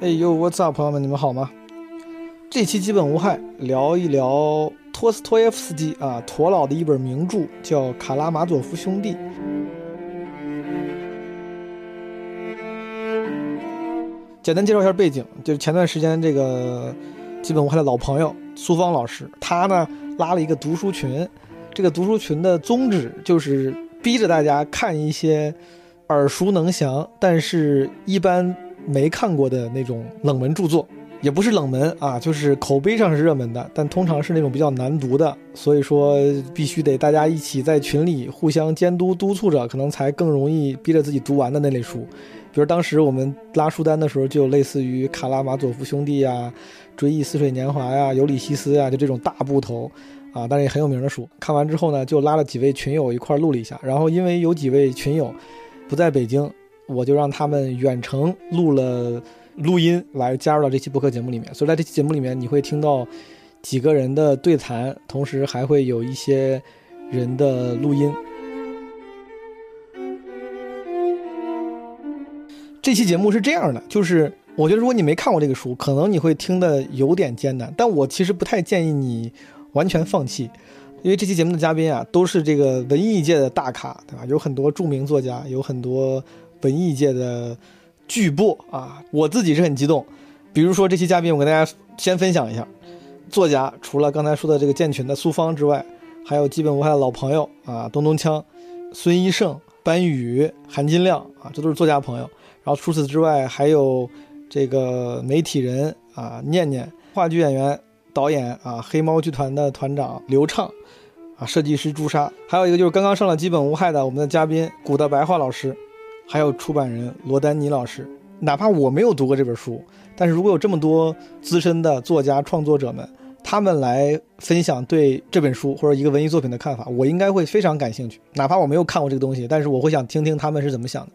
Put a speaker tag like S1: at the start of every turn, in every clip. S1: 哎呦，What's up，朋友们，你们好吗？这期基本无害，聊一聊托斯托耶夫斯基啊，陀老的一本名著叫《卡拉马佐夫兄弟》。简单介绍一下背景，就是前段时间这个基本无害的老朋友苏芳老师，他呢拉了一个读书群，这个读书群的宗旨就是逼着大家看一些耳熟能详，但是一般没看过的那种冷门著作，也不是冷门啊，就是口碑上是热门的，但通常是那种比较难读的，所以说必须得大家一起在群里互相监督督促着，可能才更容易逼着自己读完的那类书。比如当时我们拉书单的时候，就有类似于《卡拉马佐夫兄弟》啊，《追忆似水年华》呀，《尤里西斯》啊呀，就这种大部头啊，但是也很有名的书。看完之后呢，就拉了几位群友一块儿录了一下。然后因为有几位群友不在北京，我就让他们远程录了录音来加入到这期播客节目里面。所以在这期节目里面，你会听到几个人的对谈，同时还会有一些人的录音。这期节目是这样的，就是我觉得如果你没看过这个书，可能你会听的有点艰难，但我其实不太建议你完全放弃，因为这期节目的嘉宾啊都是这个文艺界的大咖，对吧？有很多著名作家，有很多文艺界的巨擘啊，我自己是很激动。比如说这期嘉宾，我跟大家先分享一下，作家除了刚才说的这个建群的苏芳之外，还有基本无害的老朋友啊，东东锵、孙一胜、班宇、韩金亮啊，这都是作家朋友。然后除此之外，还有这个媒体人啊，念念，话剧演员、导演啊，黑猫剧团的团长刘畅，啊，设计师朱砂，还有一个就是刚刚上了《基本无害》的我们的嘉宾古的白话老师，还有出版人罗丹尼老师。哪怕我没有读过这本书，但是如果有这么多资深的作家、创作者们，他们来分享对这本书或者一个文艺作品的看法，我应该会非常感兴趣。哪怕我没有看过这个东西，但是我会想听听他们是怎么想的。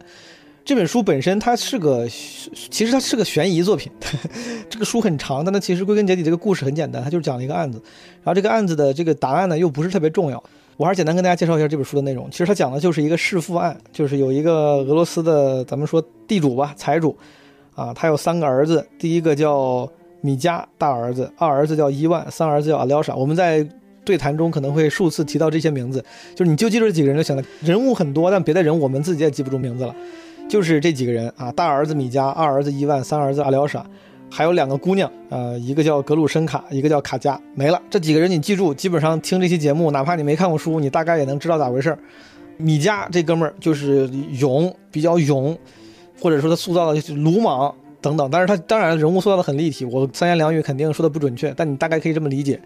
S1: 这本书本身它是个，其实它是个悬疑作品。 呵呵这个书很长，但它其实归根结底这个故事很简单，它就是讲了一个案子。然后这个案子的这个答案呢又不是特别重要。我还是简单跟大家介绍一下这本书的内容。其实它讲的就是一个弑父案，就是有一个俄罗斯的咱们说地主吧，财主，啊，他有三个儿子，第一个叫米加大儿子，二儿子叫伊万，三儿子叫阿廖沙。我们在对谈中可能会数次提到这些名字，就是你就记住这几个人就行了。人物很多，但别的人我们自己也记不住名字了。就是这几个人啊，大儿子米加，二儿子伊万，三儿子阿廖沙，还有两个姑娘，呃，一个叫格鲁申卡，一个叫卡佳，没了。这几个人你记住，基本上听这期节目，哪怕你没看过书，你大概也能知道咋回事儿。米加这哥们儿就是勇，比较勇，或者说他塑造的鲁莽等等，但是他当然人物塑造的很立体，我三言两语肯定说的不准确，但你大概可以这么理解。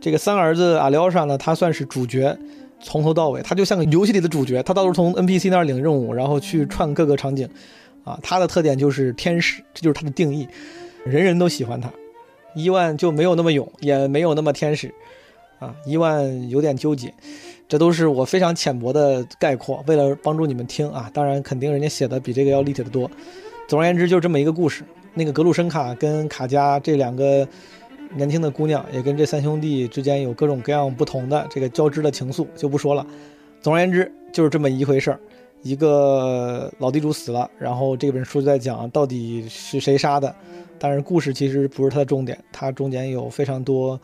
S1: 这个三儿子阿廖沙呢，他算是主角。从头到尾，他就像个游戏里的主角，他到处从 NPC 那儿领任务，然后去串各个场景，啊，他的特点就是天使，这就是他的定义，人人都喜欢他。伊万就没有那么勇，也没有那么天使，啊，伊万有点纠结，这都是我非常浅薄的概括，为了帮助你们听啊，当然肯定人家写的比这个要立体的多。总而言之，就是这么一个故事。那个格鲁申卡跟卡佳这两个。年轻的姑娘也跟这三兄弟之间有各种各样不同的这个交织的情愫，就不说了。总而言之，就是这么一回事儿。一个老地主死了，然后这本书就在讲到底是谁杀的，但是故事其实不是它的重点，它中间有非常多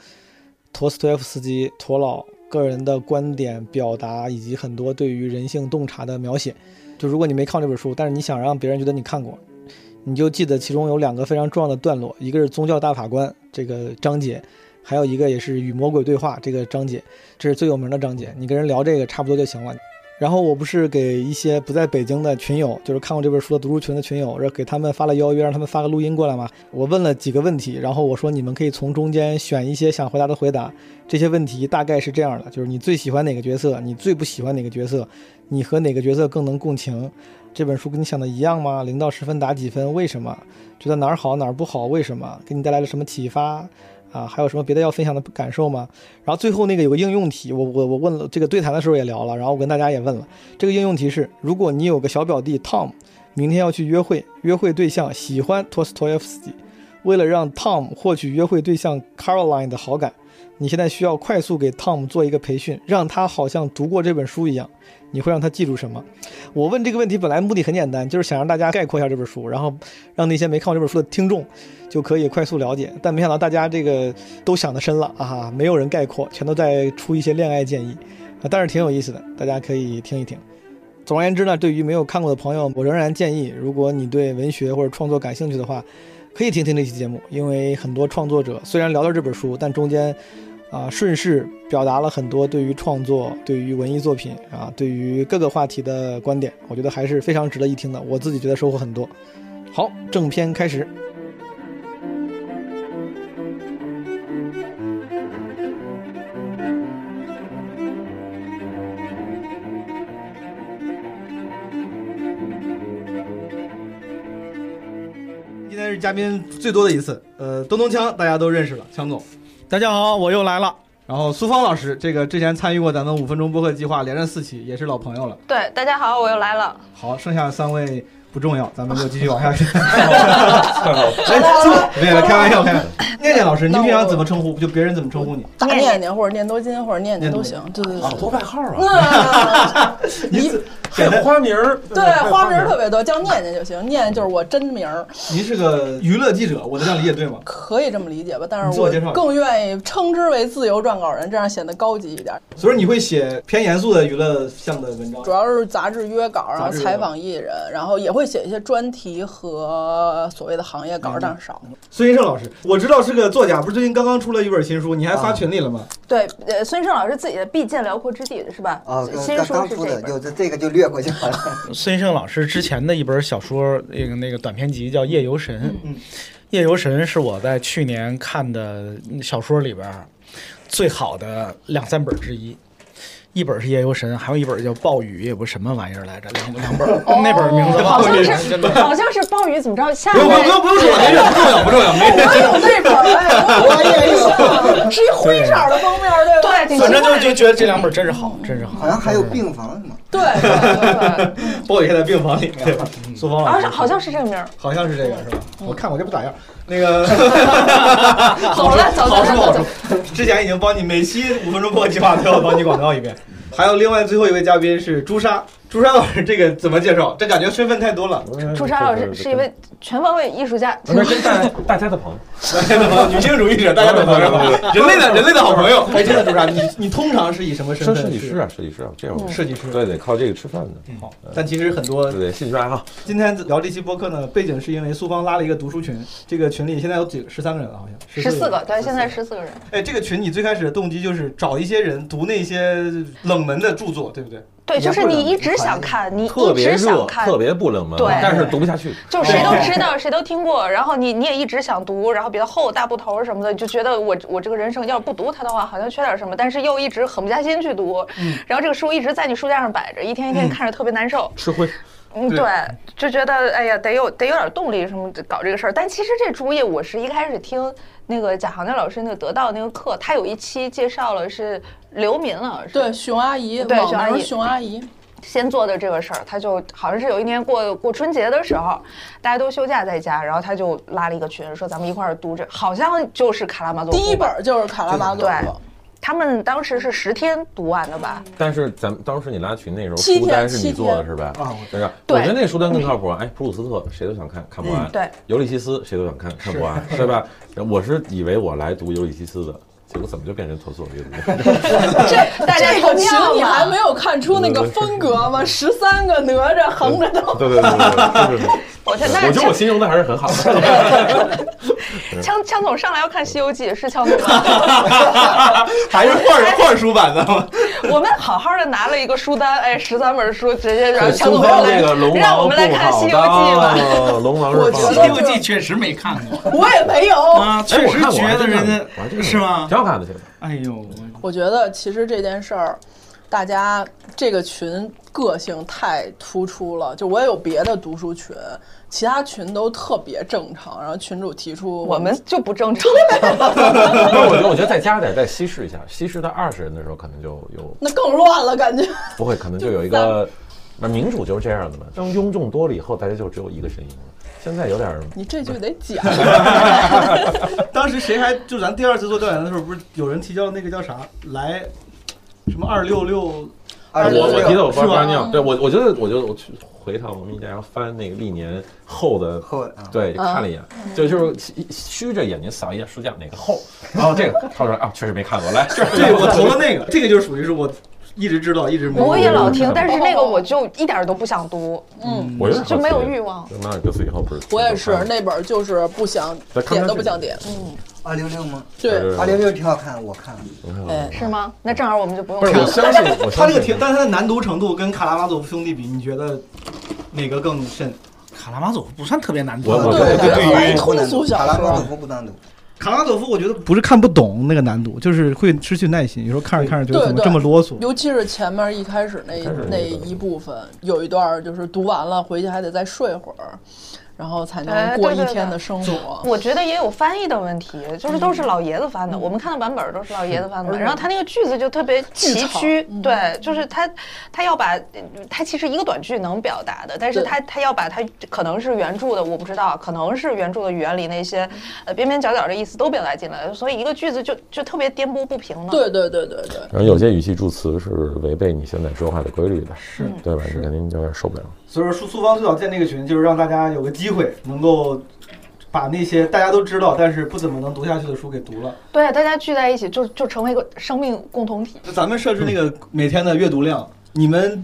S1: 陀思妥耶夫斯基、陀老个人的观点表达，以及很多对于人性洞察的描写。就如果你没看这本书，但是你想让别人觉得你看过。你就记得其中有两个非常重要的段落，一个是宗教大法官这个章节，还有一个也是与魔鬼对话这个章节，这是最有名的章节。你跟人聊这个差不多就行了。然后我不是给一些不在北京的群友，就是看过这本书的读书群的群友，给他们发了邀约，让他们发个录音过来嘛。我问了几个问题，然后我说你们可以从中间选一些想回答的回答。这些问题大概是这样的：就是你最喜欢哪个角色？你最不喜欢哪个角色？你和哪个角色更能共情？这本书跟你想的一样吗？零到十分打几分？为什么？觉得哪儿好哪儿不好？为什么？给你带来了什么启发？啊，还有什么别的要分享的感受吗？然后最后那个有个应用题，我我我问了这个对谈的时候也聊了，然后我跟大家也问了，这个应用题是：如果你有个小表弟 Tom，明天要去约会，约会对象喜欢托斯托耶夫斯基，为了让 Tom 获取约会对象 Caroline 的好感，你现在需要快速给汤姆做一个培训，让他好像读过这本书一样。你会让他记住什么？我问这个问题本来目的很简单，就是想让大家概括一下这本书，然后让那些没看过这本书的听众就可以快速了解。但没想到大家这个都想得深了啊，没有人概括，全都在出一些恋爱建议啊，但是挺有意思的，大家可以听一听。总而言之呢，对于没有看过的朋友，我仍然建议，如果你对文学或者创作感兴趣的话，可以听听这期节目，因为很多创作者虽然聊到这本书，但中间，啊、顺势表达了很多对于创作、对于文艺作品啊、对于各个话题的观点，我觉得还是非常值得一听的。我自己觉得收获很多。好，正片开始。今天是嘉宾最多的一次，呃，东东锵大家都认识了，强总，大家好，我又来了。然后苏芳老师，这个之前参与过咱们五分钟播客计划连着四期，也是老朋友了。
S2: 对，大家好，我又来 了。
S1: 好，剩下三位不重要，咱们就继续往下去。
S3: 哎
S2: 我
S1: 没有，开玩笑，开玩笑。念念老师，您平常怎么称呼？就别人怎么称呼你？
S4: 大念念或者念多金或者念念都行，对对
S5: 好多外号啊，
S4: 对。
S1: 您自
S5: 还有花名儿，
S4: 对
S5: 还有，
S4: 花名儿特别多，叫念念就行。念念就是我真名儿，
S1: 您是个娱乐记者，我能这样理解对吗？
S4: 可以这么理解吧？但
S1: 你
S4: 是
S1: 自我
S4: 我
S1: 介绍一下
S4: 更愿意称之为自由撰稿人，这样显得高级一点。
S1: 所以说你会写偏严肃的娱乐向的文章
S4: 主。要是杂志约稿，然
S1: 杂
S4: 后
S1: 志约稿
S4: 采访艺人，然后也会写一些专题和所谓的行业稿，但是少。
S1: 孙云胜老师，我知道是个作家，不是最近刚刚出了一本新书，你还发群里了吗？
S2: 对，呃，孙胜老师自己的《必见辽阔之地》是吧？
S3: 啊，
S2: 新
S3: 刚
S2: 书
S3: 刚
S2: 是
S3: 出
S2: 这
S3: 的，
S2: 本。
S3: 就这这个就略过就好了。
S6: 孙胜老师之前的一本小说，那个那个短篇集叫《夜游神》。
S1: 嗯
S6: 夜游神》是我在去年看的小说里边儿最好的两三本之一。一本是《夜游神》，还有一本叫《暴雨》，也不什么玩意儿来着，两两本儿。
S4: 哦
S6: 那本名字
S2: 哦好
S6: 忘
S2: 像
S6: 了，
S2: 是，好像是暴雨怎么着？下
S1: 不用不用不
S2: 面
S1: 用不用说，没事，不重
S4: 我有
S1: 要不重要，没
S4: 那本儿，哎我也 有，是一灰色的封面，对吧？
S2: 对，挺
S6: 反
S2: 奇
S6: 正
S2: 怪
S6: 就
S2: 的。
S6: 就觉得这两本真是好，真是好。
S3: 好像还有病房是
S4: 嗯
S3: 吗？
S4: 对对对对，
S1: 嗯暴雨在病房里面。
S3: 嗯
S1: 苏芳
S2: 好
S1: 老师
S2: 像好像是这个名儿。
S1: 好像是这个是吧？我看我这不咋样。那个
S2: 走了走走
S1: 好说
S2: 走
S1: 好
S2: 走
S1: 说，，之前已经帮你每期五分钟播计划都要帮你广告一遍。还有另外最后一位嘉宾是朱砂，朱砂老师这个怎么介绍？这感觉身份太多了。
S2: 朱砂老师是一位全方位艺术家。
S5: 那是大大家的朋友，
S1: 大家的朋友，女性主义者，大家的朋友，人类的人类的好朋友。 哎，真的朱砂，你你通常是以什么
S5: 是
S1: 身份？嗯
S5: 设计师啊，设计师啊，这样我们
S1: 设计师。
S5: 对得靠这个吃饭的，呃
S1: 好，嗯但其实很多
S5: 对对，兴趣爱好，
S1: 今天聊这期播客呢，背景是因为苏芳拉了一个读书群，这个群里现在有几十三个人了，好像
S2: 十四个，对，
S1: 14
S2: 现在十四个人。
S1: 哎，这个群你最开始的动机就是找一些人读那些冷门的著作，对不对？
S2: 对，就是你一直想看，你
S5: 特
S2: 一
S5: 别
S2: 直
S5: 热，
S2: 想看，
S5: 特别不冷门，
S2: 对
S5: 但是读不下去。
S2: 就谁都知道，谁都听过，然后你你也一直想读，然后比较厚大部头什么的，就觉得我我这个人生要是不读它的话，好像缺点什么，但是又一直狠不下心去读，然后这个书一直在你书架上摆着，一天一天看着特别难受，
S5: 吃灰，
S2: 嗯，
S1: 对
S2: 对，就觉得哎呀，得有得有点动力什么搞这个事儿。但其实这主意，我是一开始听那个贾航亮老师那个得到那个课，他有一期介绍了是刘民老师，
S4: 对，熊阿姨，
S2: 对
S4: 网
S2: 熊阿姨
S4: 名熊阿姨，
S2: 先做的这个事儿，他就好像是有一年过过春节的时候，大家都休假在家，然后他就拉了一个群，说咱们一块儿读这，好像就是卡拉马佐夫
S4: 第
S2: 吧
S4: 一本，儿就是卡拉马佐
S2: 对
S4: 夫。
S2: 他们当时是十天读完的吧？
S5: 但是咱们当时你拉群那时候，
S4: 七天
S5: 书单是你做
S4: 七
S5: 的是吧？
S1: 啊，
S5: 对吧？
S2: 对
S5: 我觉得那书单更靠谱啊。哎，普鲁斯特谁都想看，看不完。
S2: 对，
S5: 尤利西斯谁都想看，看不完，是吧？我是以为我来读尤利西斯的，结果怎么就变成陀思妥耶读？
S4: 哎
S2: 这大家
S4: 这
S2: 投
S4: 个群啊
S2: 票
S4: 你还没
S2: 嘛？
S4: 有看出那个风格吗？十三个哪吒横着都。
S5: 对对对对对，是是是。
S2: 我天，
S5: 我
S2: 那
S5: 觉得我
S2: 枪
S5: 形容的还是很好的。 嗯
S2: 枪枪总上来要看《西游记》，是枪总吗？
S1: 还是换换书版的吗？
S2: 我们好好的拿了一个书单，哎，十三本书直接让强总
S5: 方
S2: 来
S5: 这个龙王
S2: 让我们来看《西游记》吧。
S5: 吧。啊龙王是
S4: 我
S6: 《
S4: 觉
S6: 西
S4: 得
S6: 游记》确实没看过
S4: 我也 没有。
S6: 啊，
S5: 哎
S6: 确
S5: 我
S6: 实
S5: 看过
S6: 觉得人
S5: 我还真看
S6: 家是吗
S5: 挺？好看的，现在。
S6: 哎呦，我
S4: 我觉得其实这件事儿，大家这个群个性太突出了。就我也有别的读书群，其他群都特别正常。然后群主提出
S2: 我们就不 正常，
S5: 不是，我觉得我觉得再加点，再稀释一下，稀释到二十人的时候，可能就有
S4: 那更乱了，感觉。
S5: 不会，可能就有一个那民主就是这样的嘛。当庸众多了以后，大家就只有一个声音了。现在有点儿
S4: 你这就得讲，
S1: 当时谁还就咱第二次做调研的时候，不是有人提交那个叫啥来什么二六六？
S3: 二
S5: 我
S3: 六
S5: 我记得
S3: 六
S5: 我发
S1: 啊是吧
S5: 发尿，对我我觉得我就我去回一趟我们一家，然后翻那个历年厚的，
S3: 后啊，
S5: 对，看了一眼，就就是虚着眼睛扫一眼书架哪个厚，然后这 个他说啊，确实没看过， 来这
S1: 对，我投了那个， 这个就是属于是我一直知道，一直没有
S2: 我也老听，但是那个
S4: 哦
S2: 我就一点儿都不想读，
S4: 嗯，
S5: 我
S2: 就没有欲。望。
S5: 那尔克斯以后不是
S4: 我也是，那本儿就是不想
S5: 再看看
S4: 点都
S5: 这
S4: 不
S5: 个
S4: 想点，嗯，
S3: 二零六吗？
S4: 对，
S3: 二零六挺好看，我看了。
S4: 哎，
S2: 是吗？那正好我们就不用
S5: 不是
S2: 看
S5: 我
S2: 了。
S5: 相信我
S1: 他
S5: 相
S1: 这个
S5: 信
S1: 挺，但是它的难读程度跟卡拉马佐夫兄弟比，你觉得哪个更甚？
S6: 卡拉马佐夫不算特别难读，
S5: 我我
S4: 对
S5: 对
S4: 对于
S3: 不
S4: 通
S3: 难
S4: 俗
S3: 读，
S4: 小
S3: 卡拉马佐
S4: 说，
S3: 夫不单独，
S1: 卡拉马佐夫我觉得不是看不懂那个难度，就是会失去耐心，有时候看着看着觉得
S4: 对
S1: 怎么
S4: 对
S1: 这么啰嗦。
S4: 尤其是前面一开始那
S5: 开始那
S4: 那
S5: 个
S4: 一部分，有一段儿就是读完了回去还得再睡会儿，然后才
S2: 哎
S4: 能过
S2: 对
S4: 一
S2: 对
S4: 天
S2: 对
S4: 的生活。
S2: 我觉得也有翻译的问题，就是
S4: 嗯
S2: 都是老爷子翻的，我们看的版本都是老爷子翻的。然后他那个句子就特别崎岖，
S4: 嗯
S2: 对，就是他他要把他其实一个短句能表达的，但是
S4: 对
S2: 他他要把他可能是原著的，我不知道，可能是原著的语言里那些
S4: 嗯
S2: 呃边边角角的意思都表达进来了，所以一个句子就就特别颠簸不平的。
S4: 对对对对对，
S5: 然后有些语气助词是违背你现在说话的规律的，是对吧？你肯定有点受不了。
S1: 所以说，苏苏方最早建那个群，就是让大家有个机会能够把那些大家都知道但是不怎么能读下去的书给读了。
S2: 对，啊大家聚在一起就就成为一个生命共同体。
S1: 咱们设置那个每天的阅读量，你们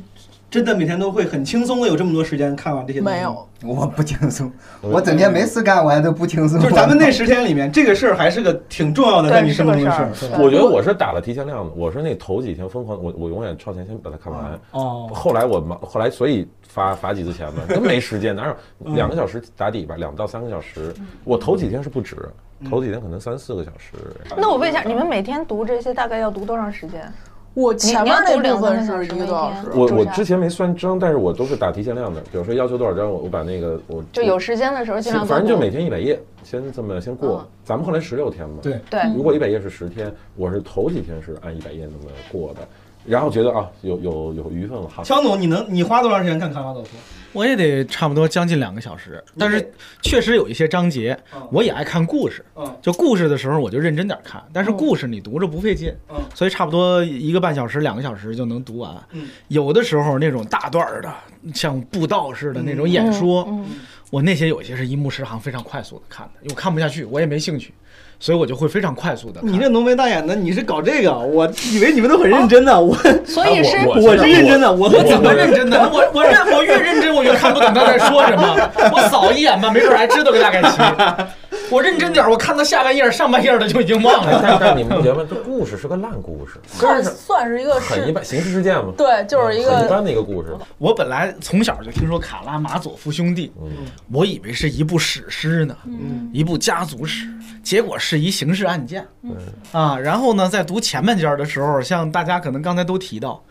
S1: 真的每天都会很轻松的有这么多时间看完这些东西吗
S4: 没有，
S3: 我不轻松，我整天没事干，我还都不轻松。
S1: 就是咱们 那十天里面，这个事儿还是个挺重要的，
S2: 对
S1: 在你生活中的
S2: 是
S1: 事
S2: 个
S1: 儿，是吧？
S5: 我觉得我是打了提前量的，我是那头几天疯狂，我我永远超前先把它看完。
S1: 哦，
S5: 后来我忙，后来所以罚罚几次钱嘛，真没时间，哪
S1: 嗯
S5: 有两个小时打底吧？两到三个小时，我头几天是不止，
S1: 嗯
S5: 头几天可能三四个小时。
S2: 那我问一下，你们每天读这些大概要读多长时间？
S4: 嗯我前面
S2: 你要读
S4: 那
S2: 两
S4: 部
S2: 三个
S4: 分
S2: 小
S4: 是
S2: 时
S4: 一个
S2: 每
S4: 多小
S2: 天
S4: 时，
S5: 我
S2: 是不
S5: 我
S2: 是啊
S5: 之前没算章，但是我都是打提前量的，比如说要求多少章，我我把那个我
S2: 就有时间的时候尽量多
S5: 反正就
S2: 读
S5: 每天一百页，先这么先过。
S2: 嗯
S5: 咱们后来十六天嘛，
S1: 对，
S2: 对。
S5: 如果一百页是十天，我是头几天是按一百页那么过的，然后觉得啊有有有余份了，好，
S1: 乔总，你能你花多长时间看《卡拉佐夫》？
S6: 我也得差不多将近两个小时，但是确实有一些章节
S1: 嗯，
S6: 我也爱看故事。
S1: 嗯，
S6: 就故事的时候，我就认真点看，但是故事你读着不费劲
S1: 嗯，
S6: 所以差不多一个半小时、两个小时就能读完
S1: 嗯。
S6: 有的时候那种大段儿的，像布道似的那种演
S1: 嗯
S6: 说，
S2: 嗯
S6: 我那些有些是一目十行，非常快速的看的，因为我看不下去，我也没兴趣，所以我就会非常快速的。
S1: 你这浓眉大眼的，你是搞这个？我以为你们都很认真的，我
S2: 哦 所以是
S5: 我
S1: 我是认真的，我
S6: 我怎么认真呢？我我认我越认真，我越看不懂他在说什么。 我扫一眼吧，没准还知道个大概齐。我认真点儿，我看到下半页、上半页的就已经忘
S5: 哎
S6: 了。
S5: 但但你们觉得这故事是个烂故事，
S4: 算算是一个
S5: 很一
S4: 是，
S5: 般，刑事事件嘛，
S4: 对，
S6: 嗯
S4: 就是一
S5: 很一
S4: 个
S5: 般的一个故事。
S6: 我本来从小就听说《卡拉马佐夫兄弟》，
S5: 嗯
S6: 我以为是一部史诗呢，
S4: 嗯
S6: 一部家族史，结果是一刑事案件。
S2: 嗯
S6: 啊，然后呢，在读前半截儿的时候，像大家可能刚才都提到，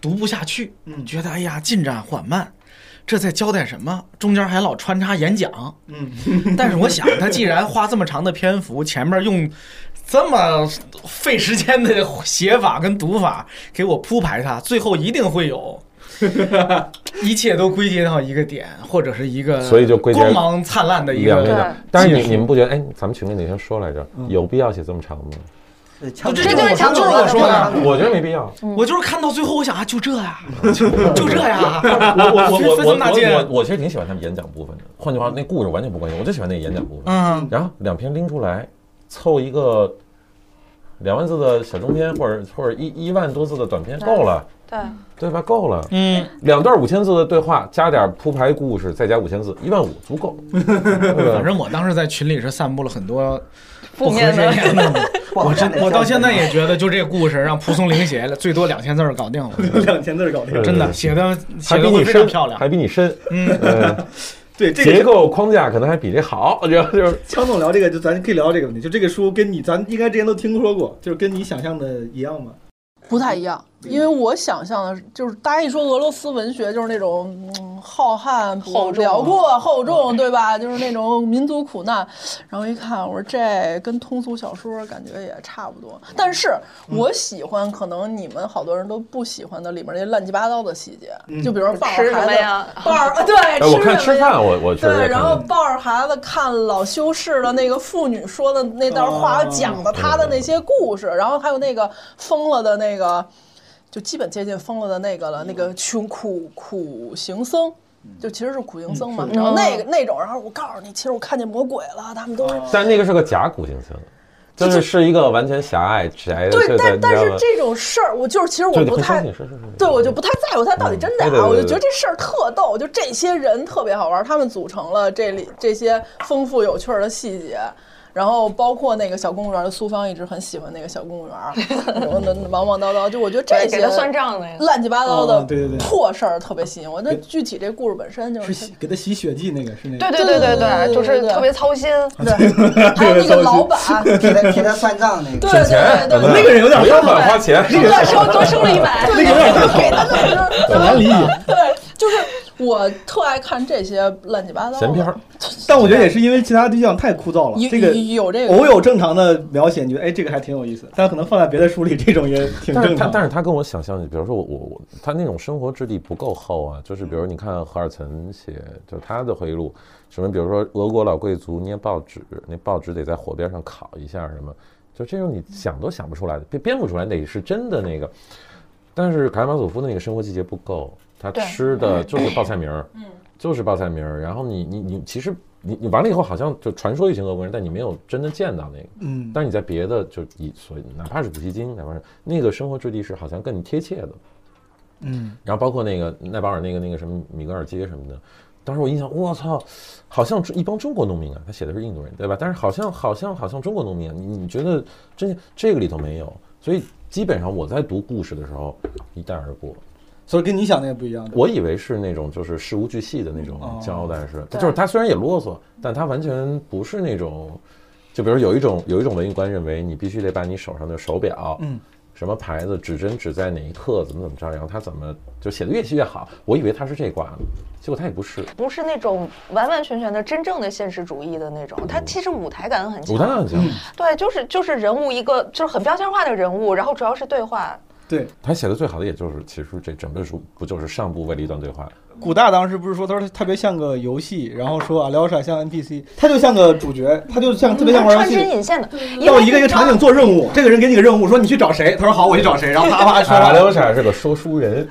S6: 读不下去，觉得哎呀进展缓慢，这在交代什么？中间还老穿插演讲，嗯， 但是我想他既然花这么长的篇幅，前面用这么费时间的写法跟读法给我铺排它，最后一定会 有。一切都归结到一个点，或者是一个，
S5: 所以就归结
S6: 光芒灿烂的一
S5: 两
S6: 个嗯
S5: 个
S2: 对
S5: 的，但是你你们不觉得？哎，咱们群里哪天说来着，有必要写这么长吗？
S3: 那强
S6: 这
S3: 制
S2: 这就是强
S6: 就是
S2: 迫
S6: 我
S2: 的
S6: 说的，
S5: 我觉得没必要。
S6: 我就是看到最后，我想啊，就这呀，就 就这啊呀，
S5: 我我我我
S6: 分
S5: 我
S6: 分大街
S5: 我我其实挺喜欢他们演讲部分的。换句话，那故事完全不关心，我就喜欢那演讲部分。
S6: 嗯，
S5: 然后两篇拎出来，凑一个两万字的小中篇，或者或者一一万多字的短篇，够了，
S2: 对，
S5: 对吧？够了。
S6: 嗯，
S5: 两段五千字的对话，加点铺排故事，再加五千字，一万五足够。
S6: 反
S5: 反
S6: 正我当时在群里是散布了很多不
S2: 负
S6: 合
S2: 面的
S6: 人言 的，我真
S3: 真
S6: 我到现在也觉得，就这故事让蒲松龄写了，最多两千字儿搞定了，
S1: 两千字儿搞定。
S6: 哎真的写的
S5: 呃还
S6: 写的
S5: 比
S6: 会
S5: 你
S6: 非常
S5: 深，
S6: 漂亮。
S5: 还比你深，
S6: 嗯，
S5: 嗯，
S1: 对，这
S5: 结
S1: 个
S5: 构框架可能还比这好，然后就是
S1: 乔总聊这个，就咱可以聊这个问题。就这个书跟你，咱应该之前都听说过，就是跟你想象的一样吗？
S4: 不太一样。
S2: 嗯
S4: 因为我想象的是就是大家一说俄罗斯文学就是那种、嗯、浩瀚、
S2: 厚重啊
S4: 辽阔、厚重，对吧？就是那种民族苦难。然后一看，我说这跟通俗小说感觉也差不多。但是我喜欢，可能你们好多人都不喜欢的里面那乱七八糟的细节，
S2: 嗯
S4: 就比如说抱
S2: 吃
S4: 着
S2: 什么
S4: 孩
S2: 呀
S4: 子，抱 着对，
S5: 哎，我看
S4: 什
S5: 吃
S4: 么呀
S5: 饭，我我确实
S4: 对，
S5: 也
S4: 然
S5: 看
S4: 后
S5: 了。
S4: 抱着孩子看老修士的那个妇女说的那段话，
S1: 哦
S4: 讲的他的那些故事，然后还有那个疯了的那个，就基本接近疯了的那个了，那个穷苦苦行僧。就其实是苦行僧
S2: 嗯
S4: 嘛，然后那个
S5: 嗯
S4: 那种，然后我告诉你，其实我看见魔鬼了，他们都是
S5: 但那个是个假古行僧，就是是一个完全狭隘狭隘的。
S4: 对，但
S5: 你知
S4: 但
S5: 道
S4: 是
S5: 吗
S4: 这种事儿，我就是其实我
S5: 对
S4: 不
S5: 很
S4: 太
S5: 相信是是是是
S4: 对，我就不太在乎他到底真假，
S5: 嗯对对对
S4: 我就觉得这事儿特逗，就这些人特别好玩，他们组成了这里这些丰富有趣儿的细节。然后包括那个小公务员儿，苏芳一直很喜欢那个小公务员儿，什么的忙忙叨叨，就我觉得这
S2: 对
S4: 些
S2: 给他算账的呀
S4: 乱七八糟
S1: 啊
S4: 的
S1: 对对对
S4: 破事儿特别吸引我。那具体这故事本身就是是
S1: 洗给他洗血迹那个是那
S2: 对
S1: 个，
S2: 对对对
S4: 对对
S2: 对，就是
S4: 对
S2: 特别操心。
S4: 对，还有那个老板，对
S3: 替他替他算账那
S4: 对
S3: 个。
S5: 省钱，
S4: 对对
S1: 那个人有点
S5: 不要乱花钱。
S2: 对，收多收了一百，
S4: 对，给他那么多
S1: 很难理解。
S4: 对，就是我特爱看这些乱七八糟的
S5: 闲篇儿，
S1: 但我觉得也是因为其他对象太枯燥了，
S4: 有
S1: 这个
S4: 有这个
S1: 偶有正常的描写，你觉得哎这个还挺有意思，但可能放在别的书里这种也挺
S5: 但是
S1: 正
S5: 他，
S1: 常。
S5: 但是他跟我想象，比如说我我我，他那种生活质地不够厚啊。就是比如你看何尔岑写，就是他的回忆录，什么比如说俄国老贵族捏报纸，那报纸得在火边上烤一下什么，就这种你想都想不出来的，编编不出来，得是真的那个。但是卡拉马佐夫的那个生活细节不够，他
S2: 对
S5: 吃的就是报菜名儿， 就是报菜名儿。然后你你你，其实你你完了以后，好像就传说一群俄国人，但你没有真的见到那个。
S1: 嗯，
S5: 但是你在别的就以所以哪怕是普希金，哪怕是那个生活质地是好像更贴切的。
S1: 嗯，
S5: 然后包括那个奈保尔那个那个什么米格尔街什么的，当时我印象，我操，好像一帮中国农民啊，他写的是印度人对吧？但是好像好像好像中国农民啊，你你觉得真这个里头没有，所以基本上我在读故事的时候一带而过。
S1: 所以跟你想的也不一样。
S5: 我以为是那种就是事无巨细的那种
S1: 哦
S5: 交代式，
S2: 对
S5: 就是他虽然也啰嗦，但他完全不是那种，就比如有一种有一种文艺观认为你必须得把你手上的手表，
S1: 嗯，
S5: 什么牌子指针指在哪一刻，怎么怎么着，然后他怎么就写的越细越好。我以为他是这挂的，结果他也不是，
S2: 不是那种完完全全的真正的现实主义的那种，
S5: 嗯
S2: 他其实舞台感很强。
S5: 武当很强，
S2: 对，就是就是人物一个就是很标签化的人物，然后主要是对话。
S1: 对，
S5: 他写的最好的也就是其实这整本书不就是上部为了一段对话，
S1: 古大当时不是说，他说他特别像个游戏，然后说阿廖沙像 NPC，他就像个主角，他就
S4: 啊
S1: 像特别像玩
S2: 穿
S1: 游戏
S2: 针
S1: 里。
S2: 引线的，因
S1: 到
S2: 为
S1: 一个一个场景做任务，这个人给你个任务，说你去找谁，他说好，我去找谁，然后啪啪说
S5: 阿
S1: 完
S5: 廖
S1: 了。
S5: 沙是个说书 人，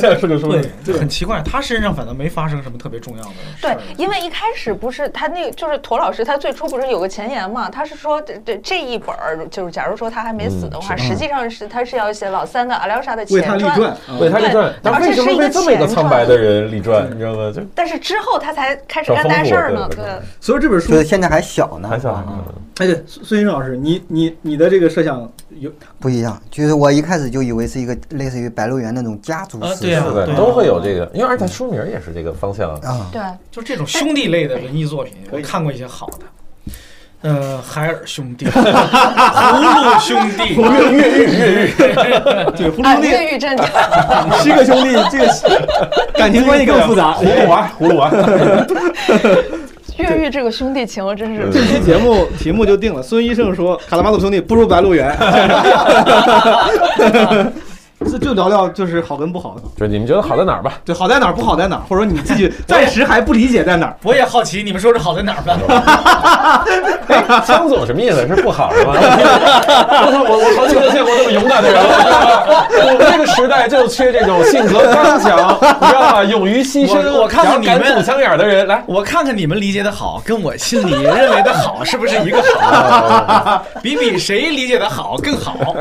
S5: 像是个说书人。
S6: 对，很奇怪，他身上反倒没发生什么特别重要的事
S2: 对
S6: 儿。，
S2: 因为一开始不是他那个，就是驼老师，他最初不是有个前言嘛？他是说这这这一本儿，就是假如说他还没死的话，实际上是他是要写老三的阿廖沙的
S1: 嗯为
S2: 前
S1: 他立
S2: 传嗯
S1: 传，，啊
S5: 嗯为他立传
S2: 对，
S5: 他
S2: 而且
S5: 为什
S2: 是
S5: 么
S2: 一个
S5: 为这么一个
S2: 前
S5: 苍白的人立传？你知道吗？就
S2: 但是之后他才开始
S5: 找
S2: 干
S5: 丰
S2: 大
S5: 富
S2: 事儿呢。
S5: 对
S2: 对，
S1: 所以这本书
S3: 对，现在还小呢，啊
S5: 还小，
S1: 哎，对，孙孙先生老师，你你你的这个设想有
S3: 不一样。就是我一开始就以为是一个类似于《白鹿原》那种家族
S6: 啊
S3: 史
S6: 对啊
S5: 是的，都会有这个，因为而且书名也是这个方向。
S3: 啊，
S2: 对，
S6: 就这种兄弟类的文艺作品，我看过一些好的，呃，海尔兄 弟、葫芦兄弟，
S1: 对葫
S2: 啊，
S1: 芦弟
S2: 越狱真的，
S1: 七个兄弟，这个感情关系更复杂。
S5: 葫芦娃，葫芦
S1: 啊
S5: 娃，
S2: 越狱这个兄弟情真是
S1: 这期节目题目就定了，孙医生说卡拉马佐兄弟不如白鹿原。 这就聊聊就是好跟不好，
S5: 就你们觉得好在哪儿吧？
S1: 对，好在哪儿，不好在哪儿，或者说你自己暂时还不理解在哪儿。
S6: 我也好奇你们说这好在哪儿 吧？
S5: 哎江总什么意思？是不好是吗？ 我我好久没见过这么勇敢的人了。我们这个时代就缺这种性格刚强， 你知道吧？勇于牺牲，
S6: 我我看看你们
S5: 敢堵枪眼儿的人来。
S6: 我看看你们理解的好，跟我心里认为的好是不是一个 好？比比谁理解的好更好。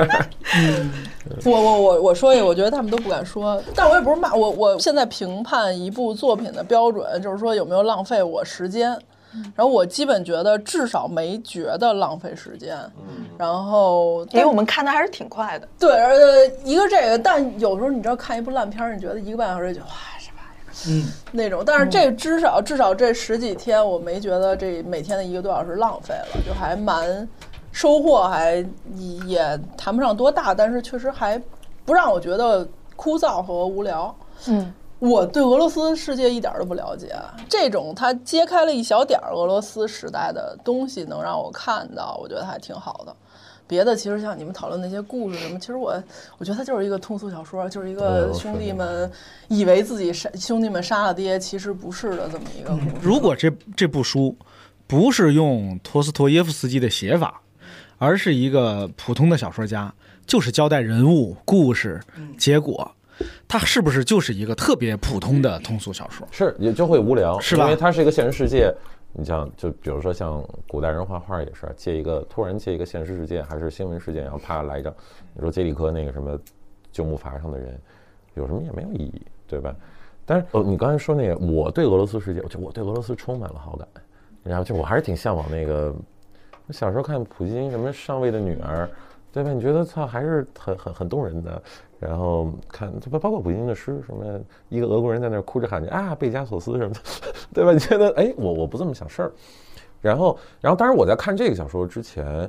S4: 我我我我说一个，我觉得他们都不敢说，但我也不是骂我。我现在评判一部作品的标准就是说有没有浪费我时间，然后我基本觉得至少没觉得浪费时间。
S2: 嗯
S4: 然后
S2: 因为哎我们看的还是挺快的。
S4: 对，呃，一个这个，但有时候你知道看一部烂片儿，你觉得一个半小时就哇什么玩意儿，嗯，那种。但是这至少至少这十几天，我没觉得这每天的一个多小时浪费了，就还蛮收获还也谈不上多大，但是确实还不让我觉得枯燥和无聊。
S2: 嗯，
S4: 我对俄罗斯世界一点儿都不了解，这种他揭开了一小点儿俄罗斯时代的东西，能让我看到，我觉得还挺好的。别的其实像你们讨论那些故事什么，其实我我觉得它就是一个通俗小说，就是一
S5: 嗯
S4: 个
S5: 我
S4: 兄
S5: 是
S4: 弟们以为自己杀兄弟们杀了爹，其实不是的这么一个故事。
S6: 如果这这部书不是用托斯托耶夫斯基的写法，而是一个普通的小说家，就是交代人物、故事、结果，它是不是就是一个特别普通的通俗小说？
S5: 是也就会无聊，
S6: 是吧
S5: 因为它是一个现实世界。你像，就比如说像古代人画画也是啊，借一个突然借一个现实事件还是新闻事件，然后啪来一张，你说杰里科那个什么旧木筏上的人，有什么也没有意义，对吧？但是呃，你刚才说那个，我对俄罗斯世界，我就我对俄罗斯充满了好感，然后就我还是挺向往那个，我小时候看普京什么上尉的女儿，对吧？你觉得操还是很很很动人的。然后看，包包括普京的诗，什么一个俄国人在那儿哭着喊着啊贝加索斯什么的， 对吧？你觉得哎，我我不这么想事儿。然后，然后，当然我在看这个小说之前，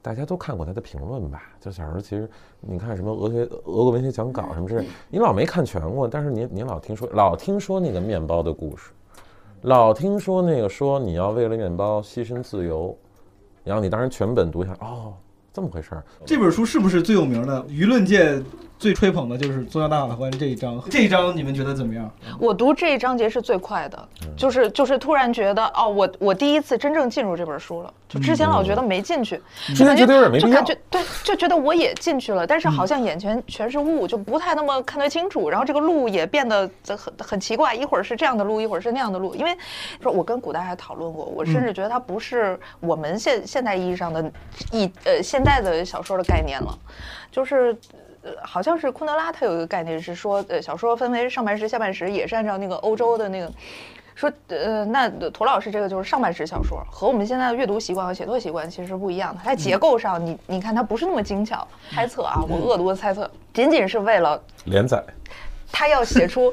S5: 大家都看过他的评论吧？就小时候其实你看什么俄学俄国文学讲稿什么之类，你老没看全过，但是你你老听说老听说那个面包的故事，老听说那个说你要为了面包牺牲自由，然后你当时全本读一下，哦，这么回事儿。
S1: 这本书是不是最有名的？舆论界最吹捧的就是《宗教大法官》这一章， 这一章你们觉得怎么样？
S2: 我读这一章节是最快的，
S5: 嗯
S2: 就是就是突然觉得哦，我我第一次真正进入这本书了，就之前老觉得没进去，就
S5: 之前
S2: 感
S5: 嗯觉得有点没
S2: 就
S5: 必要嗯
S2: 感觉对，就觉得我也进去了，但是好像眼前全是雾，就不太那么看得清楚，然后这个路也变得很很奇怪，一会儿是这样的路，一会儿是那样的路，因为说我跟古代还讨论过，我
S5: 嗯
S2: 甚至觉得它不是我们现现代意义上的一呃现代的小说的概念了，就是。呃，好像是昆德拉，他有一个概念是说，呃，小说分为上半时、下半时，也是按照那个欧洲的那个，说，呃，那涂老师这个就是上半时小说，和我们现在的阅读习惯和写作习惯其实不一样的。它在结构上，你你看它不是那么精巧。猜测啊，我恶毒的猜测，仅仅是为了
S5: 连载，
S2: 他要写出，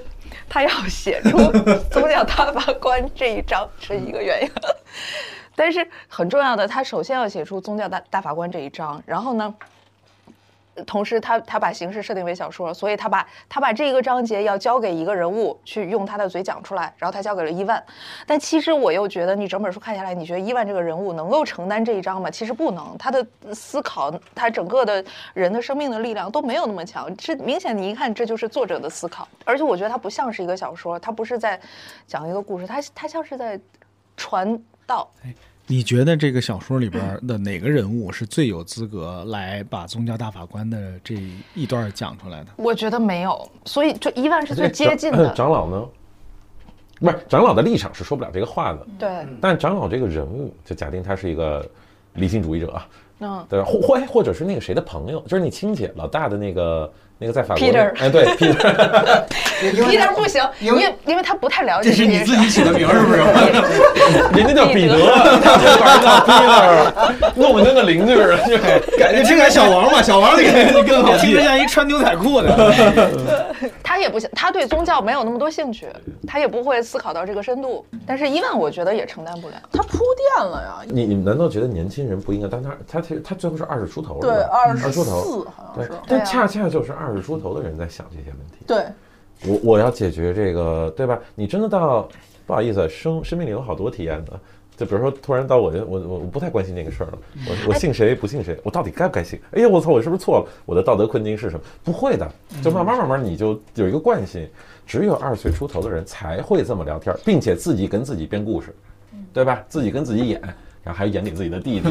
S2: 他要写出宗教大法官这一章是一个原因。 但是很重要的，他首先要写出宗教大大法官这一章，然后呢，同时他他把形式设定为小说，所以他把他把这个章节要交给一个人物去用他的嘴讲出来，然后他交给了伊万。但其实我又觉得，你整本书看下来，你觉得伊万这个人物能够承担这一章吗？其实不能，他的思考，他整个的人的生命的力量都没有那么强。这明显你一看，这就是作者的思考。而且我觉得他不像是一个小说，他不是在讲一个故事，他他像是在传道。
S6: 你觉得这个小说里边
S2: 嗯
S6: 的哪个人物是最有资格来把宗教大法官的这一段讲出来的？
S2: 我觉得没有，所以就伊万是最接近
S5: 长
S2: 的。
S5: 长老呢？不是长老的立场是说不了这个话的，
S2: 对，
S5: 但长老这个人物，就假定他是一个理性主义者啊，
S2: 嗯，
S5: 对吧？或或或者是那个谁的朋友，就是你亲姐老大的那个那个在法国
S2: Peter
S5: 哎， 对，Peter，
S3: 因为
S2: 一点不行，因
S3: 因为
S2: 为因为他不太了解
S1: 这是
S2: 件
S1: 你
S2: 事
S1: 自己起的名儿是不是？
S5: 人家叫彼
S2: 彼
S5: 得，
S2: 得
S5: 他这玩意儿叫 Peter，弄得跟个邻居似的，就是
S1: 感觉听着小王 吧，小王的感觉更好
S6: 听
S1: 记
S6: 着。像一穿牛仔裤的。
S2: 他也不行，他对宗教没有那么多兴趣，他也不会思考到这个深度。但是伊万，我觉得也承担不了。
S4: 它铺垫了呀，
S5: 你你难道觉得年轻人不应该？但他他他他最后是二十出头，是
S4: 对，
S5: 吧
S4: 二十
S5: 出头，
S4: 四好像
S5: 对
S4: 是，，
S5: 但
S2: 啊
S5: 恰恰就是二十出头的人在想这些问题，
S4: 对，
S5: 我我要解决这个，对吧？你真的到不好意思，生生命里有好多体验的。就比如说，突然到我这，我我我不太关心这个事儿了。我我信谁不信谁，我到底该不该信？哎呀，我操，我是不是错了？我的道德困境是什么？不会的，就慢慢慢慢你就有一个惯性。只有二十岁出头的人才会这么聊天，并且自己跟自己编故事，对吧？自己跟自己演，然后还演给自己的弟 弟。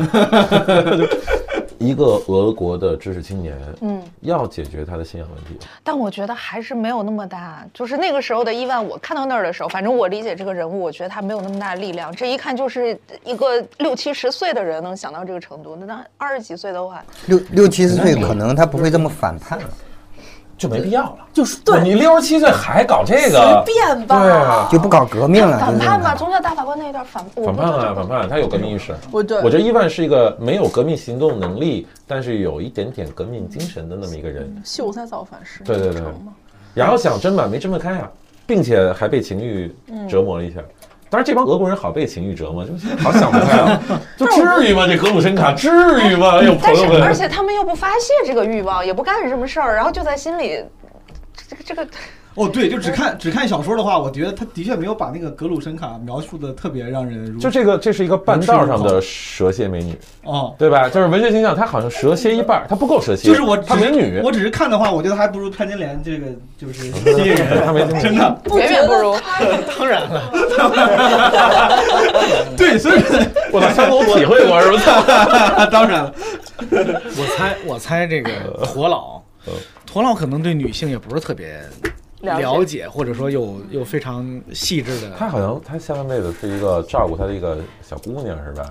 S5: 一个俄国的知识青年，嗯，要解决他的信仰问题，
S2: 但我觉得还是没有那么大，就是那个时候的伊万，我看到那儿的时候，反正我理解这个人物，我觉得他没有那么大的力量。这一看就是一个六七十岁的人能想到这个程度，那那二十几岁的话，
S3: 六六七十岁可能他不会这么反叛了，
S5: 就没必要了。
S4: 就是
S5: 对你六十七岁还搞这个，
S4: 随便
S5: 对啊
S4: 吧，
S3: 就不搞革命了。
S2: 反
S3: 就是
S2: 叛吧，宗教大法官那一段反
S5: 反叛啊，
S2: 啊，
S5: 反叛！他有革命意识。
S4: 我对
S5: 我觉得伊万是一个没有革命行动能力，但是有一点点革命精神的那么一个人。
S4: 秀才造反十
S5: 对对
S4: 年
S5: 对
S4: 成嘛。
S5: 然后想争吧，没争得开啊，并且还被情欲折磨了一下。当然，这帮俄国人好被情欲折磨，就好想不开啊，就 至于吗？这格鲁申卡至于吗？哎呦，朋
S2: 但是
S5: 友们，
S2: 而且他们又不发泄这个欲望，也不干什么事儿，然后就在心里，这个这个
S1: 哦，对，就只看只看小说的话，我觉得他的确没有把那个格鲁申卡描述的特别让人如
S5: 就这个，这是一个半道嗯上的蛇蝎美女，
S1: 哦，
S5: 对吧？就是文学形象，她好像蛇蝎一半儿，她不够蛇蝎，
S1: 就是我
S5: 她
S1: 只
S5: 美
S1: 是
S5: 女，
S1: 我只是看的话，我觉得还不如潘金莲这个 就是吸引人，
S5: 她没听过
S1: 真的。
S4: 不
S2: 远
S4: 觉
S2: 远不
S4: 得
S2: 如。
S1: 对，所以
S5: 我操，我体会过是吧？
S1: 当然了，
S6: 我猜，我猜这个驼老
S5: 呃，
S6: 驼老可能对女性也不是特别
S2: 了解
S6: 了解，或者说有有非常细致的。
S5: 她好像她下半辈子是一个照顾她的一个小姑娘是吧？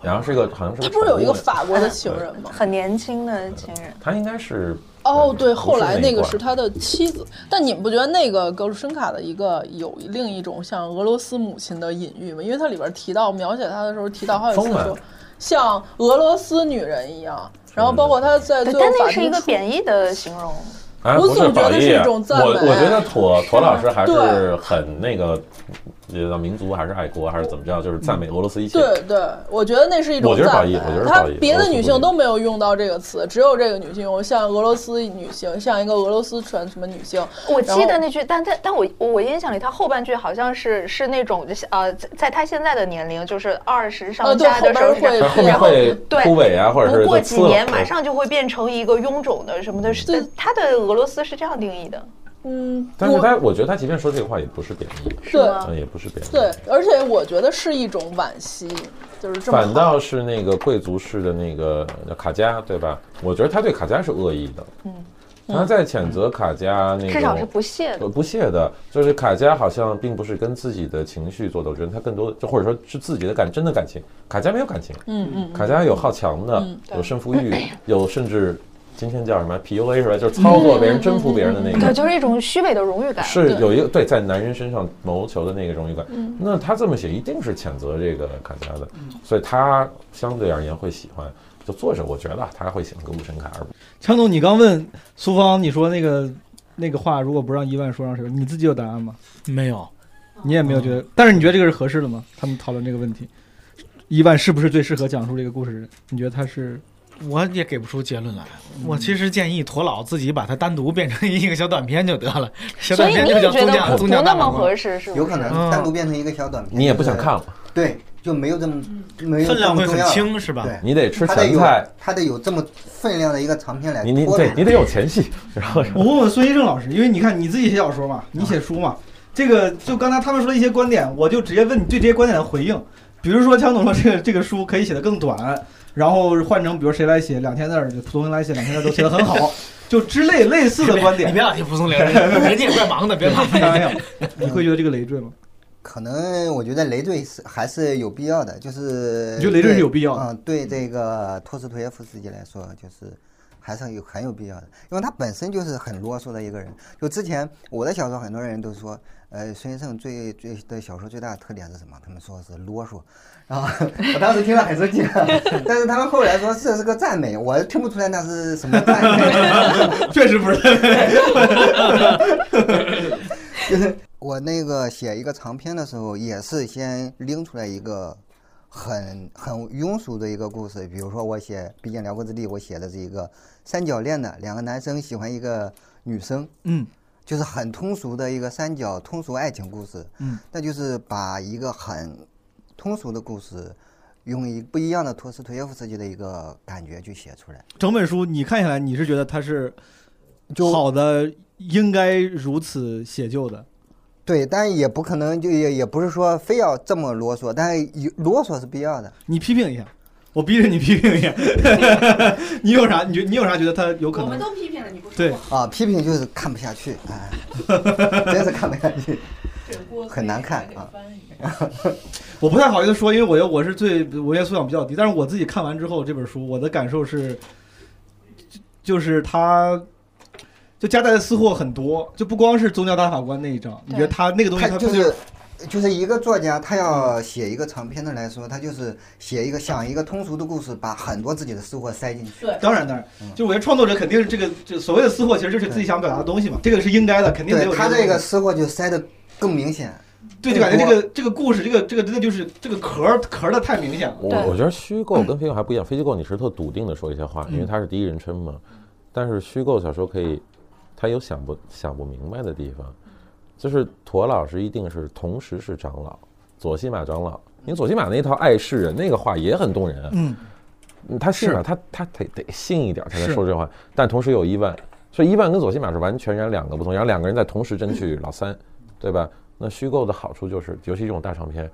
S5: 然后是一个好像是
S4: 他
S5: 个
S4: 不是有一个
S5: 法，
S4: 法国的情人吗？
S2: 很年轻的情人，
S5: 她应该是嗯
S4: 哦，对，
S5: 呃不是
S4: 后来
S5: 那
S4: 那
S5: 一
S4: 个
S5: 块儿
S4: 是他的妻子，但你们不觉得那个格鲁申卡的一个有另一种像俄罗斯母亲的隐喻吗？因为它里边提到描写他的时候提到好几次
S5: 丰满
S4: 说，像俄罗斯女人一样，然后包括他在
S2: 对
S4: 最后
S2: 但
S4: 法
S2: 那是一
S4: 庭
S2: 个
S4: 出
S2: 贬义的形容。
S5: 哎，
S4: 我
S5: 不
S4: 总觉
S5: 褒
S4: 得是
S5: 义
S4: 一种赞
S5: 我
S4: 美
S5: 我觉得妥妥老师还是
S4: 对
S5: 很那个，呃，民族还是爱国还是怎么着，就是赞美俄罗斯一切。
S4: 对对，我觉得那是一种
S5: 我觉得
S4: 赞
S5: 褒义
S4: 美
S5: 我觉得。是
S4: 她
S5: 褒义
S4: 别
S5: 我
S4: 的
S5: 是
S4: 女
S5: 同
S4: 性
S5: 意
S4: 都没有用到这个词，只有这个女性用。像俄罗斯女性，像一个俄罗斯传什么女性，
S2: 我记
S4: 然
S2: 得
S4: 后
S2: 那句，但但但我我印象里，他后半句好像是是那种呃，在在他现在的年龄，就是二十
S4: 呃
S2: 上
S4: 对
S2: 下的时
S4: 后
S2: 候
S4: 边
S2: 是这样，
S5: 但后面
S2: 然后
S5: 会
S2: 对
S5: 枯萎啊，或者是
S2: 不过
S5: 就
S2: 几
S5: 刺了
S2: 年马上就会变成一个臃肿的什么的。是他的俄罗斯是这样定义的，
S4: 嗯，
S5: 但是
S4: 我
S5: 他，我觉得他即便说这个话，也不是贬义，
S2: 是
S4: 对
S2: 吗？
S5: 嗯，也不是贬义，
S4: 对，，而且我觉得是一种惋惜，就是这么
S5: 反
S4: 好
S5: 倒是那个贵族式的那个叫卡加，对吧？我觉得他对卡加是恶意的，嗯，他在谴责卡加那种，
S2: 至少是不屑的
S5: 呃。不屑的，就是卡佳好像并不是跟自己的情绪做斗争，他更多就或者说是自己的感真的感情。卡佳没有感情，
S4: 嗯嗯，
S5: 卡佳有好强的，
S2: 嗯对
S5: 有胜负欲，有甚至今天叫什么 PUA 是吧？就是操作别人、征服别人的那
S2: 嗯对，
S5: 个。
S2: 就是一种虚伪的荣誉感。
S5: 是
S4: 对
S5: 有一个对在男人身上谋求的那个荣誉感，
S2: 嗯
S5: 那他这么写一定是谴责这个卡佳的，所以他相对而言会喜欢。就作者我觉得啊他会喜欢格鲁申卡，而不
S7: 强总，你刚问苏芳，你说那个那个话，如果不让伊万说，让谁说？你自己有答案吗？
S6: 没有，
S7: 你也没有觉得，但是你觉得这个是合适的吗？他们讨论这个问题，伊万是不是最适合讲述这个故事的人？你觉得他是？
S6: 我也给不出结论来。我其实建议驼老自己把它单独变成一个小短片就得了，小
S2: 所
S6: 短
S2: 以
S6: 片
S2: 你
S6: 就
S2: 也
S6: 叫
S2: 觉
S6: 宗
S2: 得
S6: 教
S2: 不不
S6: 宗教
S2: 那
S6: 大嗯
S2: 么
S6: 麻
S2: 合
S6: 烦。
S2: 适，是不是？
S3: 有可能单独变成一个小短片，
S5: 你也不想看，了，
S3: 对，就没有这么没有
S6: 分量
S3: 这
S6: 会
S3: 么重
S6: 很
S3: 要了
S6: 轻是吧？
S3: 对，
S5: 你得吃
S3: 它得
S5: 前
S3: 有
S5: 菜，
S3: 它得有这么分量的一个长片来
S5: 你你
S3: 拖
S5: 对
S3: 着
S5: 你得有前戏，然后
S1: 我问问孙一正老师，因为你看你自己写小说嘛，你写书嘛，这个就刚才他们说的一些观点，我就直接问你对这些观点的回应。比如说，强总说这个这个书可以写得更短，然后换成比如谁来写两千字儿，蒲松龄来写两千字儿都写得很好，就之类类似的观
S6: 你
S1: 点。
S6: 别老提蒲松龄，人家也怪忙的， 别忙。
S7: 开玩笑，你会觉得这个累赘吗？
S3: 可能我觉得累赘是还是有必要的，就是
S7: 你觉得累赘是有必要的
S3: 对嗯，对这个托斯托耶夫斯基来说，就是还是有很有必要的，因为他本身就是很啰嗦的一个人。就之前我的小说，很多人都说，呃，孙先生最最的小说最大的特点是什么？他们说是啰嗦。然后 我当时听了很生气， 但是他们后来说这是个赞美，我听不出来那是什么赞美。
S1: 确实不是。
S3: 我那个写一个长篇的时候，也是先拎出来一个很很庸俗的一个故事，比如说我写《毕竟辽阔之地》，我写的是一个三角恋的，两个男生喜欢一个女生，
S7: 嗯，
S3: 就是很通俗的一个三角通俗爱情故事，嗯，那就是把一个很通俗的故事，用一不一样的托斯托耶夫斯基的一个感觉去写出来。
S7: 整本书你看下来，你是觉得他是
S3: 就
S7: 好的，应该如此写就的。
S3: 对，但也不可能就也也不是说非要这么啰嗦，但是有啰嗦是必要的。
S7: 你批评一下，我逼着你批评一下。你有啥？你觉你有啥觉得他有可
S8: 我们
S7: 能？
S8: 都批评了你，不说
S7: 对
S8: 我
S3: 啊，批评就是看不下去，哎，真是看不下去。
S8: 这个锅
S3: 很难看啊
S8: 啊。
S1: 我不太好意思说，因为我觉得我是最文学素养比较低，但是我自己看完之后这本书，我的感受是，就就是它就夹带的私货很多，就不光是宗教大法官那一章，你觉得他那个东西
S3: 他
S1: 它不
S3: 就是就是一个作家，他要写一个长篇的来说，他就是写一个想一个通俗的故事，把很多自己的私货塞进去。嗯
S8: 对，
S1: 当然当然，就是我觉得创作者肯定是这个这所谓的私货，其实就是自己想表达的东西嘛，这个是应该的，肯定得
S3: 对
S1: 有。
S3: 他这个，私货就塞的更明显。
S1: 对，就感觉这个这个故事，这个这个真的就是这个壳儿壳儿的太明显了。
S5: 我
S2: 对
S5: 我觉得 虚构跟非虚构还不一样，非虚构你是特笃定的说一些话，因为
S2: 嗯
S5: 它是第一人称嘛。但是虚构小说可以，它有想不想不明白的地方，就是驼老师一定是同时是长老，左西马长老。因为左西马那一套爱世人那个话也很动人，啊
S1: 嗯，
S5: 嗯他信
S1: 是
S5: 了，他他得得信一点才能
S1: 是
S5: 说这话，但同时有伊万，所以伊万跟左西马是完全然两个不同，然后两个人在同时争取老三，对吧？那虚构的好处就是，尤其这种大长篇，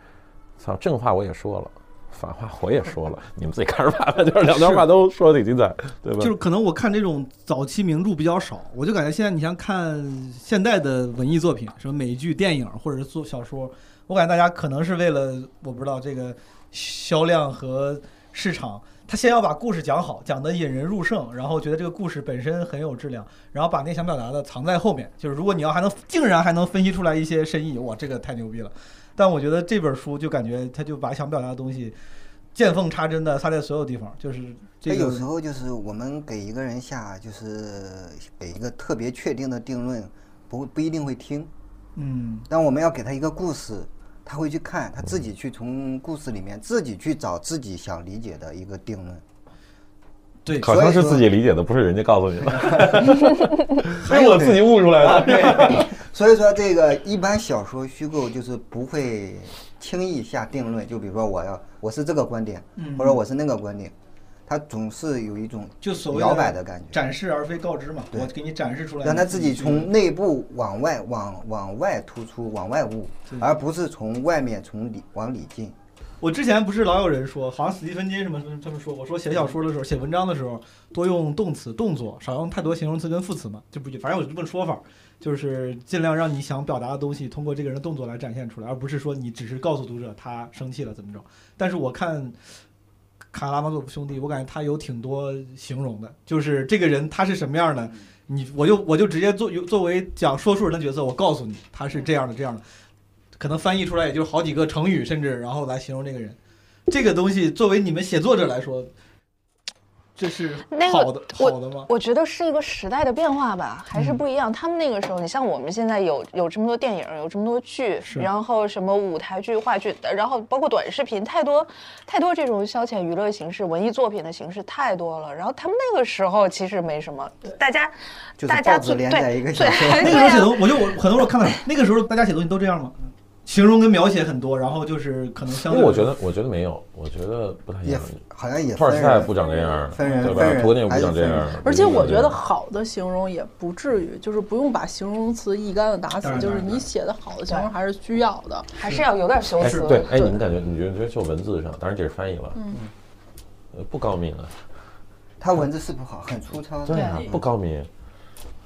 S5: 操，正话我也说了，反话我也说了，你们自己看着办吧，就是两段话都说的挺精彩，对吧？
S1: 就是可能我看这种早期名著比较少，我就感觉现在你像看现代的文艺作品，什么美剧、电影或者是做小说，我感觉大家可能是为了我不知道这个销量和市场，他先要把故事讲好，讲得引人入胜，然后觉得这个故事本身很有质量，然后把那想表达的藏在后面。就是如果你要还能竟然还能分析出来一些深意，哇，这个太牛逼了！但我觉得这本书就感觉他就把想表达的东西见缝插针的撒在所有地方，就是这
S3: 他
S1: 个
S3: 哎有时候就是我们给一个人下，就是给一个特别确定的定论，不不一定会听，
S1: 嗯。
S3: 但我们要给他一个故事，他会去看，他自己去从故事里面自己去找自己想理解的一个定 论。
S1: 对，
S5: 好像是自己理解的，不是人家告诉你的，
S3: 还有
S5: 己悟出来的。
S3: 啊 所以说，这个一般小说虚构就是不会轻易下定论。就比如说，我要我是这个观点，或者我是那个观点，他总是有一种
S1: 嗯就所谓
S3: 摇摆的感觉，
S1: 展示而非告知嘛，
S3: 对
S1: 我给你展示出来，
S3: 让他自己从内部往外往往外突出，往外悟，而不是从外面从里往里进。
S1: 我之前不是老有人说，好像史蒂芬金什么什么他们说，我说写小说的时候，写文章的时候多用动词动作，少用太多形容词跟副词嘛，就不反正有这么说法，就是尽量让你想表达的东西通过这个人的动作来展现出来，而不是说你只是告诉读者他生气了怎么着。但是我看卡拉马佐夫兄弟，我感觉他有挺多形容的，就是这个人他是什么样的，你我就我就直接作作为讲说书人的角色，我告诉你他是这样的这样的。可能翻译出来也就是好几个成语，甚至然后来形容这个人。这个东西作为你们写作者来说，这是
S2: 那个
S1: 好的、
S2: 我
S1: 好的吗？
S2: 我觉得是一个时代的变化吧，
S3: 嗯
S2: 还是不一样。他们那个时候，你像我们现在有有这么多电影，有这么多剧，
S1: 是
S2: 然后什么舞台剧、话剧，然后包括短视频，太多太多这种消遣娱乐形式、文艺作品的形式太多了。然后他们那个时候其实没什么，大家
S3: 就是
S2: 大家
S3: 报纸
S2: 最
S3: 连
S2: 对
S3: 载一个小
S2: 最
S3: 说，
S2: 对
S1: 那个时候写
S2: 啊
S1: 东，我就我很多时候看到那个时候大家写东西都这样吗？形容跟描写很多，然后就是可能相
S5: 因为
S1: 对
S5: 我觉得，我觉得没有，我觉得不太一
S3: 也
S5: 样。
S3: 好像也
S5: 托尔斯
S3: 分
S5: 泰
S3: 人
S5: 不长这样，
S3: 分人
S5: 对
S3: 分
S5: 吧？
S3: 人
S5: 屠格涅夫不
S3: 还是
S5: 长这
S3: 分
S5: 样
S3: 人。
S4: 而且我觉得
S5: 对
S4: 好的形容也不至于，就是不用把形容词一竿子打死
S1: 当，然
S4: 就是
S1: 当然
S4: 你写的好的形容还是需要的。
S2: 还是要有点修
S5: 哎，
S2: 辞。
S5: 对，哎，你们感觉，你觉得就文字上，当然这是翻译了，
S4: 嗯
S5: 呃不高明啊，
S3: 他文字是不好，很粗糙。
S5: 对啊，不高明。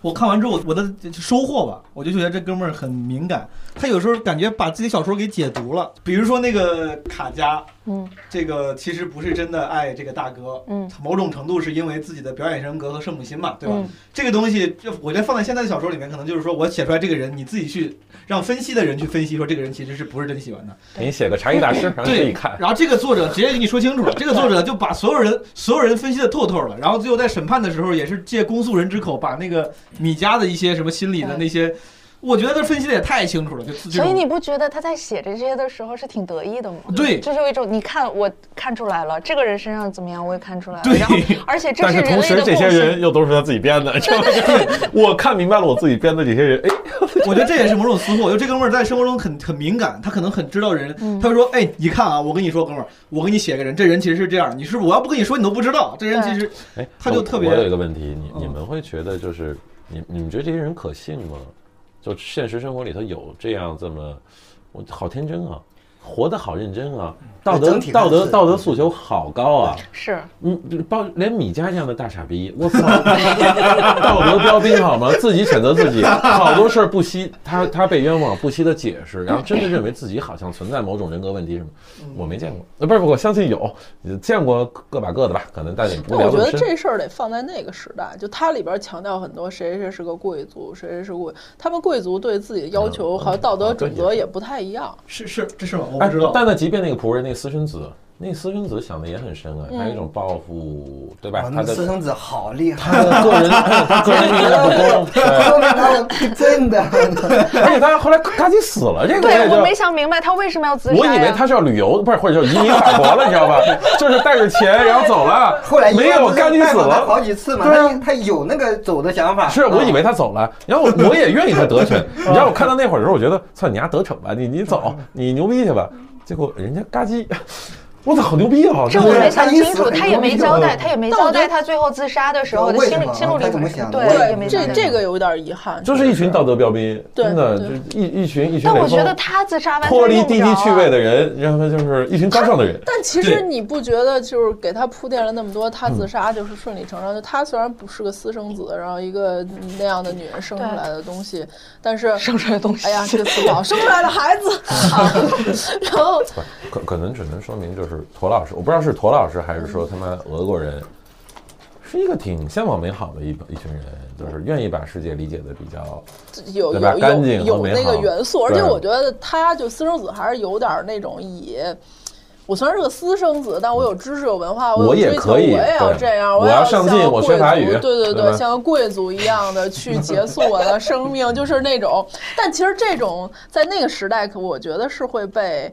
S1: 我看完之后，我的收获吧，我就觉得这哥们儿很敏感。他有时候感觉把自己小说给解读了，比如说那个卡佳，
S2: 嗯，
S1: 这个其实不是真的爱这个大哥，
S2: 嗯，
S1: 某种程度是因为自己的表演人格和圣母心嘛，对吧？
S2: 嗯
S1: 这个东西，就我觉得放在现在的小说里面，可能就是说我写出来这个人，你自己去让分析的人去分析，说这个人其实是不是真喜欢他。
S5: 你写个茶艺大师，然后自己
S1: 对，
S5: 看。
S1: 然后这个作者直接给你说清楚了，这个作者就把所有人所有人分析的透透了，然后最后在审判的时候也是借公诉人之口把那个米家的一些什么心理的那些，我觉得他分析的也太清楚了，就自
S2: 所以你不觉得他在写这些的时候是挺得意的吗？
S1: 对
S2: 就是有一种你看我看出来了，这个人身上怎么样我也看出来了，
S1: 对
S2: 然后而且这
S5: 但
S2: 是
S5: 是
S2: 人类
S5: 同
S2: 的
S5: 时，
S2: 共
S5: 这些
S2: 性
S5: 人又都是他自己编的，知道吗？ 就是我看明白了我自己编的这些 人，哎，
S1: 我觉得这也是某种私货。我觉得这哥们儿在生活中很很敏感，他可能很知道人。他会说：“哎，你看啊，我跟你说，哥们儿，我给你写个人，这人其实是这样。你是不是我要不跟你说，你都不知道。这人其实
S5: 哎，
S1: 他就特别
S5: 我有一个问题，你
S1: 嗯
S5: 你们会觉得就是你你们觉得这些人可信吗？就现实生活里头有这样这么，我好天真啊，活得好认真啊，道德
S3: 整体看
S5: 道德
S3: 是
S5: 道德诉求好高啊，
S2: 是
S5: 嗯，包连米家这样的大傻逼，我操，道德标兵好吗？自己谴责自己，好多事儿不惜他他被冤枉不惜的解释，然后真的认为自己好像存在某种人格问题什么，
S3: 嗯
S5: 我没见过，呃，不是，不是我相信有，呃见过个把个的吧，可能但也不
S4: 但我
S5: 聊
S4: 觉
S5: 那么
S4: 得
S5: 深。
S4: 这事儿得放在那个时代，就它里边强调很多谁谁是个贵族，谁谁是贵，他们贵族对自己的要求
S5: 嗯
S4: 和道德准
S5: 嗯
S4: 则
S5: 对
S4: 也不太一样。
S1: 是是，这是吗？我
S5: 哎
S1: 不知道。
S5: 但那即便那个仆人，那个私生子，那私生子想的也很深啊，他
S4: 嗯
S5: 有一种报复，对吧？
S3: 哇
S5: 他
S3: 那
S5: 的
S3: 私生子好厉害，
S5: 他 的个人，他个人意识不够，对
S3: 说明 他真的，
S5: 而且他后来他就死了，这个
S2: 对
S5: 也就
S2: 我没想明白他为什么要自杀
S5: 我
S2: 呀。
S5: 以为他是要旅游，不是或者就移民法国了，你知 道吧？就是带着 钱然后走了，
S3: 后来一
S5: 没
S3: 问
S5: 有
S3: 不是
S5: 干净
S3: 拜
S5: 死
S3: 访他
S5: 了。
S3: 好几次嘛，
S5: 对啊
S3: 他他有那个走的想法，嗯
S5: 是我以为他走了，然后我也愿意他得 逞。你知道我看到那会儿的时候，我觉得操你丫得逞吧，你你走，
S2: 嗯
S5: 你牛逼去吧。结果人家嘎叽，我操，好牛逼 啊！
S2: 这
S5: 就
S2: 我
S5: 是
S2: 没想清楚，
S3: 他一死
S2: 他也没交代，他也没交
S4: 但我觉
S2: 代
S4: 得
S2: 他最后自杀的时候的
S3: 为
S2: 心
S3: 什
S2: 理
S3: 么
S2: 心路历
S3: 他怎么
S2: 程。
S3: 想的
S2: 对，也没
S4: 对，
S2: 交代
S4: 这这个有一点遗憾，
S5: 就是一群道德标兵，
S4: 对
S5: 真的，就
S4: 对
S5: 是一一群一群
S2: 但
S5: 雷
S2: 我觉
S5: 锋
S2: 得他自杀完全
S5: 脱离
S2: 用不
S5: 地
S2: 着
S5: 级
S2: 啊
S5: 趣味的人，让他就是一群高尚的人。
S4: 但其实你不觉得，就是给他铺垫了那么多，他
S5: 嗯
S4: 自杀就是顺理成章。就他虽然不是个私生子，然后一个那样的女人生出来的东西，但是
S2: 生出来的东西
S4: 哎呀，这个词不好，生出来的孩子。 啊然后
S5: 不可可能只能说明就是驼老师，我不知道是驼老师还是说他妈
S1: 嗯
S5: 俄国人，是一个挺向往美好的一一群人，就是愿意把世界理解的比较
S4: 有
S5: 对吧
S4: 有
S5: 干净
S4: 有
S5: 和
S4: 有
S5: 美
S4: 那个
S5: 好
S4: 元素，而且
S5: 对
S4: 我觉得他就私生子还是有点儿那种以。我虽然是个私生子，但我有知识、有文化，
S5: 我
S4: 有
S5: 也
S4: 追求，
S5: 可
S4: 我
S5: 以
S4: 也要
S5: 对
S4: 这样，
S5: 我
S4: 也
S5: 要
S4: 要
S5: 上
S4: 像
S5: 进
S4: 个
S5: 我学
S4: 贵
S5: 法
S4: 族
S5: 语
S4: 对对
S5: 对吧
S4: 对，像个贵族一样的去结束我的生命，就是那种。但其实这种在那个时代，可我觉得是会被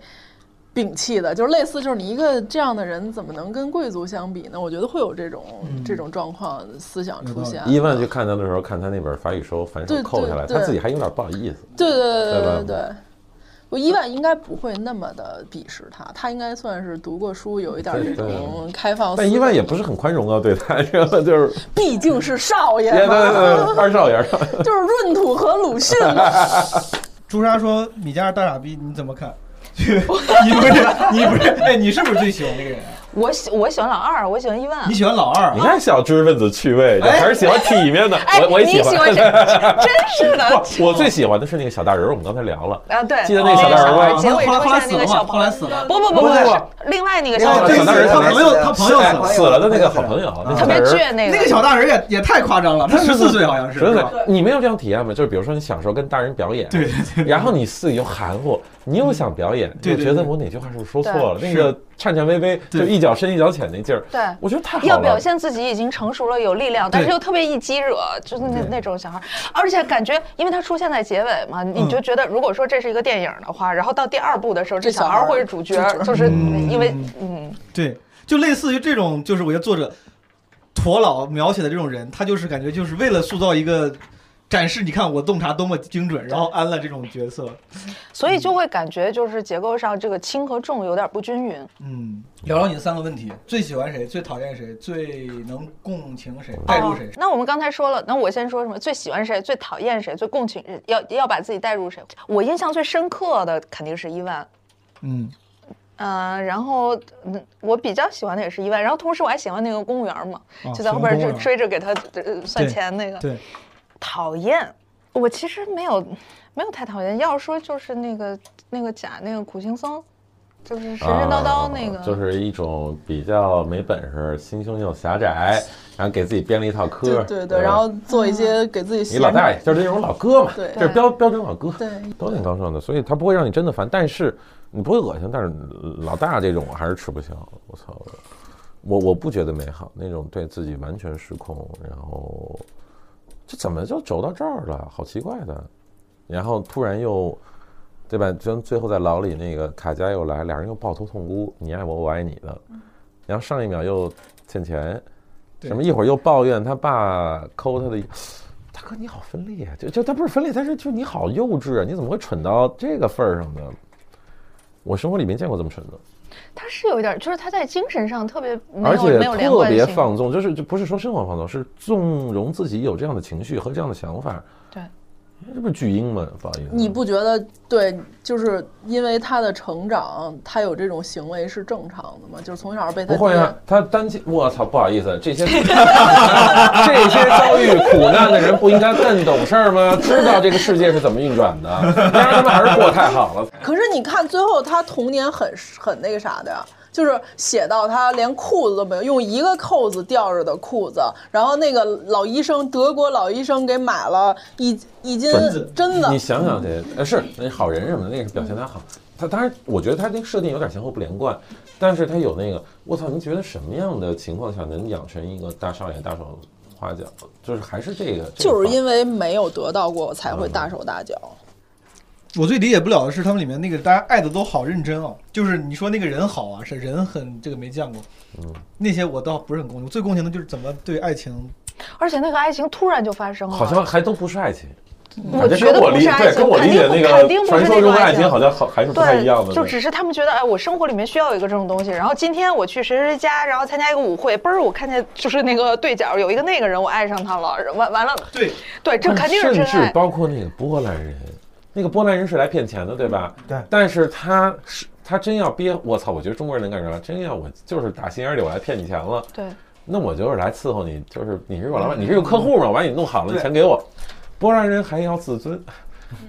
S4: 摒弃的，就是类似，就是你一个这样的人，怎么能跟贵族相比呢？我觉得会有这种这种状况思想
S1: 嗯有
S4: 出
S1: 道理
S4: 现。
S5: 伊万去看他的时候，看他那本法语书反手
S4: 对
S5: 扣下来，
S4: 对
S5: 他
S4: 对
S5: 自己还有点不好意思。
S4: 对对对
S5: 对吧
S4: 对对。我伊万应该不会那么的鄙视他，他应该算是读过书，有一点这种开放思维。
S5: 但伊万也不是很宽容啊，对他，然后就是，
S4: 毕竟是少爷
S5: 对对对，
S4: 嘛，
S5: 对二少爷，二少爷
S4: 就是闰土和鲁 迅嘛。
S1: 朱砂说米加尔大傻逼，你怎么看？ 你不是你不是哎，你是不是最喜欢这个人？
S2: 我喜我喜欢老二，我喜欢伊万
S1: 你。喜欢老二啊哎
S5: 你？看小知识分子趣味，就还是喜欢体面的。
S2: 哎，
S5: 我我也
S2: 你喜欢谁？ 真是 的
S5: 不，我最喜欢的是那个小大人儿，我们刚才聊了。
S2: 啊！对，
S5: 记得那个
S2: 哦
S5: 小大人吗
S2: 孩结尾出
S1: 后来后来
S2: 现那个
S1: 死了吗？
S2: 小
S1: 后
S2: 朋友
S1: 来，死了。
S2: 不不不
S5: 不不
S2: 是另外那个小朋
S5: 后来
S2: 友
S5: 小大人
S3: 他朋友
S1: 他朋友啊
S5: 哎死了的那个好朋友，那
S2: 特
S5: 小大
S2: 别
S5: 人儿
S2: 倔那
S1: 那个小大人也也太夸张了，他十四岁好像是，
S5: 十
S1: 是
S5: 岁
S1: 吧，
S5: 你们有这样体验吗？就是比如说你小时候跟大人表演，对然后你自己又含糊，你又想表演，
S1: 对
S5: 又
S1: 对
S5: 觉得
S1: 对
S5: 我哪句话是不是说错了？
S1: 对
S5: 那个颤颤巍巍，
S1: 对
S5: 就一脚深一脚浅那劲儿，
S2: 对
S5: 我觉得太好了。
S2: 要表现自己已经成熟了、有力量，但是又特别易激惹，就是那
S5: 对
S2: 那种小孩儿，而且感觉，因为他出现在结尾嘛，你
S1: 嗯
S2: 就觉得，如果说这是一个电影的话，然后到第二部的时候，这
S4: 这
S2: 小孩
S4: 小
S2: 儿
S4: 孩儿
S2: 会是主角，
S4: 主角
S2: 就是因为嗯，
S1: 对，就类似于这种，就是我觉得作者驼老描写的这种人，他就是感觉就是为了塑造一个。展示你看我洞察多么精准，然后安了这种角色，
S2: 所以就会感觉就是结构上这个轻和重有点不均匀。
S1: 嗯，聊聊你的三个问题：最喜欢谁？最讨厌谁？最能共情谁？带入谁
S2: 哦？那我们刚才说了，那我先说什么？最喜欢谁？最讨厌谁？最共情？要要把自己带入谁？我印象最深刻的肯定是伊万。
S1: 嗯，
S2: 嗯，然后嗯，我比较喜欢的也是伊万，然后同时我还喜欢那个公务员嘛，
S1: 啊
S2: 就在后边
S1: 喜欢公务
S2: 追追
S1: 员
S2: 着给他、呃、算
S1: 对
S2: 钱那个。
S1: 对，
S2: 讨厌，我其实没有没有太讨厌，要是说就是那个那个假那个苦行僧，就是神神叨叨那个。
S5: 啊就是一种比较没本事、心胸又狭窄，然后给自己编了一套科
S4: 对
S5: 儿。
S4: 对
S5: 吧
S4: 对，然后做一些给自己
S5: 你
S4: 闲
S5: 老大
S4: 着。
S5: 爷就是那种老哥嘛，
S4: 对
S5: 就是标标准老哥，
S4: 对
S5: 都挺高尚的，所以他不会让你真的烦，但是你不会恶心，但是老大这种我还是吃不消，我操，我我不觉得美好，那种对自己完全失控，然后这怎么就走到这儿了，好奇怪的，然后突然又。对吧？就最后在牢里，那个卡佳又来，俩人又抱头痛哭，你爱我，我爱你的。
S4: 嗯
S5: 然后上一秒又欠钱，
S1: 对
S5: 什么一会儿又抱怨他爸抠他的衣，大哥你好分裂啊，就就他不是分裂，但是就你好幼稚啊，你怎么会蠢到这个份儿上呢？我生活里没见过这么蠢的，
S2: 他是有一点，就是他在精神上特别没
S5: 而
S2: 有
S5: 且
S2: 没有连
S5: 特
S2: 贯
S5: 别
S2: 性。
S5: 放纵，就是就不是说生活放纵，是纵容自己有这样的情绪和这样的想法。
S2: 对，
S5: 这不是巨婴吗？不好意思，
S4: 你不觉得对？就是因为他的成长，他有这种行为是正常的吗？就是从小
S2: 嗯
S4: 被他
S5: 不会
S4: 爹
S5: 啊，他单亲，我操，不好意思，这些 这些遭遇苦难的人不应该更懂事儿吗？知道这个世界是怎么运转的，当然他们还是过太好了。
S4: 可是你看，最后他童年很很那个啥的呀，就是写到他连裤子都没有，用一个扣子吊着的裤子，然后那个老医生，德国老医生给买了一一斤
S5: 不
S4: 真
S5: 你
S4: 的，
S5: 想想得，呃，是那好人什么的，那个是表现他好，他当然，我觉得他这个设定有点前后不连贯，但是他有那个，我操，你觉得什么样的情况下能养成一个大少爷、大手花脚？就是还是这个，这个
S4: 就
S5: 嗯
S4: 是
S5: 范
S4: 因为没有得到过，我才会大手大脚。
S1: 我最理解不了的是他们里面那个大家爱的都好认真哦，就是你说那个人好啊，是人很这个没见过，
S5: 嗯，
S1: 那些我倒不是很共情，我最共情的就是怎么对爱情，
S2: 而且那个爱情突然就发生了，
S5: 好像还都不是爱情。
S2: 我
S5: 感觉
S2: 觉
S5: 跟
S2: 得
S5: 我
S2: 不
S5: 理
S2: 是爱
S5: 对，
S2: 情，
S5: 跟我理解那
S2: 肯
S5: 个
S2: 定不
S5: 传
S2: 是
S5: 说
S2: 那
S5: 中
S2: 种
S5: 的爱
S2: 情
S5: 情，好像好还是不太一样的。
S2: 对，就只是他们觉得，哎，我生活里面需要有一个这种东西。然后今天我去谁谁谁家，然后参加一个舞会，嘣儿，我看见就是那个对角有一个那个人，我爱上他了。完完了，
S1: 对，
S2: 对，这肯定是
S5: 甚
S2: 真
S5: 至
S2: 爱。
S5: 包括那个波兰人，那个波兰人是来骗钱的，对吧？
S1: 对
S5: 但是他是他真要憋，我操！我觉得中国人能干出来，真要我就是打心眼里我来骗你钱了，
S2: 对，
S5: 那我就是来伺候你，就是你是我老板，你是个客户嘛，我把你弄好了，
S1: 对
S5: 你钱给我。波兰人还要自尊，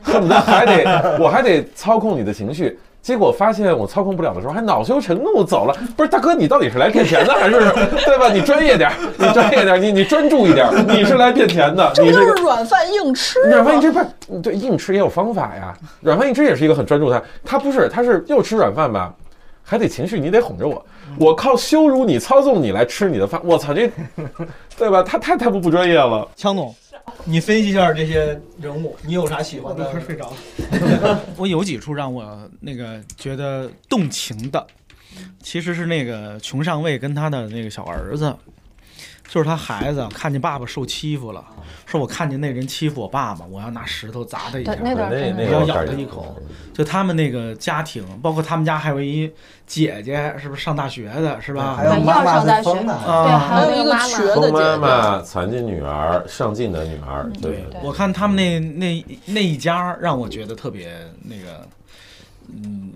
S5: 恨不得还得我还得操控你的情绪。结果发现我操控不了的时候，还恼羞成怒走了。不是大哥，你到底是来骗钱的还是对吧？你专业点儿，你专业点儿，你你专注一点儿，你是来骗钱的，
S4: 这
S5: 你
S4: 不
S5: 这
S4: 就
S5: 个
S4: 是软饭硬吃
S5: 软饭硬
S4: 吗？
S5: 吃不对，硬吃也有方法呀。软饭硬吃也是一个很专注的，他不是，他是又吃软饭吧，还得情绪，你得哄着我，我靠羞辱你、操纵你来吃你的饭，我操这，对吧？他太太不不专业了。
S7: 枪总，
S1: 你分析一下这些人物，你有啥喜欢的？睡着了，
S6: 我有几处让我那个觉得动情的，其实是那个穷上尉跟他的那个小儿子，就是他孩子看见爸爸受欺负了，说我看见那人欺负我爸爸，我要拿石头砸他一下
S2: 对。那段
S5: 那
S2: 真的
S5: 那
S6: 要
S5: 个
S6: 咬他一口，就他们那个家庭，包括他们家还有一姐姐，是不是上大学的，是吧？
S3: 还有妈妈是疯了，
S2: 对，
S6: 啊，
S2: 还有
S4: 还有
S2: 那
S4: 一
S2: 个
S4: 个
S2: 妈妈，
S4: 瘸的姐
S5: 疯妈
S4: 嗯
S5: 妈残疾女儿，上进的女儿，对
S2: 对
S6: 我看他们那那那一家让我觉得特别那个，嗯，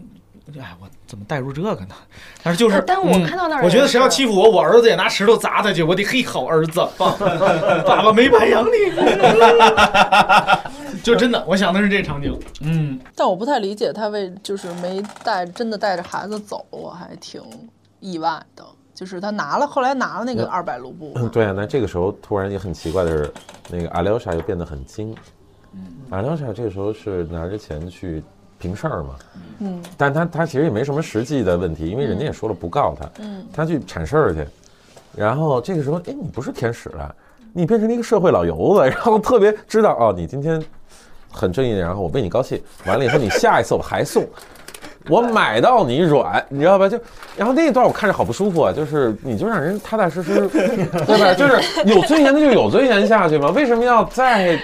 S6: 哎，我怎么带入这个呢？但是就是
S2: 呃，但我
S6: 嗯
S2: 看到那儿
S6: 我觉得
S2: 也
S6: 谁要
S2: 是
S6: 欺负我，我儿子也拿石头砸他去，我得嘿好儿子，爸爸爸没白养你，就真的，我想的是这场景，嗯，
S4: 姐，但我不太理解他为就是没带真的带着孩子走，我还挺意外的。就是他拿了，后来拿了
S5: 嗯
S4: 那个二百卢 布嘛，
S5: 对啊，那这个时候突然也很奇怪的是，那个阿廖沙又变得很精。阿廖沙这个时候是拿着钱去平事儿嘛，
S4: 嗯，
S5: 但他他其实也没什么实际的问题，因为人家也说了不告他，
S4: 嗯，
S5: 他去铲事儿去。然后这个时候，哎，你不是天使了，你变成了一个社会老油子，然 后特别知道哦，你今天很正义，然后我为你高兴。完了以后，你下一次我还送， 我买到你软，你知道吧？就然后那一段我看着好不舒服啊，就是你就让人踏踏实 实，对吧？就是有尊严的就有尊严下去嘛，为什么要再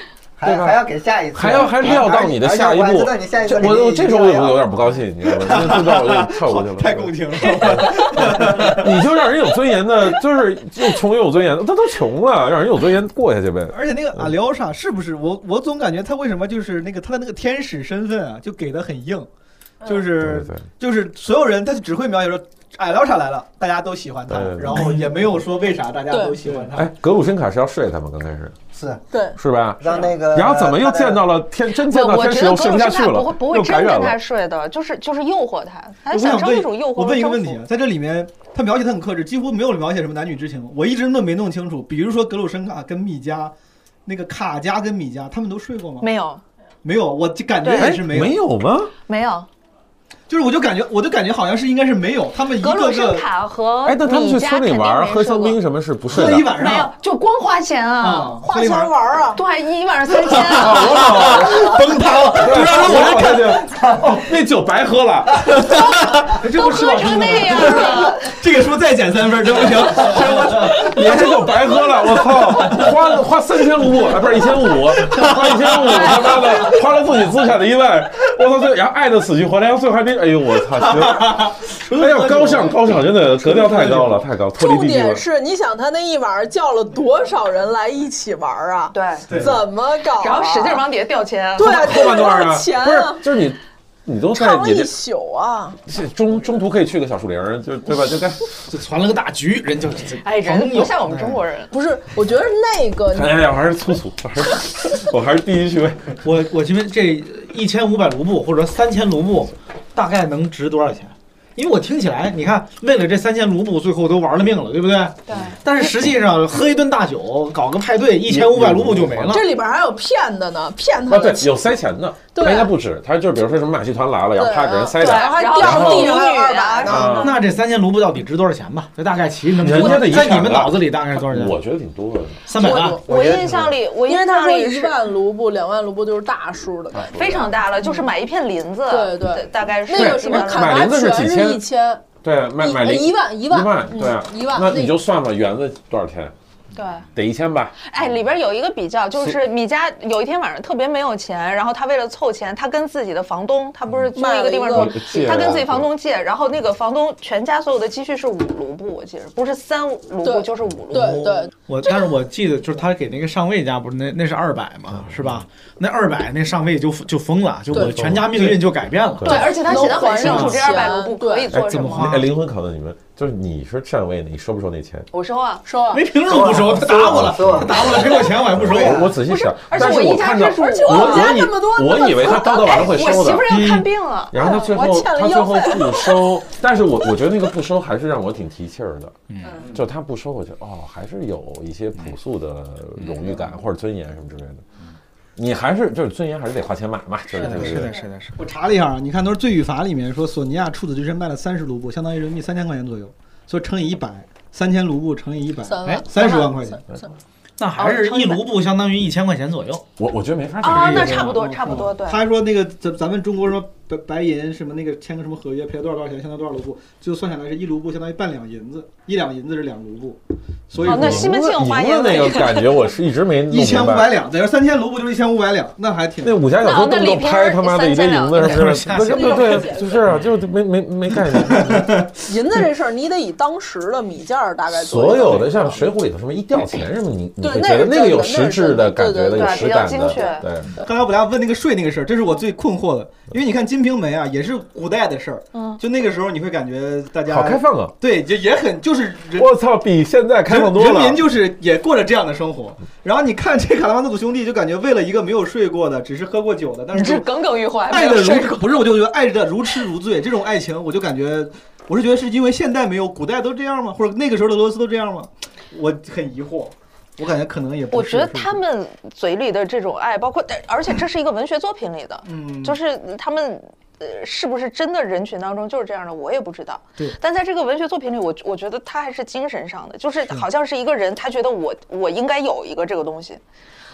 S3: 还
S5: 对吧
S3: 还要给下一次，
S5: 还要还料到你的下一
S3: 而且我还
S5: 步
S3: 知道你下一？次
S5: 这
S3: 肯定
S5: 我我这时候我有
S3: 要
S5: 有点不高兴，你知道吗？真的这段我就跳过去了。
S1: 太共情了。
S5: 你就让人有尊严的，就是又穷又有尊严的，他都穷了，让人有尊严过下去呗。
S1: 而且那个阿廖沙是不是我？我总感觉他为什么就是那个他的那个天使身份啊，就给的很硬，就
S5: 对
S1: 是
S5: 嗯对
S1: 就是所有人他就只会描写说阿廖沙来了，大家都喜欢他
S5: 对，对对
S1: 然后也没有说为啥大家都喜欢
S5: 对，
S1: 他。
S5: 哎，格鲁申卡是要睡他吗？刚开始
S3: 是
S4: 对，
S5: 是吧？
S3: 让那个，
S5: 然后怎么又见到了天，真见到
S2: 我我
S5: 天
S2: 觉
S5: 使
S2: 得
S5: 又
S2: 格鲁申
S5: 睡不下去
S2: 卡
S5: 了
S2: 不会，不会
S5: 又
S2: 真
S5: 感染
S2: 跟他
S5: 了。
S2: 睡的，就是就是诱惑他，他
S1: 我
S2: 想
S1: 想
S2: 征
S1: 问
S2: 那种诱惑
S1: 我问一个
S2: 和征
S1: 问题
S2: 服
S1: 啊，在这里面他描写的很克制，几乎没有描写什么男女之情，我一直弄没弄清楚。比如说格鲁申卡跟米迦，那个卡加跟米迦，他们都睡过吗？
S2: 没有
S1: 没有，我就感觉
S2: 对
S1: 也
S5: 哎，
S1: 是没有，
S5: 没有吗？
S2: 没有，
S1: 就是我就感觉我就感觉好像是应该是没有，他们一
S2: 格
S1: 个
S2: 鲁申
S1: 个
S2: 卡和
S5: 哎，那他们去
S2: 米迦
S5: 村里
S2: 肯定
S5: 玩
S2: 没
S5: 喝
S2: 睡
S5: 香
S2: 过
S5: 槟什么是 不睡
S1: 睡了一
S5: 的？
S1: 晚
S2: 没有
S1: 上，，
S2: 就光花钱啊
S5: 哦
S1: 啊，花钱玩
S2: 玩啊，对，一晚上三千啊。
S5: 崩塌了，就让人我看见，哦，那酒白喝
S2: 啊
S5: 了。
S1: 这
S2: 都
S1: 不是
S2: 喝
S1: 老师
S2: 成
S1: 吗
S2: 那样了，
S1: 这个书再减三分，真 不行。
S5: 你这就白喝了，我操！花花三千卢布，啊，不是一千五，花一千五，他妈的花了自己资产的一万，我操！最然后爱的死去活来，然后最后还没，哎呦我操！行，哎呀，高尚高尚，真的格调太高了，太高，脱离
S4: 重
S5: 地气
S4: 点
S5: 了。
S4: 是，你想他那一晚上叫了多少人来一起玩啊？
S2: 对，
S4: 怎么搞、啊？
S2: 然后使劲往底下掉钱，
S4: 对，
S5: 后半段
S4: 多
S5: 啊
S4: 少，钱
S5: 不是
S4: 啊？，
S5: 就是你。你都在
S4: 唱了
S5: 也
S4: 一
S5: 就是
S4: 宿啊！
S5: 中中途可以去个小树林儿，就对吧？就该
S6: 就传了个大局，人就就
S2: 哎，人不像我们中国人，
S4: 不是，我觉得那个你
S5: 哎呀，我还是粗俗，我还是我还是第一趣味。
S6: 我我因为这一千五百卢布或者三千卢布，大概能值多少钱？因为我听起来，你看，为了这三千卢布，最后都玩了命了，对不对？
S2: 对，
S6: 但是实际上，喝一顿大酒，搞个派对，一千五百卢布
S5: 嗯
S6: 就没了。
S4: 这里边还有骗的呢，骗他
S5: 啊，
S4: 的
S5: 对，有塞钱的，
S4: 对
S5: 他应该不止，他就是比如说什么马戏团来了，然后
S4: 对啊
S5: 啪给人塞
S4: 对
S5: 点，
S4: 还
S2: 然后
S4: 掉地上还有
S2: 女
S4: 二
S2: 啊
S4: 百
S2: 什
S4: 呢。
S2: 么的。
S6: 那这三千卢布到底值多少钱吧？就大概齐，能
S5: 人家的遗
S6: 在
S5: 产
S6: 你们
S5: 了
S6: 脑子里大概是多少钱？
S5: 我觉得挺多的。啊
S6: 三百万
S4: 我。
S2: 我
S6: 觉得
S2: 印象里，我
S4: 因为
S2: 印
S4: 他
S2: 象
S4: 说
S2: 里
S4: 一
S2: 是
S4: 万卢布、两万卢布就是大数的，
S5: 哎
S2: 非常大了，就是买一片林子，
S4: 对对
S2: 大概是
S4: 那个
S5: 对
S4: 什
S2: 一
S4: 么
S2: 般
S5: 买
S2: 的
S4: 卡
S5: 买
S4: 巴
S5: 林子是
S4: 全
S5: 几
S4: 是
S5: 千
S4: 一千，
S5: 对，买买
S4: 一
S5: 零
S4: 一万一
S5: 一
S4: 万
S5: 万，对啊
S4: 嗯，一万
S5: 那
S4: 那
S5: 你就算吧，园子多少钱？
S2: 对。
S5: 得一千吧。
S2: 哎，里边有一个比较，就是米家有一天晚上特别没有钱，然后他为了凑钱，他跟自己的房东，他不是租一个地方
S4: 卖了
S2: 住
S4: 一
S5: 个，借啊
S2: 他跟自己房东借，然后那个房东全家所有的积蓄是五卢布，我记着不是三卢布
S4: 对
S2: 就是五卢布。
S4: 对对，
S6: 我，但是我记得就是他给那个上尉家不是那那是二百嘛，是
S5: 嗯
S6: 吧？那二百那上尉就就疯了，就我
S4: 对
S6: 全家命运就改变了。
S5: 对
S2: 而且他写的很清楚，这二百卢布可以
S5: 哎，
S2: 做
S6: 这
S2: 什
S6: 么
S2: 么啊
S6: 花。
S5: 哎，灵魂拷问你们，就是你是站位呢，你收不收那钱？
S2: 我说啊，
S4: 收啊，
S6: 没凭什么不收？他打我了，他
S5: 啊
S6: 打我了，给我钱我还不收。
S5: 我我仔细
S2: 不是
S5: 想，
S2: 而且
S5: 但是
S2: 我一
S5: 我
S2: 家
S5: 看到
S2: 之主
S5: 我
S2: 而且我
S4: 们家
S5: 我以
S4: 那么多那
S5: 我
S4: 么
S5: 以为他到到晚上会
S2: 我
S5: 收
S2: 媳
S5: 的
S2: 妇。儿要看病了，
S5: 然后他最
S4: 我
S5: 后
S4: 欠了
S5: 他最
S4: 药
S5: 后
S4: 费
S5: 不收，但是我我觉得那个不收还是让我挺提气儿的。嗯，就他不收，我觉得哦，还是有一些朴素的荣誉感或者尊严什么之类的。你还是就是尊严还是得花钱买嘛，就是
S6: 是
S5: 这个
S6: 的，是的，是的。
S1: 我查了一下啊，你看都是《罪与罚》里面说，索尼娅处子之身卖了三十卢布，相当于人民币三千块钱左右，所以乘以一百，三千卢布乘以一百，
S4: 三
S6: 哎
S4: 万
S1: 30万块钱，
S4: 三三
S6: 那还是一卢布相当于一千块钱左右。
S5: 我我觉得没法
S2: 啊，
S5: 解
S2: 那
S5: 释
S2: 差不多差不多，对。
S1: 他还说那个咱咱们中国什么白白银什么那个签个什么合约赔了多少多少钱，相当于多少卢布，最后算下来是一卢布相当于半两银子，一两银子是两卢布，所以
S2: 哦，那
S1: 说
S2: 西门庆花
S5: 赢
S2: 银
S5: 了
S2: 子
S5: 那个感觉，我是一直没弄
S1: 一千五
S5: 明
S1: 百
S5: 白。
S1: 两，再说三千卢布就是一千五百两，那还挺
S5: 那武侠小说
S2: 那
S5: 动不动拍他妈的一堆银子什么之类的，
S6: 那
S5: 对对对，就是啊，就是没没没概念。
S4: 银子这事儿，你得以当时的米价儿大概做一个
S5: 所有的像《水浒》里头什么一吊钱什么，你你
S4: 对
S5: 会
S4: 那
S5: 觉得
S4: 是
S5: 那个
S4: 真
S5: 有
S4: 的那
S5: 实
S4: 是
S5: 质
S4: 真
S5: 的
S4: 的
S5: 感
S4: 对
S5: 觉的，
S4: 对
S5: 有
S2: 对
S5: 实
S2: 比较
S5: 感
S2: 精
S5: 的，
S2: 确
S5: 对。
S1: 刚才我俩问那个税那个事儿，这是我最困惑的，因为你看《金瓶梅》啊，也是古代的事儿，
S2: 嗯
S1: 就那个时候你会感觉大家
S5: 好开放啊！
S1: 对，就也很就是人
S5: 我操，比现在开放多了。
S1: 人民就是也过着这样的生活。然后你看这卡拉曼佐夫兄弟，就感觉为了一个没有睡过的，只是喝过酒的，但
S2: 你
S1: 是
S2: 这
S1: 就
S2: 耿耿于怀，
S1: 爱
S2: 哎没
S1: 的
S2: 有睡
S1: 如不是，我就觉得爱的如痴如醉，这种爱情我就感觉，我是觉得是因为现代没有，古代都这样吗？或者那个时候的俄罗斯都这样吗？我很疑惑，我感觉可能也不
S2: 我
S1: 是。
S2: 觉得
S1: 是不是
S2: 他们嘴里的这种爱，包括但而且这是一个文学作品里的，
S1: 嗯，
S2: 就是他们。呃，是不是真的人群当中就是这样的？我也不知道。
S1: 对
S2: 但在这个文学作品里，我我觉得他还是精神上的，就是好像是一个人，他觉得我我应该有一个这个东西，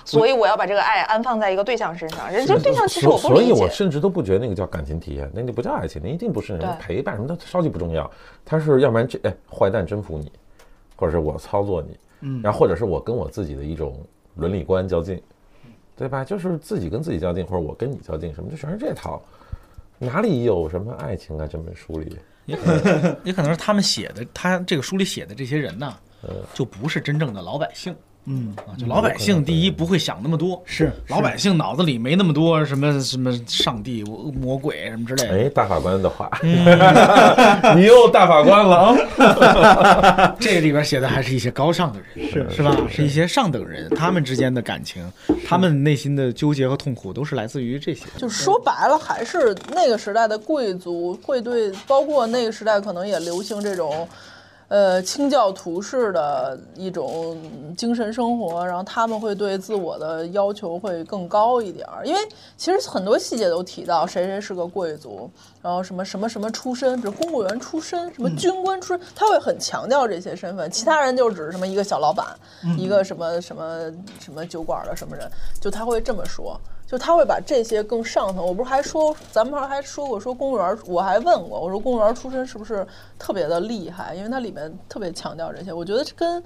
S2: 所以我要把这个爱安放在一个对象身上。人这个对象其实我不
S5: 所以
S2: 理解，
S5: 我甚至都不觉得那个叫感情体验，那个不叫爱情，那一定不是什么
S2: 对
S5: 陪伴什么的，超级不重要。他是要不然这哎坏蛋征服你，或者是我操作你，
S1: 嗯
S5: 然后或者是我跟我自己的一种伦理观较劲，对吧？就是自己跟自己较劲，或者我跟你较劲，什么就全是这套。哪里有什么爱情啊？这本书里，
S6: 也可
S5: 嗯
S6: 能，也可能是他们写的，他这个书里写的这些人呢，
S5: 嗯
S6: 就不是真正的老百姓
S1: 嗯
S6: 啊。就老百姓，第一不会想那么多，
S1: 是
S6: 老百姓脑子里没那么多什么什么上帝、我魔鬼什么之类的。嗯
S5: 哎，大法官的话，嗯 你又大法官了啊！
S6: 这里边写的还是一些高尚的人，是是吧？是一些上等人，他们之间的感情，他们内心的纠结和痛苦，都是来自于这些。
S4: 就说白了，还是那个时代的贵族会对，包括那个时代可能也流行这种，呃，清教徒式的一种精神生活，然后他们会对自我的要求会更高一点儿，因为其实很多细节都提到谁谁是个贵族，然后什么什么什么出身，比如公务员出身，什么军官出身，他会很强调这些身份，其他人就只是什么一个小老板，一个什么什么什么酒馆的什么人，就他会这么说。就他会把这些更上层，我不是还说，咱们还说过，说公务员儿，我还问过，我说公务员儿出身是不是特别的厉害？因为它里面特别强调这些，我觉得这跟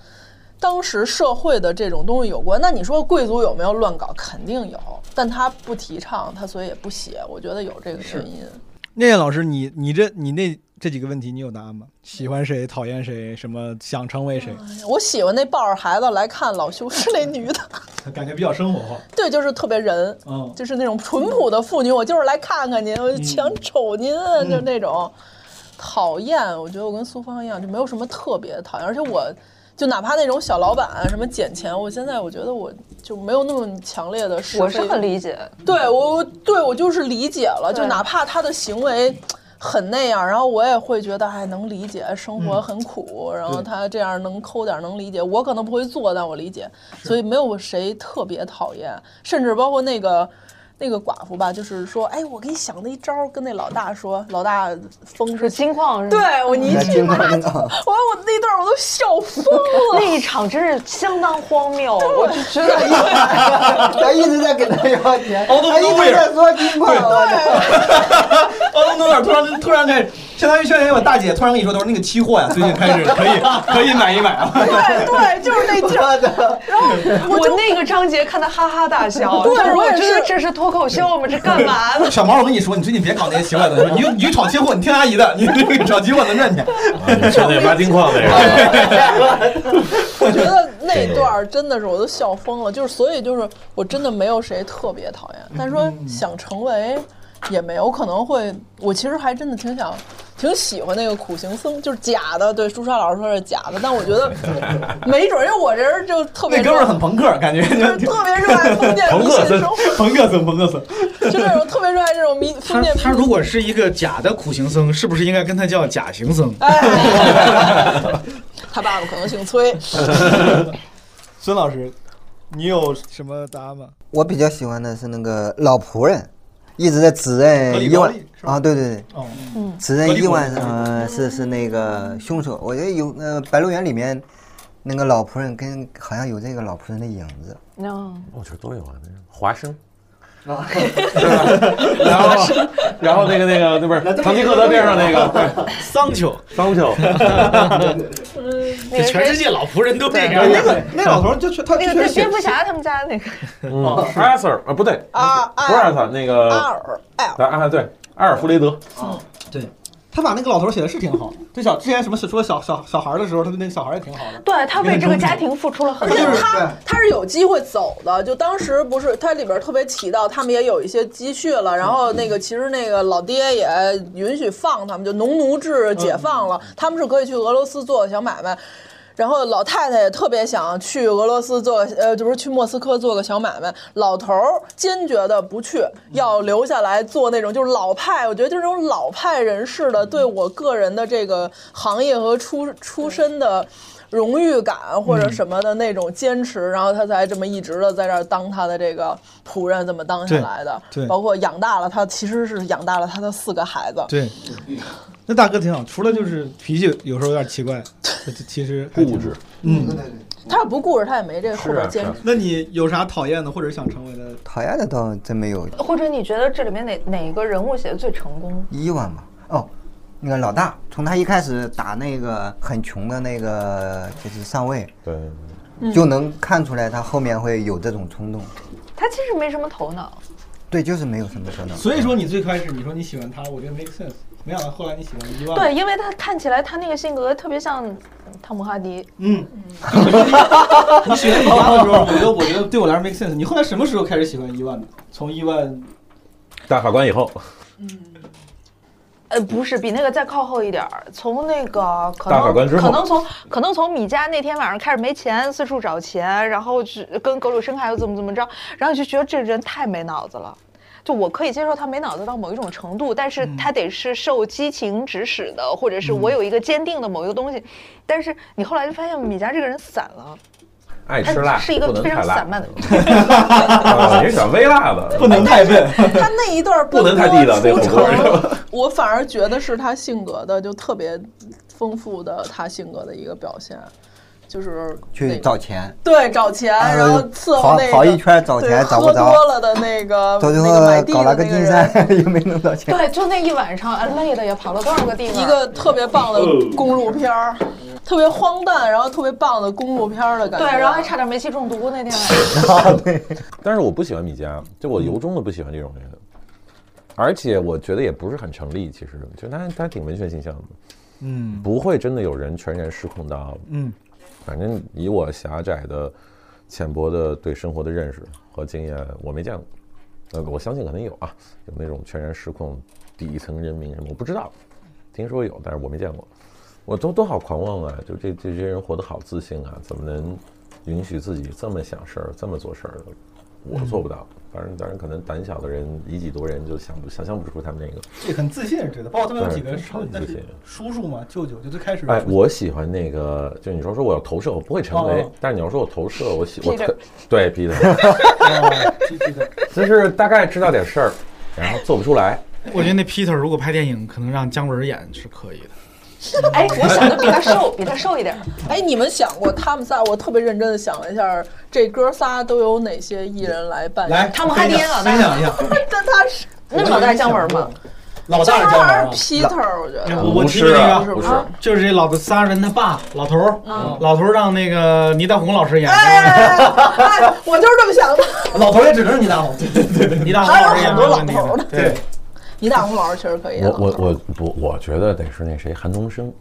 S4: 当时社会的这种东西有关。那你说贵族有没有乱搞？肯定有，但他不提倡，他所以也不写，我觉得有这个原因。
S7: 念念老师，你你这你那这几个问题，你有答案吗？喜欢谁，讨厌谁，什么想成为谁？
S4: 我喜欢那抱着孩子来看老修 士那女的，
S1: 感觉比较生活化。
S4: 对，就是特别人，
S1: 嗯，
S4: 就是那种淳朴的妇女，我就是来看看您，我就想瞅您啊，就那种讨厌。我觉得我跟苏芳一样，就没有什么特别讨厌，而且我就哪怕那种小老板啊什么捡钱，我现在我觉得我就没有那么强烈的是非。
S2: 我是很理解。
S4: 对我对我就是理解了，就
S2: 对
S4: 哪怕他的行为。很那样，然后我也会觉得，哎，能理解，生活很苦，然后他这样能抠点儿能理解，我可能不会做，但我理解，所以没有谁特别讨厌，甚至包括那个。那个寡妇吧，就是说，哎，我给你想那一招儿，跟那老大说，老大疯
S2: 是
S4: 是
S2: 金矿是吗？
S4: 对我你一
S3: 那
S4: 句
S3: 金
S4: 话，
S3: 矿
S4: 我
S3: 真好
S4: 我那段我都笑疯了。
S2: 那一场真是相当荒谬，我就觉 得
S3: 他一直在跟他要钱，
S5: 哦
S1: Out of
S3: 他一直 在说金矿，啊我操
S1: 哦，诺尔突然突然开始，相当于现在我大姐突然跟你说，都是那个期货呀，最近开始可以可以买一买啊。
S4: 对对，就是那劲儿。然后我
S2: 我
S4: 就
S2: 那个章节看的哈哈大笑，
S4: 对
S2: 就是
S4: 我也
S2: 觉得
S4: 是
S2: 这是脱口秀吗？这干嘛 呢？
S1: 小毛，我跟你说，你最近别搞那些奇怪的东西，你就你就炒期货，你听阿姨的，你这个炒期货能赚钱。
S5: 啊说那挖金矿那个，
S4: 我觉得那段儿真的是我都笑疯了，就是所以就是我真的没有谁特别讨厌，
S2: 嗯
S4: 但说想成为也没有，可能会我其实还真的挺想。挺喜欢那个苦行僧，就是假的。对，朱砂老师说是假的，但我觉 得没准儿，因为我这人就 特别
S1: 那哥们儿很朋克，感觉
S4: 热就是
S1: 就
S4: 特别热爱 封建迷
S5: 朋克
S4: 信
S5: 僧
S4: 生活，
S1: 朋克森，朋克森。
S4: 就那种特别热爱这 种迷封
S6: 他
S4: 建迷
S6: 他
S4: 信。
S6: 如果是一个假的苦行僧，是不是应该跟他叫假行僧？
S4: 啊哎， 他爸爸可能姓崔。
S7: 孙老师，你有什么答案吗？
S3: 我比较喜欢的是那个老仆人，一直在指认伊万啊，对对对，
S1: 哦，
S2: 嗯
S3: 指认伊万呃是是那个凶手。我觉得有呃《白鹿原》里面那个老仆人跟好像有这个老仆人的影子，嗯
S5: 我觉得都有啊，那个华生。 然后，然后那个那 个那不是唐吉诃德边上那
S1: 啊
S5: 个
S6: 桑丘，
S5: 桑 丘，
S6: 这全世界老仆人都这样。
S1: 那个那老头儿就去他
S2: 那个
S1: 确
S2: 那
S1: 实
S2: 蝙蝠侠他们家那个，
S5: 嗯，阿 Sir 啊不对，
S4: 啊
S5: 不是阿 Sir 那个
S4: 阿尔哎，
S5: 啊啊对，阿尔弗雷德，
S1: 对。他把那个老头儿写的是挺好，这小之前什么说小小小孩儿的时候，他对那个小孩儿也挺好的。
S2: 对他为这个家庭付出了很
S4: 而
S2: 多
S4: 且。
S1: 就是对
S4: 他他是有机会走的，就当时不是他里边特别提到，他们也有一些积蓄了，然后那个其实那个老爹也允许放他们，就农奴制解放了，他们是可以去俄罗斯做小买卖。然后老太太也特别想去俄罗斯做，呃，就不是去莫斯科做个小买卖。老头儿坚决的不去，要留下来做那种就是老派，我觉得就是这种老派人士的对我个人的这个行业和出出身的荣誉感或者什么的那种坚持，然后他才这么一直的在这儿当他的这个仆人，这么当下来的。
S1: 对对
S4: 包括养大了他，其实是养大了他的四个孩子。
S1: 对，那大哥挺好，除了就是脾气有时候有点奇怪，其实还挺
S5: 固执。
S1: 嗯，
S4: 他要不顾着，他也没这后
S5: 是
S4: 边
S5: 啊
S4: 坚持。
S1: 那你有啥讨厌的或者想成为的？
S3: 讨厌的倒真没有
S2: 或者你觉得这里面哪哪个人物写的最成功？
S3: 伊万吧。哦，那个老大从他一开始打那个很穷的那个就是上尉，
S5: 对，
S2: 嗯
S4: 嗯
S3: 就能看出来他后面会有这种冲动。
S2: 他其实没什么头脑，
S3: 对，就是没有什么可能。
S1: 所以说你最开始你说你喜欢他，我觉得 make sense。没想到后来你喜欢伊万。
S2: 对，因为他看起来他那个性格特别像汤姆哈迪，
S1: 嗯，你喜欢伊万的时候，我觉得我觉得对我来说 make sense。你后来什么时候开始喜欢伊万的？从伊万
S5: 大法官以后，
S2: 嗯呃，不是比那个再靠后一点儿，从那个可
S5: 大法官
S2: 能
S5: 之后
S2: 可能从可能从米家那天晚上开始没钱，四处找钱，然后去跟格鲁申卡又怎么怎么着，然后就觉得这人太没脑子了。就我可以接受他没脑子到某一种程度，但
S5: 嗯
S2: 是他得是受激情指使的，或者是我有一个坚定的某一个东西。但是你后来就发现米家这个人散了，
S5: 爱
S2: 他
S5: 吃辣，
S2: 哎是一个
S5: 不能
S2: 非
S5: 太
S2: 常
S5: 辣
S2: 散漫的人。
S5: 啊，你是喜欢微辣的，
S1: 不能太笨，
S4: 他那一段
S5: 不能太地道那
S4: 出
S5: 火锅是
S4: 城，我反而觉得是他性格的就特别丰富的他性格的一个表现，就是那
S3: 去
S4: 个
S3: 找钱，
S4: 对找钱，然后伺候
S3: 啊跑
S4: 那个
S3: 跑一圈找
S4: 对
S3: 钱找不
S4: 喝
S3: 着
S4: 多了的那 个
S3: 到最
S4: 那个买
S3: 后
S4: 地
S3: 搞了
S4: 的
S3: 个
S4: 那个
S3: 金
S4: 人。
S3: 山，也没弄到钱。
S2: 对，就那一晚上，啊累的也跑了多少个地方。
S4: 一个特别棒的公路片儿，特别荒诞，然后特别棒的公路片儿的感
S2: 对，
S4: 觉。啊
S2: 然后还差点煤气中毒那天晚上。
S5: 但是我不喜欢米家，就我由衷的不喜欢这种人，而且我觉得也不是很成立。其实，就他他挺文学形象的，嗯，不会真的有人全然失控到，嗯，反正以我狭窄的、浅薄的对生活的认识和经验，我没见过。呃，我相信可能有啊，有那种全然失控底层人民什么，我不知道，听说有，但是我没见过。我都都好狂妄啊！就这这些人活得好自信啊，怎么能允许自己这么想事儿、这么做事儿的？我做不到。当然，当然，可能胆小的人以己度人就想不想象不出他们那个。
S1: 这很自信是对的。包括他们有几个
S5: 对
S1: 是
S5: 超级
S1: 那
S5: 自
S1: 是
S5: 信
S1: 叔叔嘛、舅舅，就最开始
S5: 哎，
S1: 叔叔
S5: 我喜欢那个，就你说说我要投射，我不会成为
S1: 哦，
S5: 但是你要说我投射，我喜我
S2: Peter
S5: 特对 Peter，哦
S1: 啊这这个
S5: 就是大概知道点事儿，然后做不出来。
S6: 我觉得那 Peter 如果拍电影，可能让姜文演是可以的。
S2: 哎，我想的比他瘦，比他瘦一点儿。
S4: 哎，你们想过他们仨？我特别认真的想了一下，这哥仨都有哪些艺人来扮演？
S1: 来，
S2: 汤姆哈迪
S1: 分享
S2: 老大
S1: 分享一下，
S4: 但他是
S2: 啊 那么老大姜文吗？
S6: 老
S4: 姜
S6: 是
S4: 文还是 Peter，我觉得。
S6: 我我
S5: 不
S6: 提
S5: 是
S6: 的
S5: 啊，
S6: 那
S5: 不
S6: 个
S5: 是，
S4: 啊
S6: 就是这老的仨人他爸老头儿，
S1: 嗯
S6: 老头儿让那个倪大红老师演，
S4: 哎，哎我就是这么想的。
S1: 老头儿也只能是你大红，
S6: 倪大红老师
S4: 还有
S6: 演
S4: 很多老
S6: 那
S4: 头儿
S6: 个
S4: 呢，
S6: 对，
S4: 倪大红老师确实可
S1: 哎
S4: 以演啊
S5: 我
S4: 老头儿。
S5: 我我我我觉得得是那谁韩东升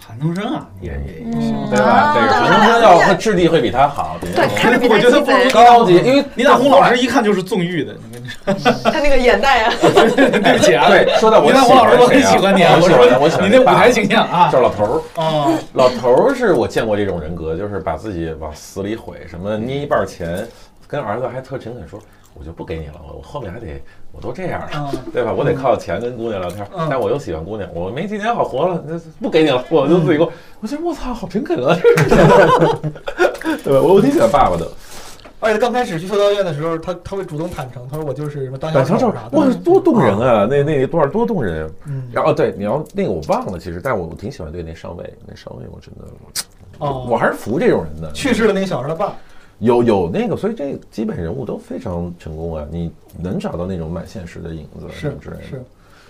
S6: 韩东升啊，也也
S2: 嗯
S5: 对
S1: 啊
S5: 吧？这个
S6: 哦
S5: 韩东升要会智力会比他好，比
S2: 对，看着比
S6: 我
S2: 他
S6: 觉得
S2: 鸡
S6: 不如
S2: 贼，
S5: 高级，因为
S6: 倪大红老师一看就是纵欲的，你看
S2: 他那个眼袋啊，
S6: 这对不起啊，
S5: 对说到我
S6: 倪大红老师，我
S5: 喜欢
S6: 很
S5: 谁啊
S6: 喜欢你啊，
S5: 我
S6: 我
S5: 喜欢我喜
S6: 说
S5: 欢
S6: 你那舞
S5: 爸
S6: 台形象啊
S5: 就，是老头儿。
S6: 哦，
S5: 老头儿是我见过这种人格，就是把自己往死里毁，什么捏一半儿钱，跟儿子还特诚恳说，我就不给你了，我我后面还得，我都这样
S6: 嗯
S5: 了， 对吧？我得靠钱跟姑娘聊天儿，
S1: 嗯
S5: 但我又喜欢姑娘，我没几年好活了，那不给你了，我就自己过。 我觉得我操，好诚恳 啊， 这是对吧？我我挺喜欢爸爸的，
S1: 而且他刚开始去修道院的时候，他他会主动坦诚，他说我就是什么当
S5: 板桥
S1: 小
S5: 照
S1: 啥的
S5: 哇，，多动人啊！那那段儿多动人啊！
S1: 嗯，
S5: 然后对，你要那个我忘了，其实，但我我挺喜欢对那上尉，那上尉我真的，
S1: 哦
S5: 我还是服这种人的。
S1: 去世的那个小孩的爸，
S5: 有有那个，所以这基本人物都非常成功啊！你能找到那种满现实的影子啊什
S1: 是
S5: 么之类的。
S1: 是。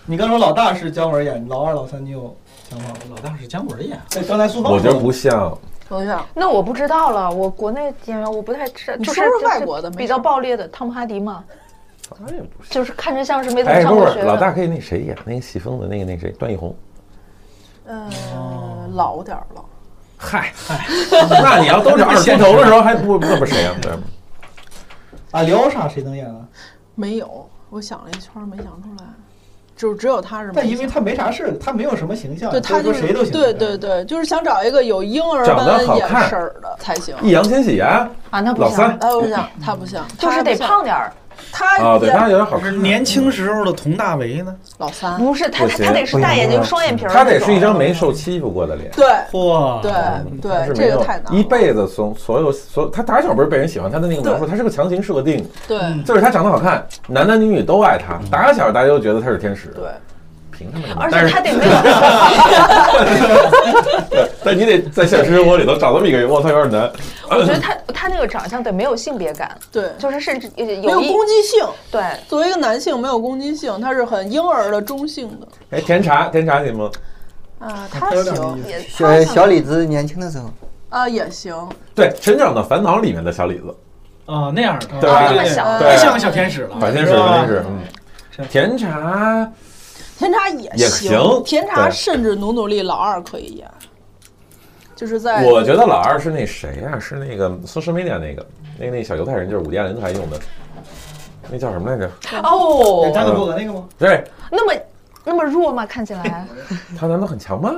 S1: 你刚说老大是姜文演，老二、老三你有想法吗？
S6: 老大是姜文演，
S1: 哎，刚才苏芳
S5: 我觉
S1: 说
S5: 得
S1: 的
S5: 不像，
S4: 我想
S2: 那我不知道了，我国内演员我不太知道，
S4: 你
S2: 就
S4: 说
S2: 是就
S4: 说
S2: 是
S4: 外国的没
S2: 比较暴烈的汤姆哈迪嘛，
S5: 当然也不像。
S2: 就是看着像是没怎么
S5: 哎，
S2: 上
S5: 等
S2: 过
S5: 会
S2: 学
S5: 儿
S2: 的。
S5: 老大可以那谁演那个戏疯子那个那谁段奕宏。
S4: 呃，老点儿了。
S5: 嗨嗨，那你要都是二出头的时候还不那不谁呀？对
S1: 啊，聊啥谁能演啊？
S4: 没有，我想了一圈儿没想出来，就只有他是没想。
S1: 但因为他没啥事儿，他没有什么形象，
S4: 对
S1: 所
S4: 他
S1: 以说
S4: 就是
S1: 谁都行。
S4: 对对对，就是想找一个有婴儿
S5: 长得
S4: 般
S5: 好
S4: 眼
S5: 看
S4: 神儿的才行。
S5: 易烊千玺啊，
S2: 啊，那不
S5: 老
S2: 像
S5: 三，
S4: 哎，我不想，他不像，
S2: 就是得胖点儿，
S4: 他
S5: 啊，对
S6: 哎
S4: 也
S5: 他有点好看。
S6: 年轻时候的佟大为呢？
S4: 老三，
S2: 不是他
S5: 不
S2: 他
S5: 行
S2: 他得是
S5: 不行
S2: 大眼
S5: 不
S2: 睛
S5: 行
S2: 双眼皮儿那
S5: 他
S2: 种，
S5: 得是一张没
S1: 嗯
S5: 受欺负过的脸。嗯
S4: 对
S6: 嚯，
S4: 对
S5: 他是
S4: 对，
S5: 没
S4: 这
S5: 有
S4: 个太难了。
S5: 一辈子从所有所有他打小不是被人喜欢，他的那个描述，他是个强行设定，
S4: 对
S1: 嗯
S5: 就是他长得好看，男男女女都爱
S6: 嗯
S5: 他，打小大家都觉得他是天使。
S4: 对，
S5: 凭什么
S2: 而
S5: 呀？
S2: 且他得没有，
S5: 但你得在现实生活里头找那么一个人，我操，有点难。
S1: 呃
S2: 我觉得他他那个长相得没有性别感，
S4: 对，
S2: 就是甚至呃
S4: 没有
S2: 有一
S4: 攻击性。
S2: 对
S4: 作为一个男性，没有攻击性，他是很婴儿的中性的
S5: 哎，甜茶，甜茶行吗？
S4: 啊，他行
S2: 也
S3: 小呃小李子年轻的时候，
S4: 啊也行，
S5: 对，《成长的烦恼》里面的小李子，
S6: 啊那样的，
S5: 对吧
S2: 那么小啊
S5: 对
S6: 太像个小天使了，
S5: 白天使，
S6: 是吧
S5: 白天使，嗯，甜茶，
S4: 甜茶也
S5: 也行
S4: 甜茶
S5: 对
S4: 甚至努努力，老二可以演，就是在
S5: 我觉得老二是那谁呀、是那个 social media 那个，那那小犹太人，就是伍迪·艾伦他还用的，那叫什么来着？
S2: 哦，
S1: 扎克伯格哎那个吗？
S5: 对，
S2: 那么那么弱吗？看起 来，
S5: 他难道很强吗？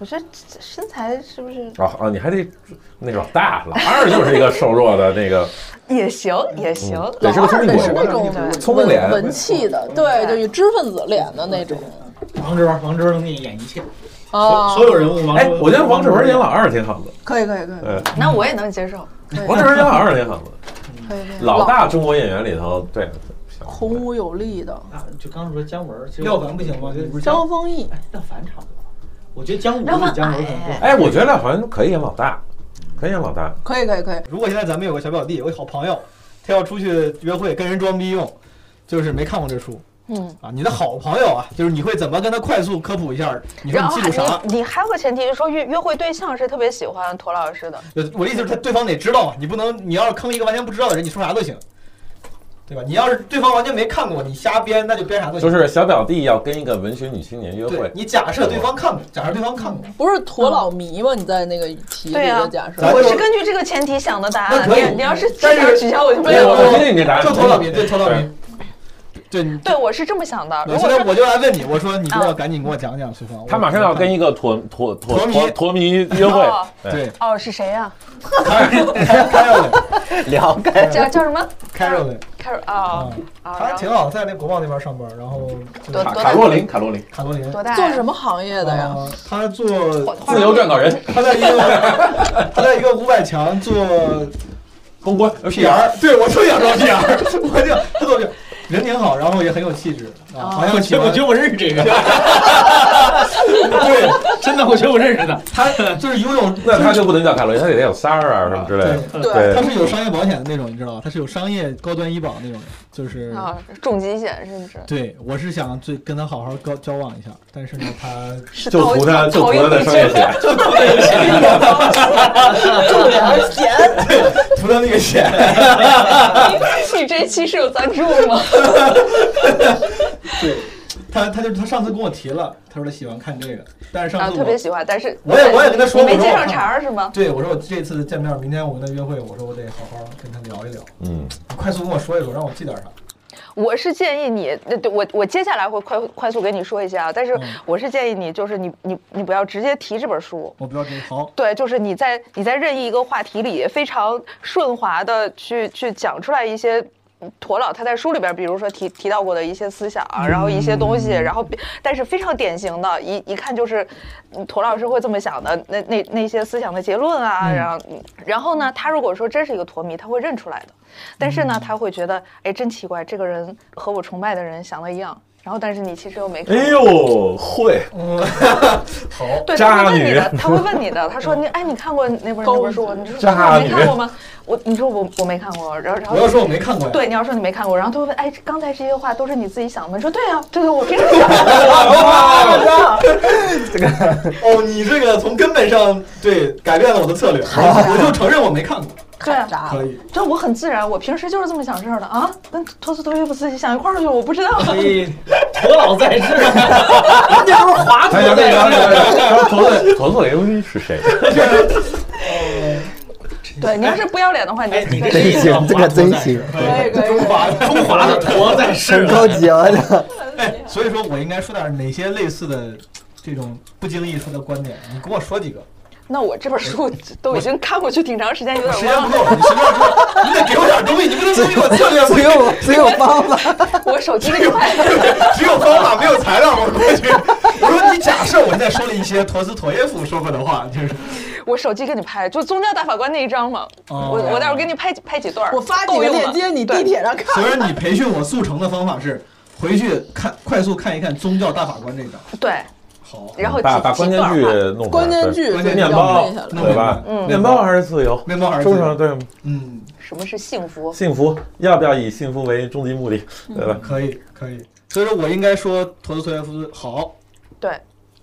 S2: 我觉得这身材是不是
S5: 啊啊，你还得那老大，老二就是一个瘦弱的那个，
S2: 也行也行？
S5: 对，是个聪
S4: 二
S5: 明
S4: 的是那
S5: 鬼，
S4: 种
S5: 聪明脸
S4: 文文气的，对，就有知识分子脸的那种
S6: 王志文，王志文能给你演一切，
S4: 啊，
S6: 所有人物，王嗯志
S5: 哎，
S6: 文
S5: 我觉得王志文演老二挺好的，
S4: 可以可以可以
S5: 哎，
S2: 那我也能接受。
S4: 可以
S5: 王志文演老二挺好的，
S4: 可以可以，
S5: 老大中国演员里头，对，小
S4: 孔武有力的
S6: 啊，就刚说姜文，其实
S1: 廖凡不行吗？这不是
S4: 张丰毅，
S6: 哎，廖凡差不多，我觉得姜武
S2: 廖凡
S6: 比姜文可能更好。
S5: 哎，我觉得廖凡可以演老大，可以演老大，
S4: 可以可以可以，
S1: 如果现在咱们有个小表弟，有个好朋友，他要出去约会跟人装逼用，就是没看过这书
S2: 嗯，
S1: 啊。你的好朋友啊，就是你会怎么跟他快速科普一下？你说
S2: 然
S1: 你
S2: 后
S1: 记住啥
S2: 还？你你还有个前提，就是说约约会对象是特别喜欢驼老师的，
S1: 就我的意思是，他对方得知道嘛，你不能，你要是坑一个完全不知道的人，你说啥都行，对吧？你要是对方完全没看过，你瞎编，那就编啥都行。
S5: 就是小表弟要跟一个文学女青年约
S1: 对
S5: 会，
S1: 你假设对方看过，假设对方看过，
S4: 不是驼老迷吗？你在那个题里
S2: 对啊
S4: 的假设，
S1: 咱
S2: 我
S1: 就是
S2: 根据这个前提想的答
S1: 那
S2: 案。
S1: 可以
S2: 你你要是
S1: 但
S2: 想
S1: 是
S2: 取消，我就
S5: 我
S2: 没有
S5: 我
S2: 了。
S5: 听听你这答案，
S1: 就头脑迷，对头脑迷。对，你
S2: 对，我是这么想的。
S1: 对
S2: 如
S1: 现
S2: 果
S1: 在
S2: 是
S1: 我就来问你，我说你就要
S2: 啊
S1: 赶紧给我讲讲，崔芳，
S5: 他
S1: 我
S5: 马上要跟一个驼驼驼
S1: 驼迷
S5: 驼驼迷约会哎
S2: 哦，
S1: 对
S2: 哦是谁 呀？
S1: Carol
S3: 聊开
S2: 叫叫什么？
S1: Carol，
S2: 开始啊啊，
S1: 他
S2: 然后
S1: 嗯挺好，在那国贸那边上班，然后就
S2: 多
S1: 是
S5: 卡
S2: 多
S1: 卡
S5: 卡洛琳，卡洛琳，
S1: 卡罗琳，
S2: 多大呀？
S4: 做什么行业的呀？
S1: 呃他做
S5: 自由撰稿人，
S1: 他在一个他在一个五百强做
S5: 公关
S1: PR，对我特想做 PR，我 就他做 PR，人挺好，然后也很有气质啊，好像喜
S6: 哦 我
S1: 欢
S6: 觉得我认识这 个，
S1: 对
S6: 真的，我觉得我认识他。
S1: 他就是有种
S5: 那他就不能叫卡洛琳，他得得有三儿啊什么之类的。
S4: 对
S5: 对
S1: 他是有商业保险的那种，你知道吧？他是有商业高端医保那种人，就是
S2: 啊？重疾险是不 是？
S1: 对我是想最跟他好好交交往一下，但是呢，他
S2: 是
S5: 就
S2: 逃
S5: 图他，就
S2: 逃
S5: 图
S2: 逸
S5: 他的
S2: 回
S5: 商
S2: 去
S5: 业险，
S4: 重点还是钱。
S1: 图他那个钱，
S2: 你这期是有赞助吗？啊
S1: 他他就他上次跟我提了，他说他喜欢看这个，但是
S2: 啊，
S1: 上次
S2: 特
S1: 我、
S2: 别喜欢，但是
S1: 我也我也跟他说
S2: 你没
S1: 我说
S2: 接
S1: 我
S2: 上
S1: 看
S2: 茬儿是吗？
S1: 对我说我这次见面，明天我跟他约会，我说我得好好跟他聊一聊，
S5: 嗯，
S1: 你快速跟我说一说，让我记点啥。
S2: 我是建议你，呃对我我接下来会快快速跟你说一下啊，但是
S1: 嗯
S2: 我是建议你，就是你你你不要直接提这本书。
S1: 我不要这个好，
S2: 对，就是你在你在任意一个话题里非常顺滑的去去讲出来一些。嗯驼老他在书里边，比如说提提到过的一些思想，啊然后一些东西，然后但是非常典型的，一一看就是嗯驼老师会这么想的，那那那些思想的结论啊，然后然后呢，他如果说真是一个驼迷，他会认出来的，但是呢，他会觉得，哎，真奇怪，这个人和我崇拜的人想的一样，然后但是你其实又没看过
S5: 哎呦，会
S1: 嗯
S2: 对，
S5: 渣
S2: 他会问你
S5: 女
S2: 的，他会问你的。他 说你哎，你看过那本那本书吗？你说
S5: 渣
S2: 我没
S5: 女
S2: 看过吗？我你说我我没看过，然后然
S1: 我要
S2: 后。
S1: 说我没看过呀，
S2: 对，你要说你没看过，然后他会问，哎，刚才这些话都是你自己想的吗？你说对啊，对对，我平时想 的。
S1: 哦，你这个从根本上对改变了我的策 略，我就承认我没看过，
S2: 对啊，
S4: 啥？
S1: 可以。
S2: 这我很自然，我平时就是这么想事儿的啊，跟托斯托耶夫斯基想一块儿去了，我不知道。
S1: 哎
S6: 我老在这儿，那不是华
S5: 哎呀，那个 那个头子头子雷东西是谁？
S2: 对你要是不要脸的话，你
S6: 哎，你这
S3: 真行，这个真行，
S4: 可以可以
S1: 中华的
S6: 中华的驼在世
S3: 很高级啊！
S1: 哎，所以说我应该说点哪些类似的这种不经意说的观点，你跟我说几个。
S2: 那我这本书都已经看过去挺长时间，有
S1: 时
S2: 点
S1: 间
S2: 忘
S1: 不
S2: 了。
S1: 够，你时间不够，你得给我点东西，你不能只给我策略，
S3: 只有只有方法，
S2: 我手机给你拍。
S1: 只有方法没有材料，我过 去。 我说你假设我现在说了一些陀思妥耶夫说过的话，就是
S2: 我手机给你拍，就宗教大法官那一章嘛。
S1: 哦
S2: 我我待会儿给你拍拍几段儿，
S4: 我发几
S2: 够
S4: 个
S2: 用
S4: 链
S2: 了
S4: 接，你地铁上看。
S1: 所以说你培训我速成的方法是回去看快速看一看宗教大法官这章。
S2: 对，
S1: 好，
S2: 然后几
S5: 把把关键
S2: 几
S5: 句
S2: 段儿嗯
S5: 弄出来
S4: 关键
S5: 对嗯
S4: 句
S1: 关
S4: 这
S1: 键
S4: 个
S5: 面
S4: 要
S5: 包
S4: 背下来。
S5: 对吧？面包还是自由？
S1: 嗯面包还是
S5: 忠诚对吗？
S1: 嗯，
S2: 什么是幸福？
S5: 幸福要不要以幸福为终极目的？对吧？
S1: 嗯可以可以。所以说我应该说陀思妥耶夫斯好，
S2: 对，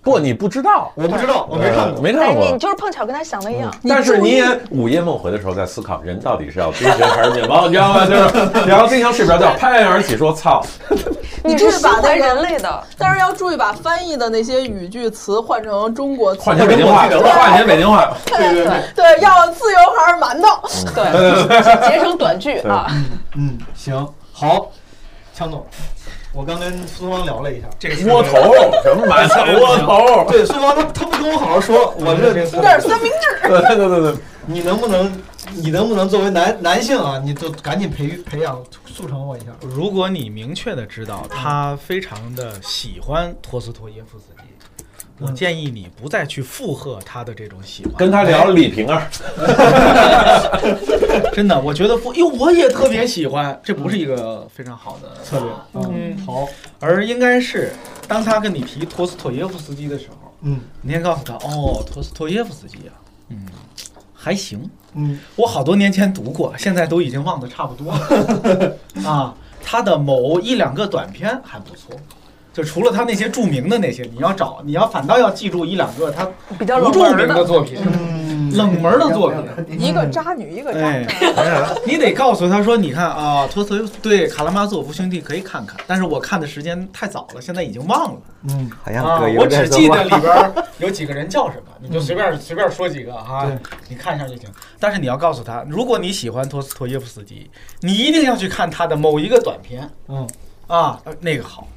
S5: 不，你不知道，嗯
S1: 我不知道，我没看过。
S5: 没
S2: 但
S5: 看
S2: 是哎你
S5: 过。嗯
S2: 就是碰巧跟他想的一样。
S5: 但是你也午夜梦回的时候在思考，人到底是要冰淇淋还是面包，你知道吗？ 就是，然后经常睡不着觉，拍案而起说：“操
S2: 你
S4: 这
S2: 是
S4: 是
S2: 喜
S4: 把那
S2: 欢
S4: 个
S2: 人类的，
S4: 但是要注意把翻译的那些语句词换成中国！”词。
S5: 换成北京话，换成北京话。
S1: 对对对，
S4: 对，要自由还是馒头？
S2: 嗯对， 节省短句
S5: 对
S2: 啊。
S1: 嗯，行，好，强总，我刚跟苏芳聊了一下。
S6: 这个
S5: 窝头什么馒头？ 窝头。
S1: 对，苏芳他他不跟我好好说，我
S4: 有
S1: 这
S4: 点三明治。
S5: 对对对对，
S1: 你能不能，你能不能作为男男性啊，你就赶紧培育培养速成我一下。
S6: 如果你明确的知道他非常的喜欢托斯托耶夫斯基，我建议你不再去附和他的这种喜欢。
S5: 跟他聊李瓶儿，
S6: 真的，我觉得不，因为我也特别喜欢，这不是一个非常好的啊
S1: 策略，嗯，好，
S6: 而应该是当他跟你提托斯妥耶夫斯基的时候，
S1: 嗯
S6: 你先告诉他，哦，托斯妥耶夫斯基啊，嗯，还行，
S1: 嗯
S6: 我好多年前读过，现在都已经忘得差不多了 啊。他的某一两个短篇还不错，就除了他那些著名的那些，你要找，你要反倒要记住一两个他
S2: 比较
S6: 不
S2: 冷
S6: 著
S2: 门
S6: 名
S2: 的
S6: 的作品，
S1: 嗯，
S6: 冷门的作品。
S4: 一个渣女，一个渣
S6: 哎
S4: 男。，
S6: 你得告诉他说，你看啊，托斯托对《卡拉马佐夫兄弟》可以看看，但是我看的时间太早了，现在已经忘了。
S1: 嗯，
S3: 好像
S6: 啊
S3: 葛，优
S6: 我
S3: 在
S6: 只
S3: 说
S6: 记
S3: 话
S6: 得里边儿有几个人叫什么，你就随便儿随便儿说几 个哈
S1: 对，
S6: 你看一下就行。但是你要告诉他，如果你喜欢托斯托耶夫斯基，你一定要去看他的某一个短片，
S1: 嗯，啊，
S6: 呃那个好，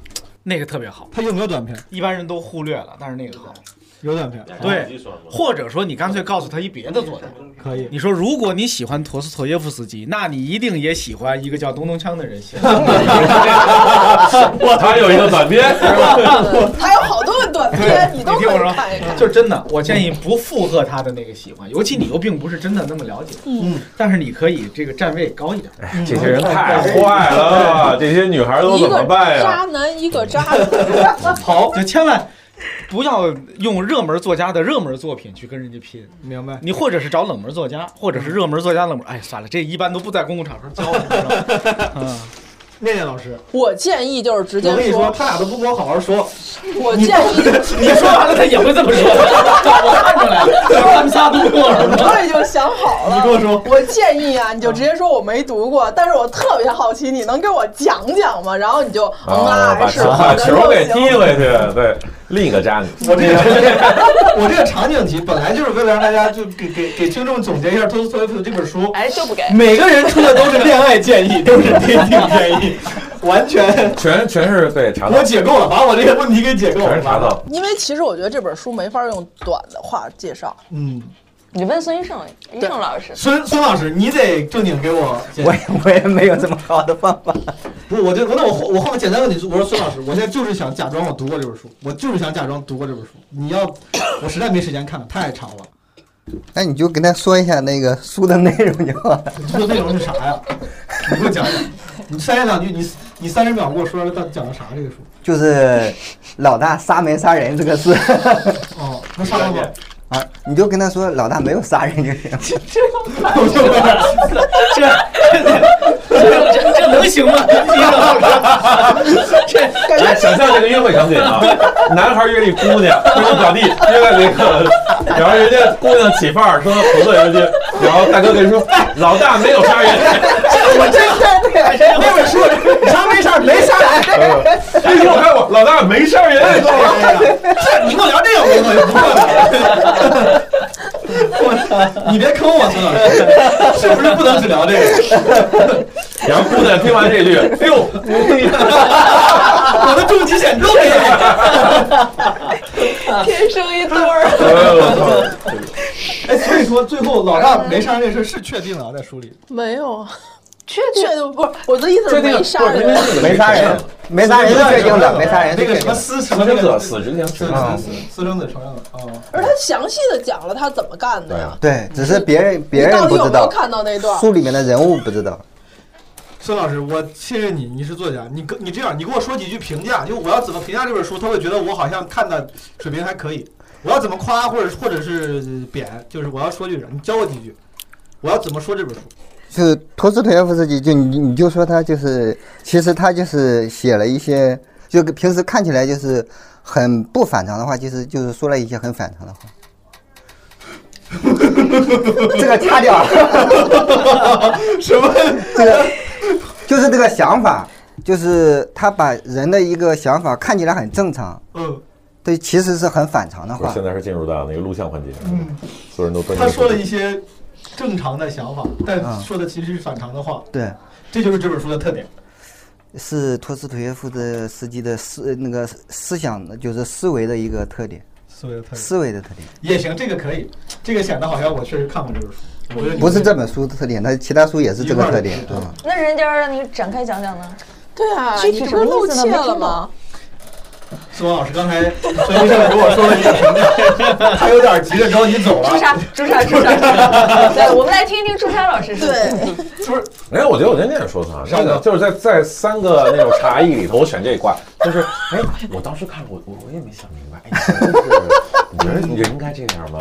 S6: 那个特别好，
S1: 他有没有短片？
S6: 一般人都忽略了，但是那个好。
S1: 有短片，
S6: 对，或者说你干脆告诉他一别的作家。
S1: 可以。
S6: 你说，如果你喜欢陀思妥耶夫斯基，那你一定也喜欢一个叫东东锵的人写的。
S5: 我 他有一个短 片，
S4: 还有好多个短片，
S6: 对
S4: 你都
S6: 你
S4: 可
S6: 听我
S4: 以
S6: 说
S4: 看一看。
S6: 就是真的，我建议不附和他的那个喜欢，尤其你又并不是真的那么了解，
S4: 嗯，
S6: 但是你可以这个站位高一点。
S5: 哎
S6: 嗯
S5: 这些人太坏了，啊这些女孩都
S4: 一
S5: 怎么
S4: 个
S5: 办呀？
S4: 渣男，一个渣女，
S6: 好，就千万不要用热门作家的热门作品去跟人家拼，
S1: 明白。
S6: 你或者是找冷门作家，或者是热门作家冷门。哎，算了，这一般都不在公共场合教的，你知道吗？嗯。
S1: 念念老师，
S4: 我建议就是直接
S1: 我跟你说，
S4: 说，
S1: 他俩都不跟我好好说，
S4: 我建议就是
S6: 你说完了，他也会这 么说，我看出来了，他们仨都不过耳朵。
S4: 我已经想好了。
S1: 你跟我说，
S4: 我建议啊，你就直接说我没读过，但是我特别好奇，你能给我讲讲吗？然后你就嗯
S5: 啊，
S4: 啊，
S5: 把
S4: 是
S5: 球把
S4: 好的
S5: 球给
S4: 就
S5: 踢
S4: 行。
S5: 回去，对，另一个渣女。
S1: 我这个 我这个场景题本来就是为了让大家就给给给听众总结一下《托斯托耶夫斯基》这本书，
S2: 哎，就不给。
S1: 每个人出的都是恋 爱建议，都是dating 建议，完全
S5: 全全是对查到
S1: 我，解构了，把我这个问题给解构了，
S5: 全是查到。
S4: 因为其实我觉得这本书没法用短的话介绍，
S1: 嗯，
S2: 你问孙医生，医生老师，
S1: 孙孙老师，你得正经给我解
S3: 我也我也没有这么好的方法。
S1: 不是，我就我那我后我后面简单问你，我说孙老师，我现在就是想假装我读过这本书，我就是想假装读过这本书。你要，我实在没时间看了，太长了。
S3: 那你就跟他说一下那个书的内容就好 了。
S1: 你读的内容是啥呀？你给我讲讲。你三言两句，你你三十秒给我说说到底讲的啥这个书？
S3: 就是老大杀没杀人这个事
S1: 哦，能杀了吗？
S3: 啊，你就跟他说老大没有杀人就行。
S1: 我就问
S6: 哎这这这能行 吗？这
S4: 感觉
S5: 来，想象这个约会场景啊，男孩约了一姑娘，就跟表弟约在那个，然后人家姑娘起范儿说合作游戏，然后大哥跟人说，哎，老大没有杀 人，
S3: 我真的对，那本书啥没杀没杀人，
S5: 哎呦，我看我老大没杀人，
S1: 哎这你跟我聊这个，我我就不问了。我操！你别坑我，孙老师，是不是不能只聊这个？
S5: 然后姑娘听完这句，哎呦，
S1: 我的重疾险重给你。
S2: 天生一对儿。
S5: 哎呦我操，
S1: 哎，所以说最后老大没杀人这事儿是确定了啊，在书里。
S4: 没有啊，
S2: 确
S4: 确定不是我的意思是没杀人，
S3: 没杀人，没杀人是确定的，没杀人是
S1: 那个
S3: 确
S1: 什
S3: 定
S1: 么
S3: 的。
S1: 私
S5: 私
S1: 承
S5: 生
S1: 认
S5: 子死之前
S1: 私
S5: 吃
S1: 生
S3: 啊
S1: 子私生子承认了哦。
S4: 而他详细的讲了他怎么干的呀。
S3: 对，只是别人别
S4: 啊你
S3: 人
S4: 到底
S3: 不
S4: 有
S3: 知
S4: 没有
S3: 道，
S4: 看到那段？
S3: 书里面的人物不知道。
S1: 孙老师，我信任你，你是作家，你跟你这样，你给我说几句评价，就我要怎么评价这本书，他会觉得我好像看的水平还可以。我要怎么夸，或者或者是贬，就是我要说句啥，你教我几句，我要怎么说这本书？
S3: 就是托斯托耶夫斯基，就你你就说他就是，其实他就是写了一些，就平时看起来就是很不反常的话，其实就是说了一些很反常的 话。这个掐掉，
S1: 什么？
S3: 这个就是这个想法，就是他把人的一个想法看起来很正常，
S1: 嗯，
S3: 对，其实是很反常的
S5: 我
S3: 话
S5: 现。在是进入到那个录像环节，
S1: 嗯，
S5: 所有人都专注。
S1: 他说了一些正常的想法，但说的其实是反常的话，
S3: 对，
S1: 这就是这本书的特点。
S3: 是托斯托耶夫的斯基的思呃那个思想，就是思维的一个特点，
S1: 思维的特点
S3: 思维的特点。
S1: 也行，这个可以，这个显得好像我确实看过这本书。我觉得你
S3: 不是这本书的特点，它其他书也是这个特点
S1: 一块儿
S3: 啊。
S2: 那人家让你展开讲讲呢？
S4: 对啊，
S2: 具
S4: 你
S2: 体
S4: 这
S2: 什
S4: 不是
S2: 么
S4: 露
S2: 意思呢
S4: 怯
S2: 没听
S4: 了
S2: 懂
S4: 吗？
S1: 孙老师刚才孙医生给我说了一个评价， 他有点急着着急走了
S2: 朱。砂，朱砂，朱砂。对，我们来听一听朱砂老师说。
S4: 对，
S5: 哎，我觉得我今天也说的很好，
S1: 上
S5: 那
S1: 个
S5: 个就是在在三个那种茶艺里头，我选这一块，就是哎，我当时看我我我也没想明白，哎，你觉得人应该这样吗？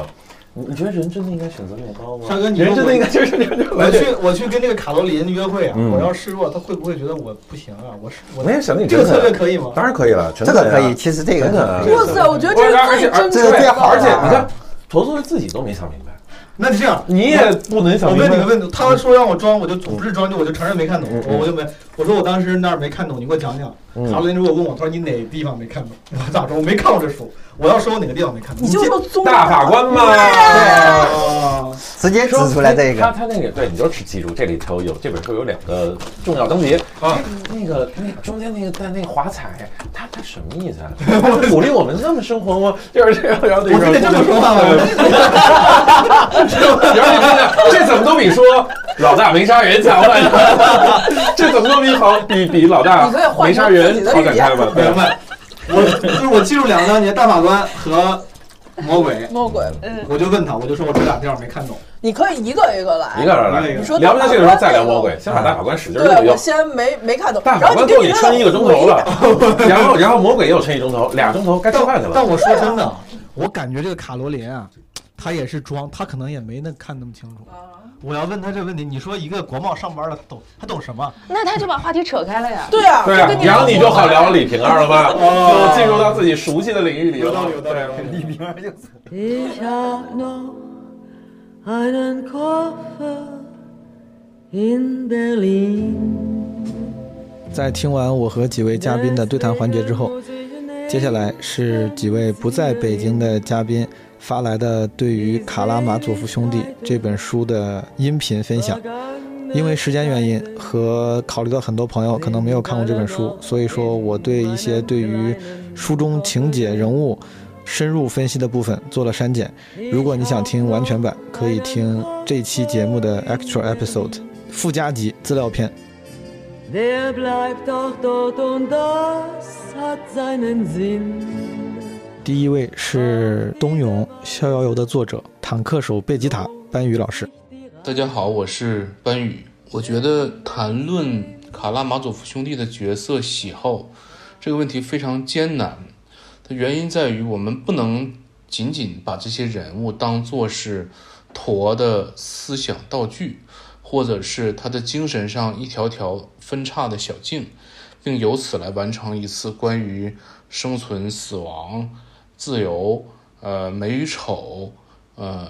S5: 你你觉得人真的应该选择面包吗？
S1: 帅哥你
S5: 人
S1: 说
S5: 真
S1: 我
S5: 的应该就是那样
S1: 我
S5: 完全。
S1: 去我去跟这个卡罗琳约会啊，
S5: 嗯
S1: 我要示弱，他会不会觉得我不行啊？我是我
S5: 我那想你
S1: 这个策略可以吗？
S5: 当然可以了，陈
S3: 这
S5: 肯
S3: 个
S5: 呀
S3: 可以，其实这
S5: 陈肯啊
S3: 个
S4: 哇塞，我觉得这
S5: 而
S4: 是最
S5: 且而
S4: 真
S3: 这
S4: 诚
S3: 个
S4: 的
S3: 最好
S5: 而且
S3: 的
S5: 你看，陀思自己都没想明白，
S1: 那就这样，
S5: 你也不能
S1: 我
S5: 想明
S1: 问
S5: 白。嗯
S1: 你个问题，他说让我装，我就我不是装，就我就承认没看懂，我我就没我说我当时那儿没看懂，你给我讲讲。查
S5: 嗯，
S1: 罗林如果问我，他说你哪地方没看懂？我咋说？我没看过这书，我要说我哪个地方没看懂。
S4: 你就
S1: 介
S4: 说宗
S5: 大法官嘛，
S1: 啊，
S3: 直接指出来这
S5: 哎他
S3: 个，
S5: 他那个对，你就只记住这里头有这本书有两个重要章节
S1: 啊，
S5: 那个那个中间那个在那个华彩，他他什么意 思啊？他鼓励我们这么生活吗？就是这样，然后
S1: 我非得这么说话吗
S5: 然后你看看，这怎么都比说老大没杀人强吧？这怎么都比好比比老大
S4: 你可以换成
S5: 没杀
S4: 自己
S5: 人
S4: 的
S5: 好展
S4: 语言
S5: 开吧？ 对
S1: 明白。我就是我记住两个章节，大法官和魔鬼。
S4: 魔鬼，
S1: 我就问他，我就说我这俩地方没看懂。
S4: 你可以一个一个来。
S5: 一个人来，
S4: 你说
S5: 聊不下去的时候再聊魔鬼，先把大法官使劲儿
S4: 对，啊
S5: 用
S4: 我。先没没看懂。
S5: 大
S4: 然
S5: 法
S4: 后
S5: 官
S4: 你
S5: 够
S4: 跟
S5: 你
S4: 你
S5: 撑一个钟头了，然后然后魔鬼又撑一钟头，俩钟头该吃饭去了。
S1: 但我说真的，啊我感觉这个卡罗琳啊，他也是装，他可能也没那看那么清楚。
S5: 啊
S1: 我要问他这个问题，你说一个国贸上班的，他懂他懂什么？
S2: 那他就把话题扯开了呀。
S4: 对啊，
S5: 对啊，然后你就好聊李瓶儿了吧？
S1: 哦
S5: 就进入到自己熟悉的领域里了。对
S1: 李明儿就是
S8: Ich hab noch einen Koffer in Berlin.
S7: 在听完我和几位嘉宾的对谈环节之后，接下来是几位不在北京的嘉宾发来的对于《卡拉马佐夫兄弟》这本书的音频分享。因为时间原因和考虑到很多朋友可能没有看过这本书，所以说我对一些对于书中情节、人物深入分析的部分做了删减。如果你想听完全版，可以听这期节目的 extra episode 附加集资料片。
S8: Der bleibt auch dort und das hat seinen Sinn.
S7: 第一位是《冬泳逍遥游》的作者坦克手贝吉塔班宇老师。
S9: 大家好，我是班宇。我觉得谈论卡拉马佐夫兄弟的角色喜好这个问题非常艰难，它原因在于我们不能仅仅把这些人物当作是陀的思想道具，或者是他的精神上一条条分叉的小径，并由此来完成一次关于生存、死亡、自由、呃美与丑、呃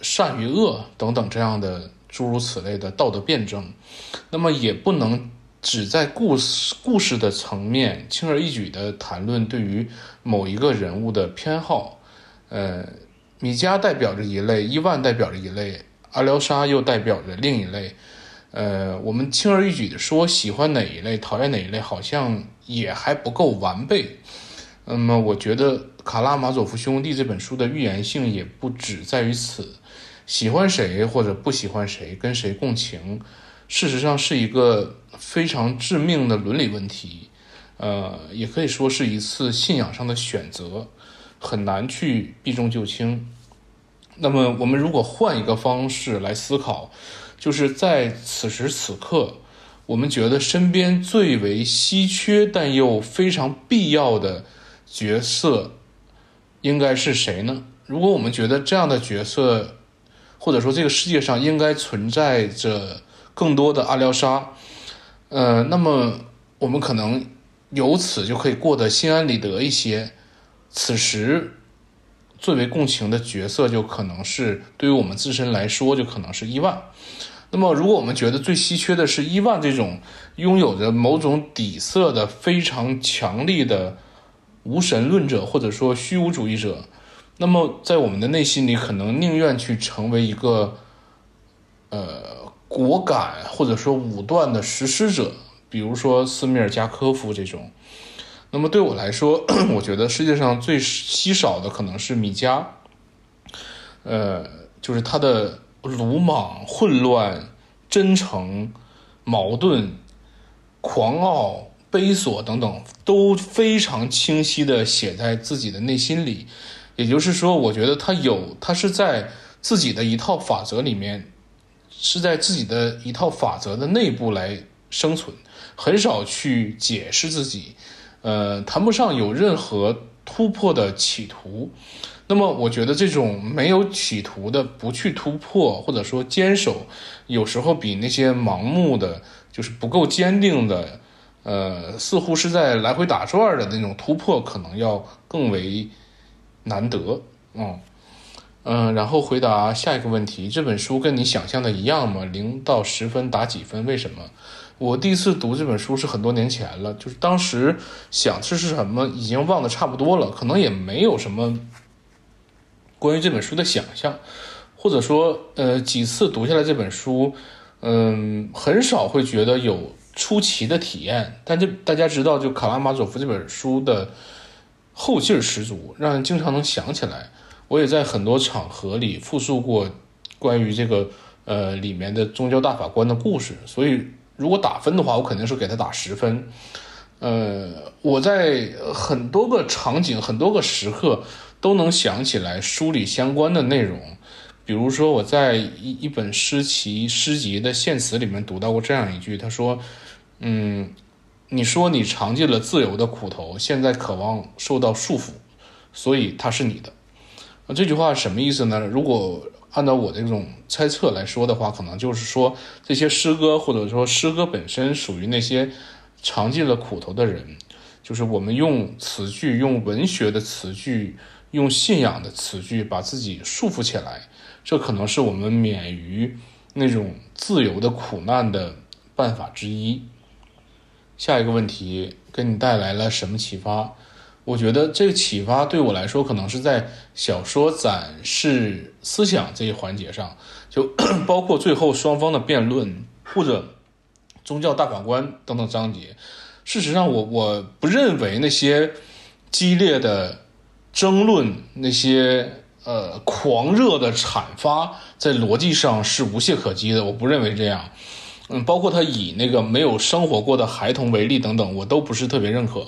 S9: 善与恶等等这样的诸如此类的道德辩证，那么也不能只在故事故事的层面轻而易举地谈论对于某一个人物的偏好。呃，米迦代表着一类，伊万代表着一类，阿廖沙又代表着另一类。呃，我们轻而易举地说喜欢哪一类，讨厌哪一类，好像也还不够完备。那么，我觉得《卡拉马佐夫兄弟》这本书的预言性也不只在于此，喜欢谁或者不喜欢谁，跟谁共情，事实上是一个非常致命的伦理问题，呃，也可以说是一次信仰上的选择，很难去避重就轻。那么，我们如果换一个方式来思考，就是在此时此刻，我们觉得身边最为稀缺但又非常必要的角色应该是谁呢？如果我们觉得这样的角色，或者说这个世界上应该存在着更多的阿廖沙，呃，那么我们可能由此就可以过得心安理得一些。此时，最为共情的角色就可能是对于我们自身来说，就可能是伊万。那么，如果我们觉得最稀缺的是伊万这种拥有着某种底色的非常强力的无神论者或者说虚无主义者，那么在我们的内心里，可能宁愿去成为一个呃果敢或者说武断的实施者，比如说斯米尔加科夫这种。那么对我来说， 我觉得世界上最稀少的可能是米迦，呃，就是他的鲁莽、混乱、真诚、矛盾、狂傲、悲索等等，都非常清晰地写在自己的内心里。也就是说，我觉得他有，他是在自己的一套法则里面，是在自己的一套法则的内部来生存，很少去解释自己，呃，谈不上有任何突破的企图。那么，我觉得这种没有企图的、不去突破或者说坚守，有时候比那些盲目的、就是不够坚定的，呃，似乎是在来回打转儿的那种突破，可能要更为难得。嗯，嗯，然后回答下一个问题：这本书跟你想象的一样吗？零到十分打几分？为什么？我第一次读这本书是很多年前了，就是当时想这是什么，已经忘得差不多了，可能也没有什么关于这本书的想象，或者说，呃，几次读下来这本书，嗯，很少会觉得有出奇的体验。但这大家知道，就卡拉马佐夫这本书的后劲儿十足，让人经常能想起来。我也在很多场合里复述过关于这个呃里面的宗教大法官的故事，所以如果打分的话，我肯定是给他打十分。呃，我在很多个场景、很多个时刻都能想起来书里相关的内容，比如说我在一一本诗集诗集的献词里面读到过这样一句，他说：“嗯，你说你尝尽了自由的苦头，现在渴望受到束缚，所以它是你的。”那这句话什么意思呢？如果按照我这种猜测来说的话，可能就是说这些诗歌或者说诗歌本身属于那些尝尽了苦头的人，就是我们用词句、用文学的词句、用信仰的词句把自己束缚起来，这可能是我们免于那种自由的苦难的办法之一。下一个问题给你带来了什么启发？我觉得这个启发对我来说，可能是在小说展示思想这一环节上，就 包括最后双方的辩论或者宗教大法官等等章节。事实上我，我我不认为那些激烈的争论、那些呃狂热的阐发，在逻辑上是无懈可击的。我不认为这样。嗯，包括他以那个没有生活过的孩童为例等等，我都不是特别认可。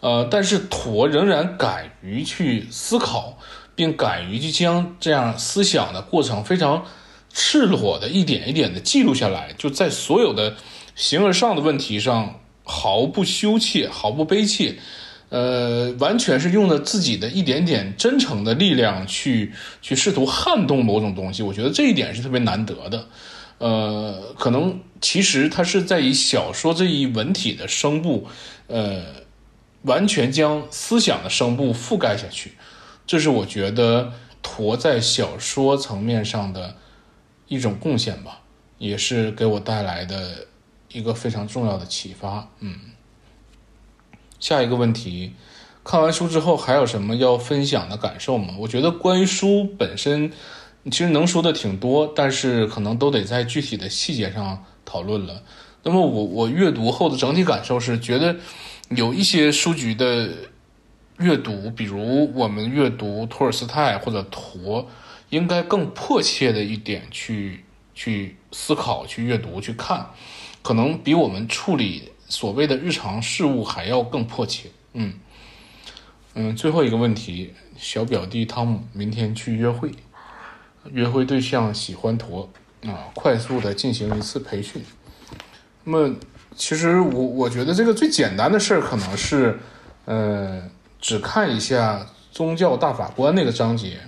S9: 呃，但是陀仍然敢于去思考，并敢于去将这样思想的过程非常赤裸的一点一点的记录下来，就在所有的形而上的问题上毫不羞怯、毫不悲切，呃，完全是用了自己的一点点真诚的力量去去试图撼动某种东西。我觉得这一点是特别难得的。呃，可能其实它是在以小说这一文体的声部，呃。完全将思想的声部覆盖下去，这是我觉得陀在小说层面上的一种贡献吧，也是给我带来的一个非常重要的启发。嗯，下一个问题，看完书之后还有什么要分享的感受吗？我觉得关于书本身，其实能说的挺多，但是可能都得在具体的细节上讨论了。那么我我阅读后的整体感受是觉得。有一些书局的阅读，比如我们阅读托尔斯泰或者陀，应该更迫切的一点去去思考、去阅读、去看，可能比我们处理所谓的日常事务还要更迫切。嗯嗯，最后一个问题，小表弟汤姆明天去约会，约会对象喜欢陀啊，快速的进行一次培训，那么。其实我我觉得这个最简单的事儿可能是，呃，只看一下宗教大法官那个章节，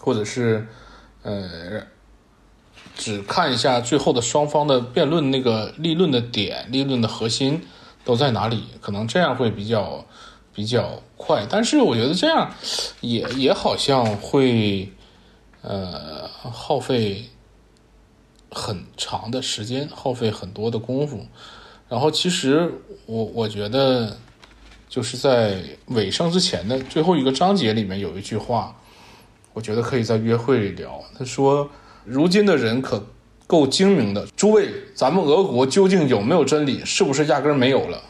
S9: 或者是，呃，只看一下最后的双方的辩论那个立论的点、立论的核心都在哪里，可能这样会比较比较快。但是我觉得这样也也好像会，呃，耗费。很长的时间，耗费很多的功夫。然后，其实我我觉得，就是在尾声之前的最后一个章节里面有一句话，我觉得可以在约会里聊。他说：“如今的人可够精明的，诸位，咱们俄国究竟有没有真理？是不是压根儿没有了？”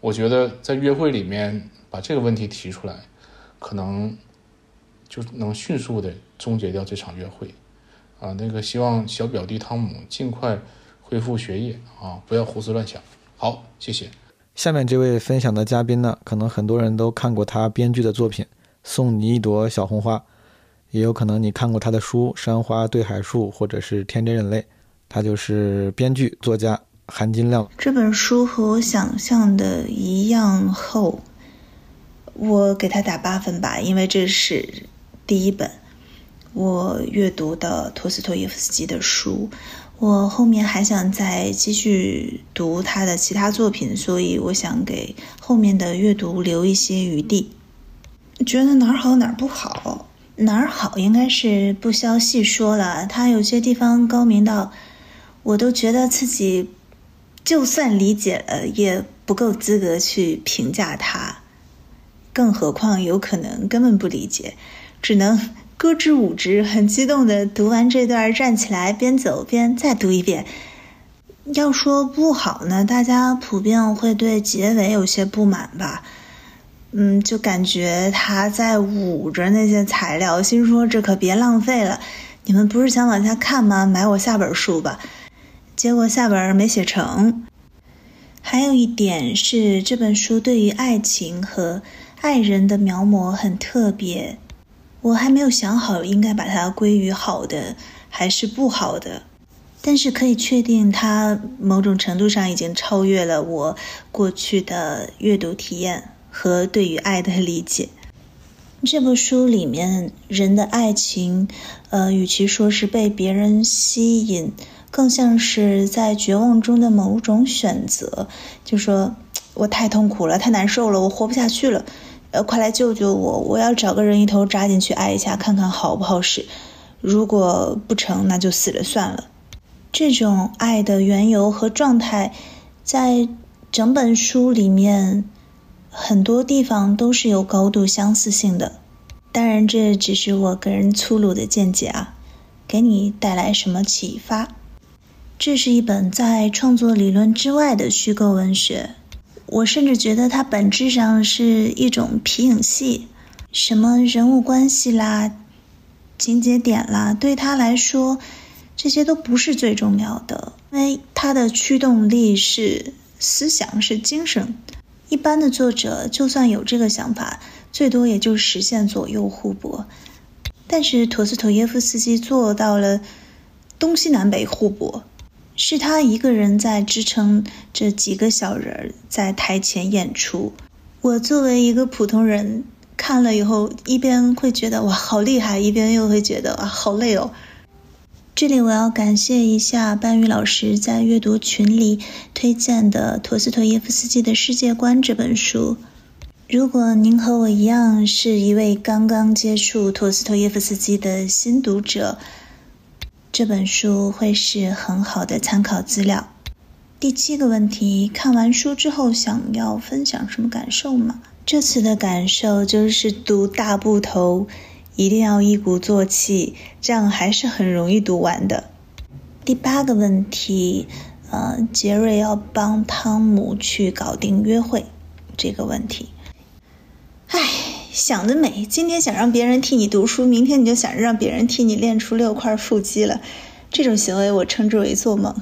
S9: 我觉得在约会里面把这个问题提出来，可能就能迅速的终结掉这场约会。啊，那个希望小表弟汤姆尽快恢复学业啊，不要胡思乱想。好，谢谢。
S7: 下面这位分享的嘉宾呢，可能很多人都看过他编剧的作品《送你一朵小红花》，也有可能你看过他的书《山花对海树》或者是《天真人类》。他就是编剧作家韩金亮。
S10: 这本书和我想象的一样厚，我给他打八分吧，因为这是第一本。我阅读的托斯托耶夫斯基的书，我后面还想再继续读他的其他作品，所以我想给后面的阅读留一些余地。觉得哪儿好哪儿不好，哪儿好，应该是不消细说了。他有些地方高明到，我都觉得自己就算理解了，也不够资格去评价他，更何况有可能根本不理解，只能咯吱舞之，很激动的读完这段，站起来边走边再读一遍。要说不好呢，大家普遍会对结尾有些不满吧。嗯，就感觉他在捂着那些材料，心说这可别浪费了。你们不是想往下看吗？买我下本书吧。结果下本没写成。还有一点是，这本书对于爱情和爱人的描摹很特别，我还没有想好应该把它归于好的还是不好的。但是可以确定，它某种程度上已经超越了我过去的阅读体验和对于爱的理解。这部书里面，人的爱情，呃，与其说是被别人吸引，更像是在绝望中的某种选择。就说我太痛苦了，太难受了，我活不下去了，呃，快来救救我！我要找个人一头扎进去爱一下，看看好不好使。如果不成，那就死了算了。这种爱的缘由和状态，在整本书里面很多地方都是有高度相似性的。当然，这只是我个人粗鲁的见解啊，给你带来什么启发？这是一本在创作理论之外的虚构文学，我甚至觉得它本质上是一种皮影戏，什么人物关系啦、情节点啦，对他来说。这些都不是最重要的，因为它的驱动力是思想，是精神。一般的作者就算有这个想法，最多也就实现左右互搏。但是陀思妥耶夫斯基做到了东西南北互搏，是他一个人在支撑这几个小人儿在台前演出。我作为一个普通人看了以后，一边会觉得哇好厉害，一边又会觉得哇好累哦。这里我要感谢一下班宇老师在阅读群里推荐的陀思妥耶夫斯基的《世界观》这本书。如果您和我一样是一位刚刚接触陀思妥耶夫斯基的新读者，这本书会是很好的参考资料。第七个问题，看完书之后想要分享什么感受吗？这次的感受就是读大部头。一定要一鼓作气，这样还是很容易读完的。第八个问题，呃，杰瑞要帮汤姆去搞定约会这个问题。唉，想得美！今天想让别人替你读书，明天你就想着让别人替你练出六块腹肌了，这种行为我称之为做梦。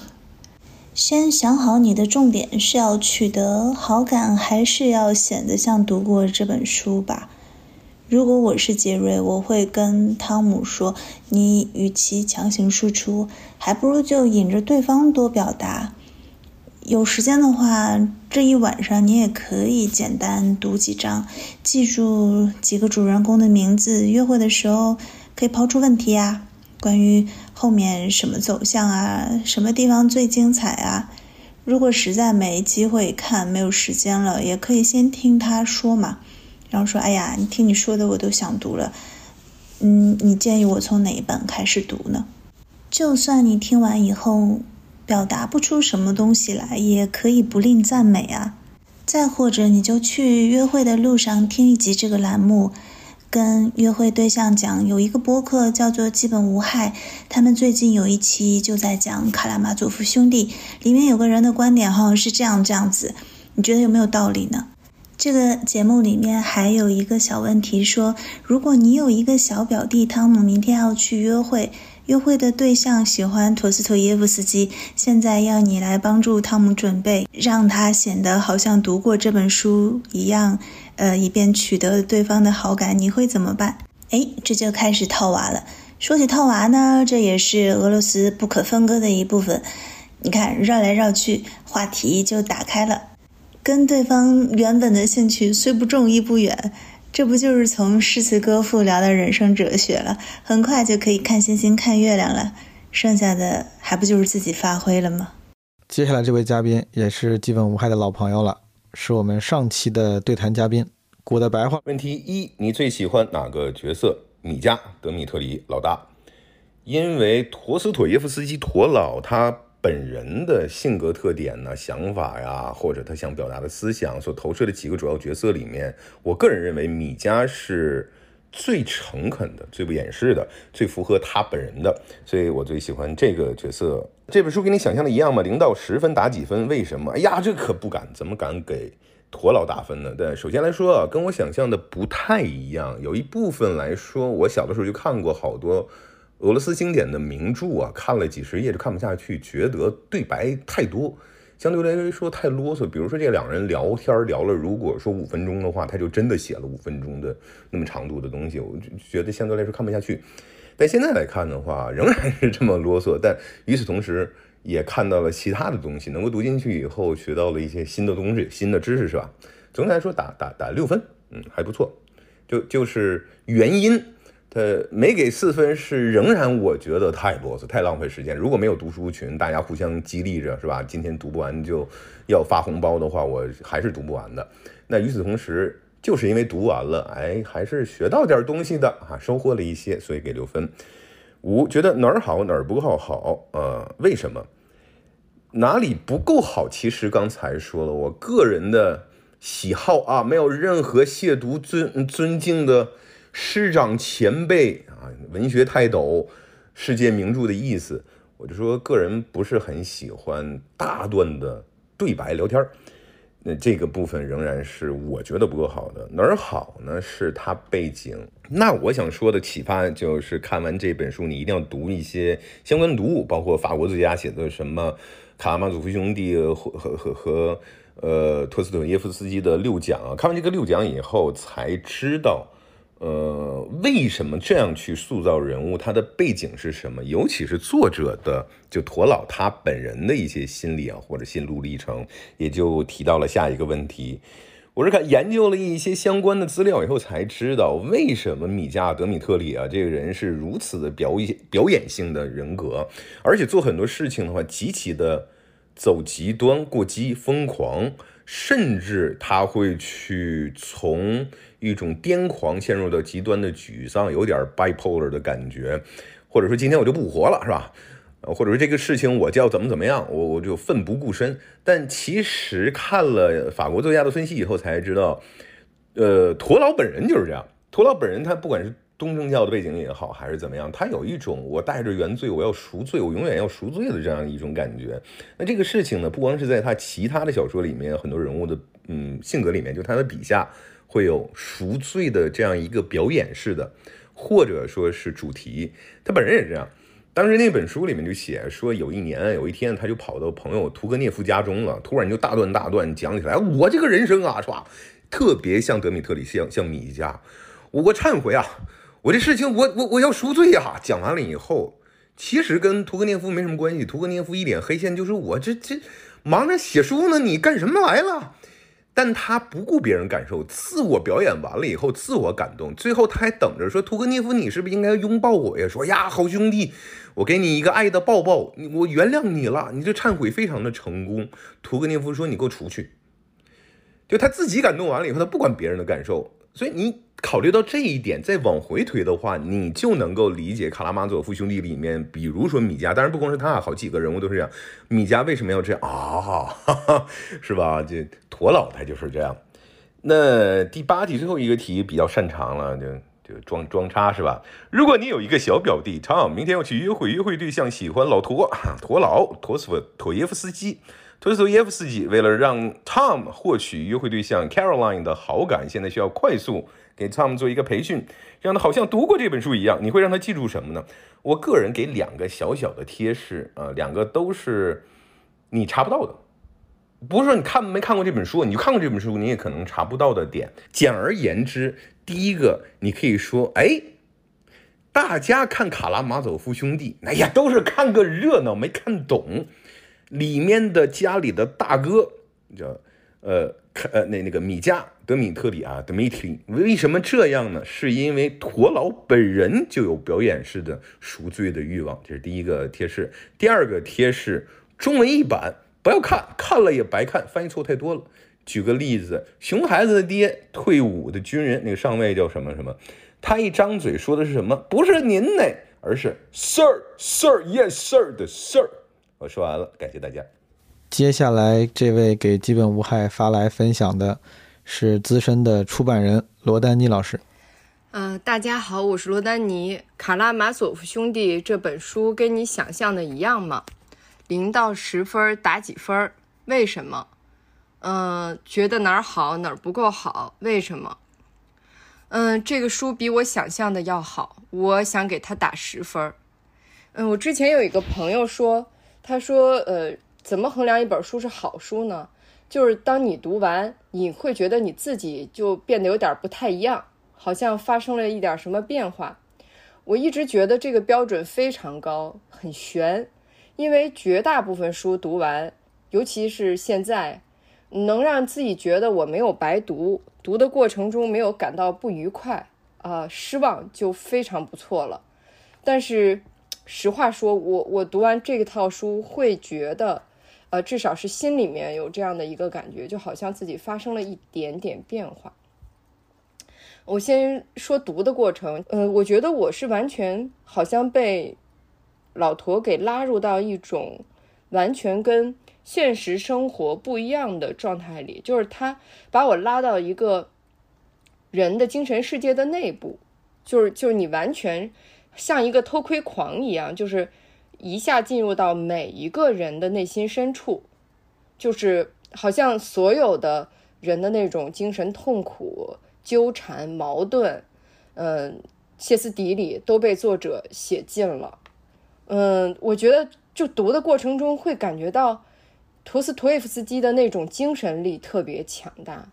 S10: 先想好你的重点是要取得好感，还是要显得像读过这本书吧。如果我是杰瑞，我会跟汤姆说：“你与其强行输出，还不如就引着对方多表达。有时间的话，这一晚上你也可以简单读几章，记住几个主人公的名字。约会的时候可以抛出问题啊，关于后面什么走向啊，什么地方最精彩啊。如果实在没机会看，没有时间了，也可以先听他说嘛。”然后说：“哎呀，你听你说的我都想读了，嗯，你建议我从哪一本开始读呢？”就算你听完以后表达不出什么东西来，也可以不吝赞美啊。再或者，你就去约会的路上听一集这个栏目，跟约会对象讲，有一个播客叫做《基本无害》，他们最近有一期就在讲卡拉马佐夫兄弟，里面有个人的观点好像是这样这样子，你觉得有没有道理呢？这个节目里面还有一个小问题说，如果你有一个小表弟汤姆，明天要去约会，约会的对象喜欢陀思妥耶夫斯基，现在要你来帮助汤姆准备，让他显得好像读过这本书一样，呃，以便取得对方的好感，你会怎么办？哎，这就开始套娃了。说起套娃呢，这也是俄罗斯不可分割的一部分。你看，绕来绕去，话题就打开了。跟对方原本的兴趣虽不重亦不远，这不就是从诗词歌赋聊到人生哲学了？很快就可以看星星、看月亮了，剩下的还不就是自己发挥了吗？
S7: 接下来这位嘉宾也是基本无害的老朋友了，是我们上期的对谈嘉宾，古的白话。
S11: 问题一：你最喜欢哪个角色？米加德米特里老大，因为陀思妥耶夫斯基陀老他本人的性格特点呢、想法呀，或者他想表达的思想所投射的几个主要角色里面，我个人认为米加是最诚恳的、最不掩饰的、最符合他本人的，所以我最喜欢这个角色。这本书跟你想象的一样吗？零到十分打几分？为什么？哎呀，这可不敢，怎么敢给？陀老打分呢？但首先来说啊，跟我想象的不太一样。有一部分来说，我小的时候就看过好多俄罗斯经典的名著啊，看了几十页就看不下去，觉得对白太多，相对来说太啰嗦。比如说这两人聊天聊了，如果说五分钟的话，他就真的写了五分钟的那么长度的东西，我就觉得相对来说看不下去。但现在来看的话，仍然是这么啰嗦。但与此同时，也看到了其他的东西，能够读进去以后，学到了一些新的东西、新的知识，是吧？总体来说打，打打六分，嗯，还不错。就就是原因，他没给四分是仍然我觉得太啰嗦、太浪费时间。如果没有读书群，大家互相激励着，是吧？今天读不完就要发红包的话，我还是读不完的。那与此同时，就是因为读完了，哎，还是学到点东西的啊，收获了一些，所以给六分。五觉得哪儿好哪儿不够好，呃，为什么？哪里不够好？其实刚才说了，我个人的喜好啊，没有任何亵渎尊尊敬的师长前辈啊，文学泰斗、世界名著的意思，我就说个人不是很喜欢大段的对白聊天儿。那呃这个部分仍然是我觉得不够好的，哪儿好呢？是它背景。那我想说的启发就是，看完这本书，你一定要读一些相关读物，包括法国作家写的什么《卡拉马佐夫兄弟》和和和和呃托斯妥耶夫斯基的《六讲》啊。看完这个《六讲》以后，才知道。呃，为什么这样去塑造人物？他的背景是什么？尤其是作者的，就驼老他本人的一些心理啊，或者心路历程，也就提到了下一个问题。我是看研究了一些相关的资料以后，才知道为什么米加德米特里啊这个人是如此的表演表演性的人格，而且做很多事情的话，极其的走极端、过激、疯狂。甚至他会去从一种癫狂陷入到极端的沮丧，有点 bipolar 的感觉，或者说今天我就不活了，是吧？呃或者说这个事情我就要怎么怎么样，我我就奋不顾身。但其实看了法国作家的分析以后才知道，呃，陀老本人就是这样。陀老本人他不管是东正教的背景也好，还是怎么样，他有一种我带着原罪，我要赎罪，我永远要赎罪的这样一种感觉。那这个事情呢，不光是在他其他的小说里面，很多人物的嗯性格里面，就他的笔下会有赎罪的这样一个表演式的，或者说是主题。他本人也这样。当时那本书里面就写说，有一年有一天，他就跑到朋友屠格涅夫家中了，突然就大段大段讲起来，我这个人生啊，是吧？特别像德米特里，像像米家，我我忏悔啊， 我这事情我我我要赎罪呀、讲完了以后，其实跟屠格涅夫没什么关系，屠格涅夫一脸黑线，就是我这这忙着写书呢，你干什么来了？但他不顾别人感受，自我表演完了以后，自我感动，最后他还等着说：“屠格涅夫，你是不是应该拥抱我呀？”说：“呀，好兄弟，我给你一个爱的抱抱，你我原谅你了。”你这忏悔非常的成功。屠格涅夫说：“你给我出去。”就他自己感动完了以后，他不管别人的感受。所以你考虑到这一点，再往回推的话，你就能够理解《卡拉马佐夫兄弟》里面，比如说米加，当然不光是他，好几个人物都是这样。米加为什么要这样啊、哈哈，是吧？这驼老他就是这样。那第八题最后一个题比较擅长了，就就装装叉是吧？如果你有一个小表弟 Tom，明天要去约会，约会对象喜欢老陀陀老陀斯陀耶夫斯基。托斯托耶夫斯基为了让 Tom 获取约会对象 Caroline 的好感，现在需要快速给 Tom 做一个培训，让他好像读过这本书一样。你会让他记住什么呢？我个人给两个小小的贴士啊、呃两个都是你查不到的。不是说你看没看过这本书，你看过这本书，你也可能查不到的点。简而言之，第一个，你可以说，哎，大家看《卡拉马佐夫兄弟》，哎呀，都是看个热闹，没看懂。里面的家里的大哥叫呃克呃那那个米加德米特里啊德米特里，为什么这样呢？是因为陀老本人就有表演式的赎罪的欲望，这是第一个贴士。第二个贴士，中文译版不要看，看了也白看，翻译错太多了。举个例子，熊孩子的爹，退伍的军人，那个上尉叫什么什么，他一张嘴说的是什么？不是您呢，而是 Sir Sir Yes Sir 的 Sir。我说完了，感谢大家。
S7: 接下来这位给基本无害发来分享的是资深的出版人罗丹妮老师。
S12: 嗯、大家好，我是罗丹尼。《卡拉马佐夫兄弟》这本书跟你想象的一样吗？零到十分儿打几分儿？为什么？嗯、觉得哪儿好哪儿不够好？为什么？嗯、这个书比我想象的要好，我想给它打十分儿。嗯、我之前有一个朋友说，他说，呃，怎么衡量一本书是好书呢？就是当你读完，你会觉得你自己就变得有点不太一样，好像发生了一点什么变化。我一直觉得这个标准非常高，很悬，因为绝大部分书读完，尤其是现在，能让自己觉得我没有白读，读的过程中没有感到不愉快啊、失望，就非常不错了。但是，实话说，我我读完这套书会觉得，呃，至少是心里面有这样的一个感觉，就好像自己发生了一点点变化。我先说读的过程，呃，我觉得我是完全好像被老陀给拉入到一种完全跟现实生活不一样的状态里，就是他把我拉到一个人的精神世界的内部，就是就是你完全像一个偷窥狂一样，就是一下进入到每一个人的内心深处，就是好像所有的人的那种精神痛苦、纠缠、矛盾，嗯、歇斯底里都被作者写尽了。嗯，我觉得就读的过程中会感觉到陀思妥耶夫斯基的那种精神力特别强大，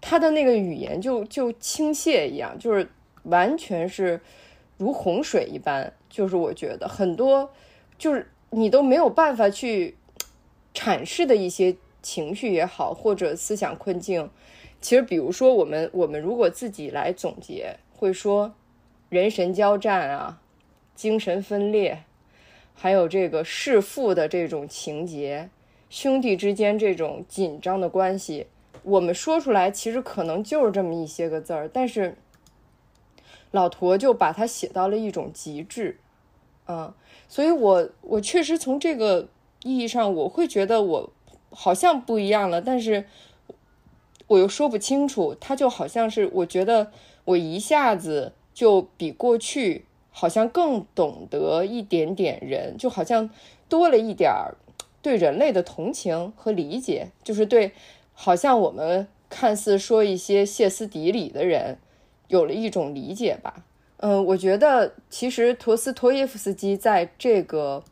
S12: 他的那个语言就就倾泻一样，就是完全是如洪水一般，就是我觉得很多就是你都没有办法去阐释的一些情绪也好，或者思想困境。其实，比如说我们我们如果自己来总结，会说人神交战啊，精神分裂，还有这个弑父的这种情节，兄弟之间这种紧张的关系，我们说出来其实可能就是这么一些个字儿，但是老陀就把它写到了一种极致，嗯，所以我我确实从这个意义上，我会觉得我好像不一样了，但是我又说不清楚，它就好像是我觉得我一下子就比过去好像更懂得一点点人，就好像多了一点儿对人类的同情和理解，就是对好像我们看似说一些歇斯底里的人，有了一种理解吧。嗯，我觉得其实陀思妥耶夫斯基在这个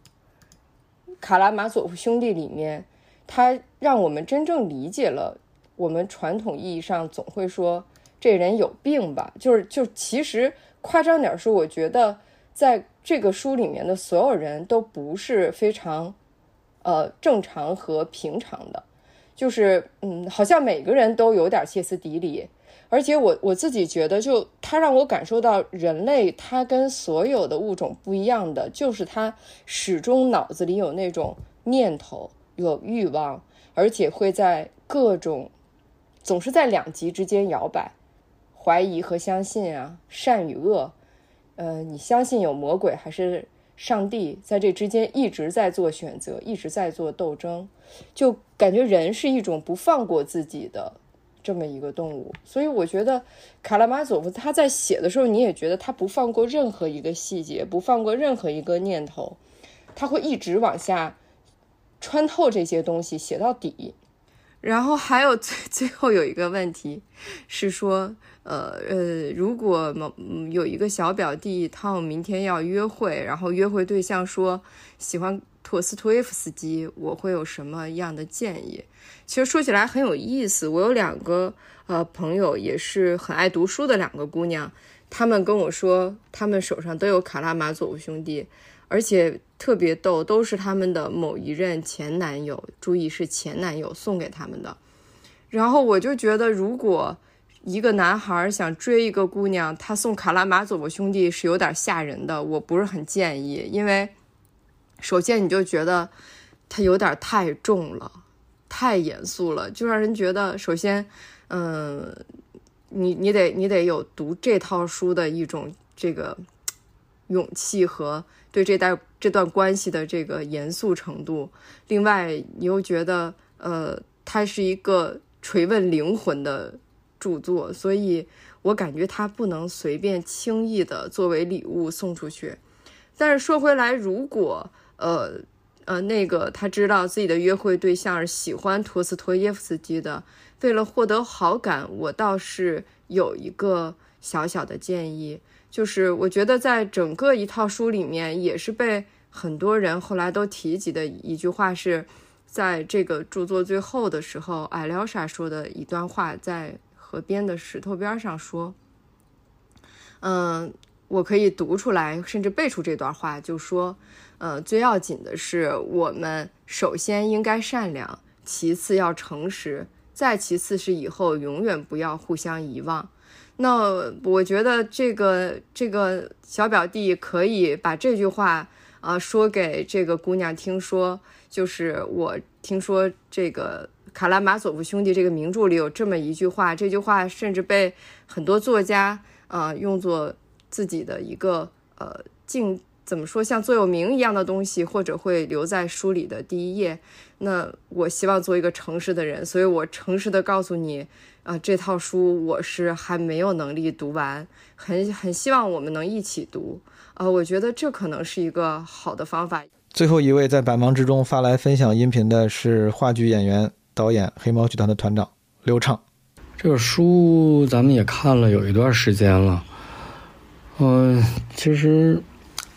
S12: 《卡拉马佐夫兄弟》里面，他让我们真正理解了我们传统意义上总会说这人有病吧，就是就其实夸张点儿说，我觉得在这个书里面的所有人都不是非常呃正常和平常的，就是嗯，好像每个人都有点歇斯底里，而且我我自己觉得就，它让我感受到人类它跟所有的物种不一样的，就是它始终脑子里有那种念头，有欲望，而且会在各种总是在两极之间摇摆，怀疑和相信啊，善与恶，呃，你相信有魔鬼还是上帝，在这之间一直在做选择，一直在做斗争，就感觉人是一种不放过自己的这么一个动物。所以我觉得卡拉马佐夫他在写的时候，你也觉得他不放过任何一个细节，不放过任何一个念头，他会一直往下穿透这些东西写到底。然后还有最最后有一个问题是说，呃呃，如果某嗯有一个小表弟，他们明天要约会，然后约会对象说喜欢陀思妥耶夫斯基，我会有什么样的建议？其实说起来很有意思，我有两个呃朋友也是很爱读书的两个姑娘，她们跟我说，她们手上都有卡拉马佐夫兄弟，而且特别逗，都是她们的某一任前男友，注意是前男友送给她们的。然后我就觉得，如果一个男孩想追一个姑娘，他送卡拉马佐夫兄弟是有点吓人的，我不是很建议，因为首先你就觉得他有点太重了。太严肃了，就让人觉得，首先，嗯、你你得你得有读这套书的一种这个勇气和对这代这段关系的这个严肃程度。另外，你又觉得呃，它是一个垂问灵魂的著作，所以我感觉它不能随便轻易的作为礼物送出去。但是说回来，如果呃呃那个他知道自己的约会对象是喜欢陀思妥耶夫斯基的，为了获得好感，我倒是有一个小小的建议，就是我觉得在整个一套书里面，也是被很多人后来都提及的一句话是，在这个著作最后的时候，艾廖莎说的一段话，在河边的石头边上说，嗯，我可以读出来，甚至背出这段话，就说，呃，最要紧的是，我们首先应该善良，其次要诚实，再其次是以后永远不要互相遗忘。那我觉得这个这个小表弟可以把这句话啊、呃说给这个姑娘听说，就是我听说这个卡拉马佐夫兄弟这个名著里有这么一句话，这句话甚至被很多作家呃用作自己的一个呃敬怎么说像座右铭一样的东西，或者会留在书里的第一页。那我希望做一个诚实的人，所以我诚实的告诉你，啊、这套书我是还没有能力读完，很很希望我们能一起读。啊、我觉得这可能是一个好的方法。
S7: 最后一位在百忙之中发来分享音频的是话剧演员、导演黑猫剧团的团长刘畅。
S13: 这个书咱们也看了有一段时间了，嗯、其实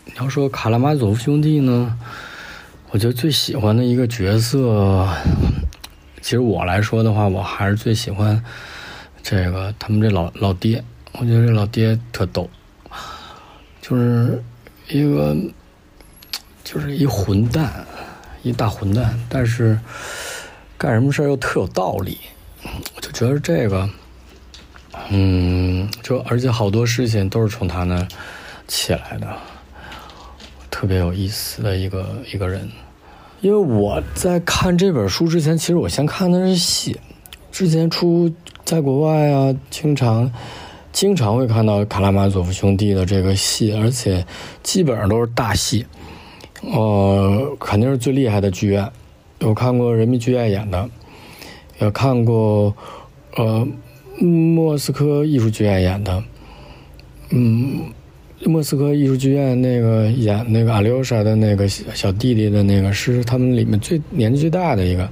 S13: 你要说卡拉马佐夫兄弟呢，我觉得最喜欢的一个角色，其实我来说的话，我还是最喜欢这个他们这老老爹，我觉得这老爹特逗，就是一个就是一混蛋，一大混蛋，但是干什么事儿又特有道理，我就觉得这个，嗯，就而且好多事情都是从他那起来的，特别有意思的一个一个人。因为我在看这本书之前，其实我先看的是戏，之前出在国外啊，经常经常会看到卡拉马佐夫兄弟的这个戏，而且基本上都是大戏，呃，肯定是最厉害的剧院。有看过人民剧院演的，也看过呃莫斯科艺术剧院演的，嗯，莫斯科艺术剧院那个演那个阿廖沙的那个小小弟弟的那个是他们里面最年纪最大的一个，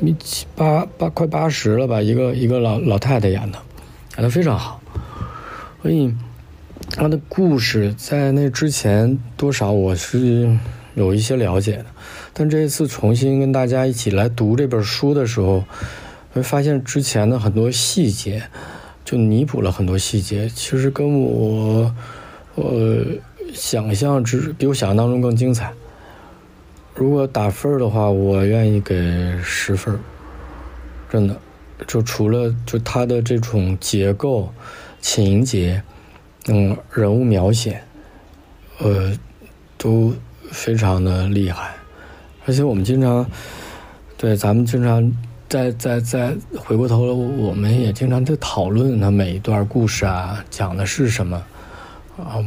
S13: 一七八八快八十了吧，一个一个老老太太演的，演的非常好，所以他的故事在那之前多少我是有一些了解的，但这一次重新跟大家一起来读这本书的时候，会发现之前的很多细节，就弥补了很多细节，其实跟我呃想象之比我想象当中更精彩。如果打分儿的话，我愿意给十分儿，真的。就除了就它的这种结构、情节，嗯，人物描写，呃，都非常的厉害。而且我们经常，对咱们经常在在在回过头来，我们也经常在讨论它每一段故事啊，讲的是什么，啊、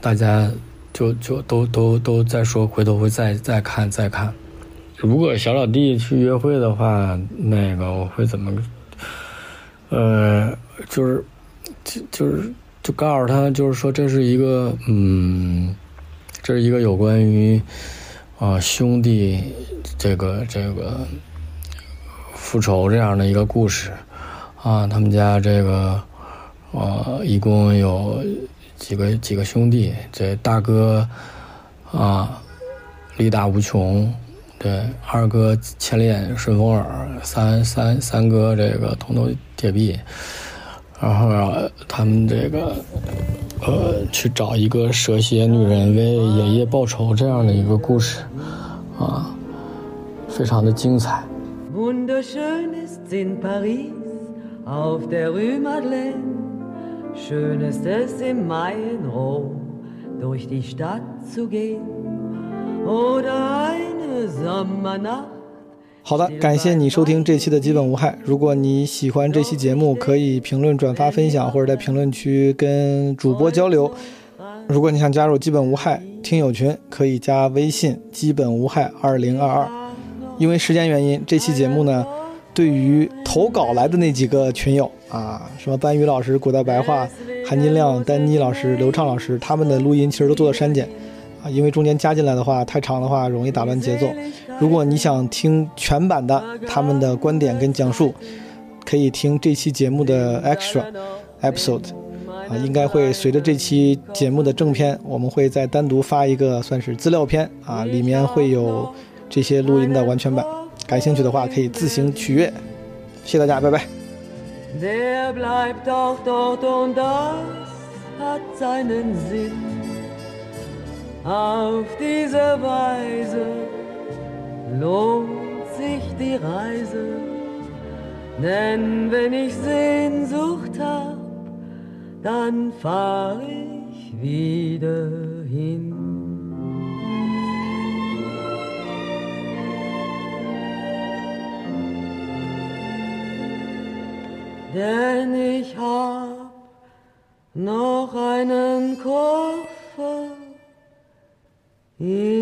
S13: 大家就就都都都再说，回头会再再看再看。如果小老弟去约会的话，那个我会怎么？呃，就是，就就是就告诉他，就是说这是一个嗯，这是一个有关于啊、呃兄弟这个这个复仇这样的一个故事啊，他们家这个呃一共有几个几个兄弟，这大哥啊力大无穷，对，二哥千里眼顺风耳，三三三哥这个铜头铁臂，然后啊、他们这个呃去找一个蛇蝎女人为爷爷报仇这样的一个故事啊，非常的精彩。
S8: Wunderschön ist's in Paris auf der Rue Madeleine. Schön ist es im Mai in Rom durch die Stadt zu gehen. Oder eine Sommernacht
S1: 好的，感谢你收听这期的基本无害。如果你喜欢这期节目，可以评论、转发、分享，或者在评论区跟主播交流。如果你想加入基本无害听友群，可以加微信“基本无害二零二二”。因为时间原因，这期节目呢，对于投稿来的那几个群友啊，什么班宇老师、古代白话、韩金亮、丹妮老师、刘畅老师，他们的录音其实都做了删减啊，因为中间加进来的话太长的话，容易打乱节奏。如果你想听全版的他们的观点跟讲述，可以听这期节目的 extra episode。啊，应该会随着这期节目的正片，我们会再单独发一个算是资料片啊，里面会有这些录音的完全版。感兴趣的话可以自行取阅，谢谢大家，拜拜。
S8: Der bleibt auch dort und das hat seinen Sinn. Auf diese Weise lohnt sich die Reise. Denn wenn ich Sehnsucht hab, dann fahr ich wieder hin. Denn ich hab noch einen Koffer. in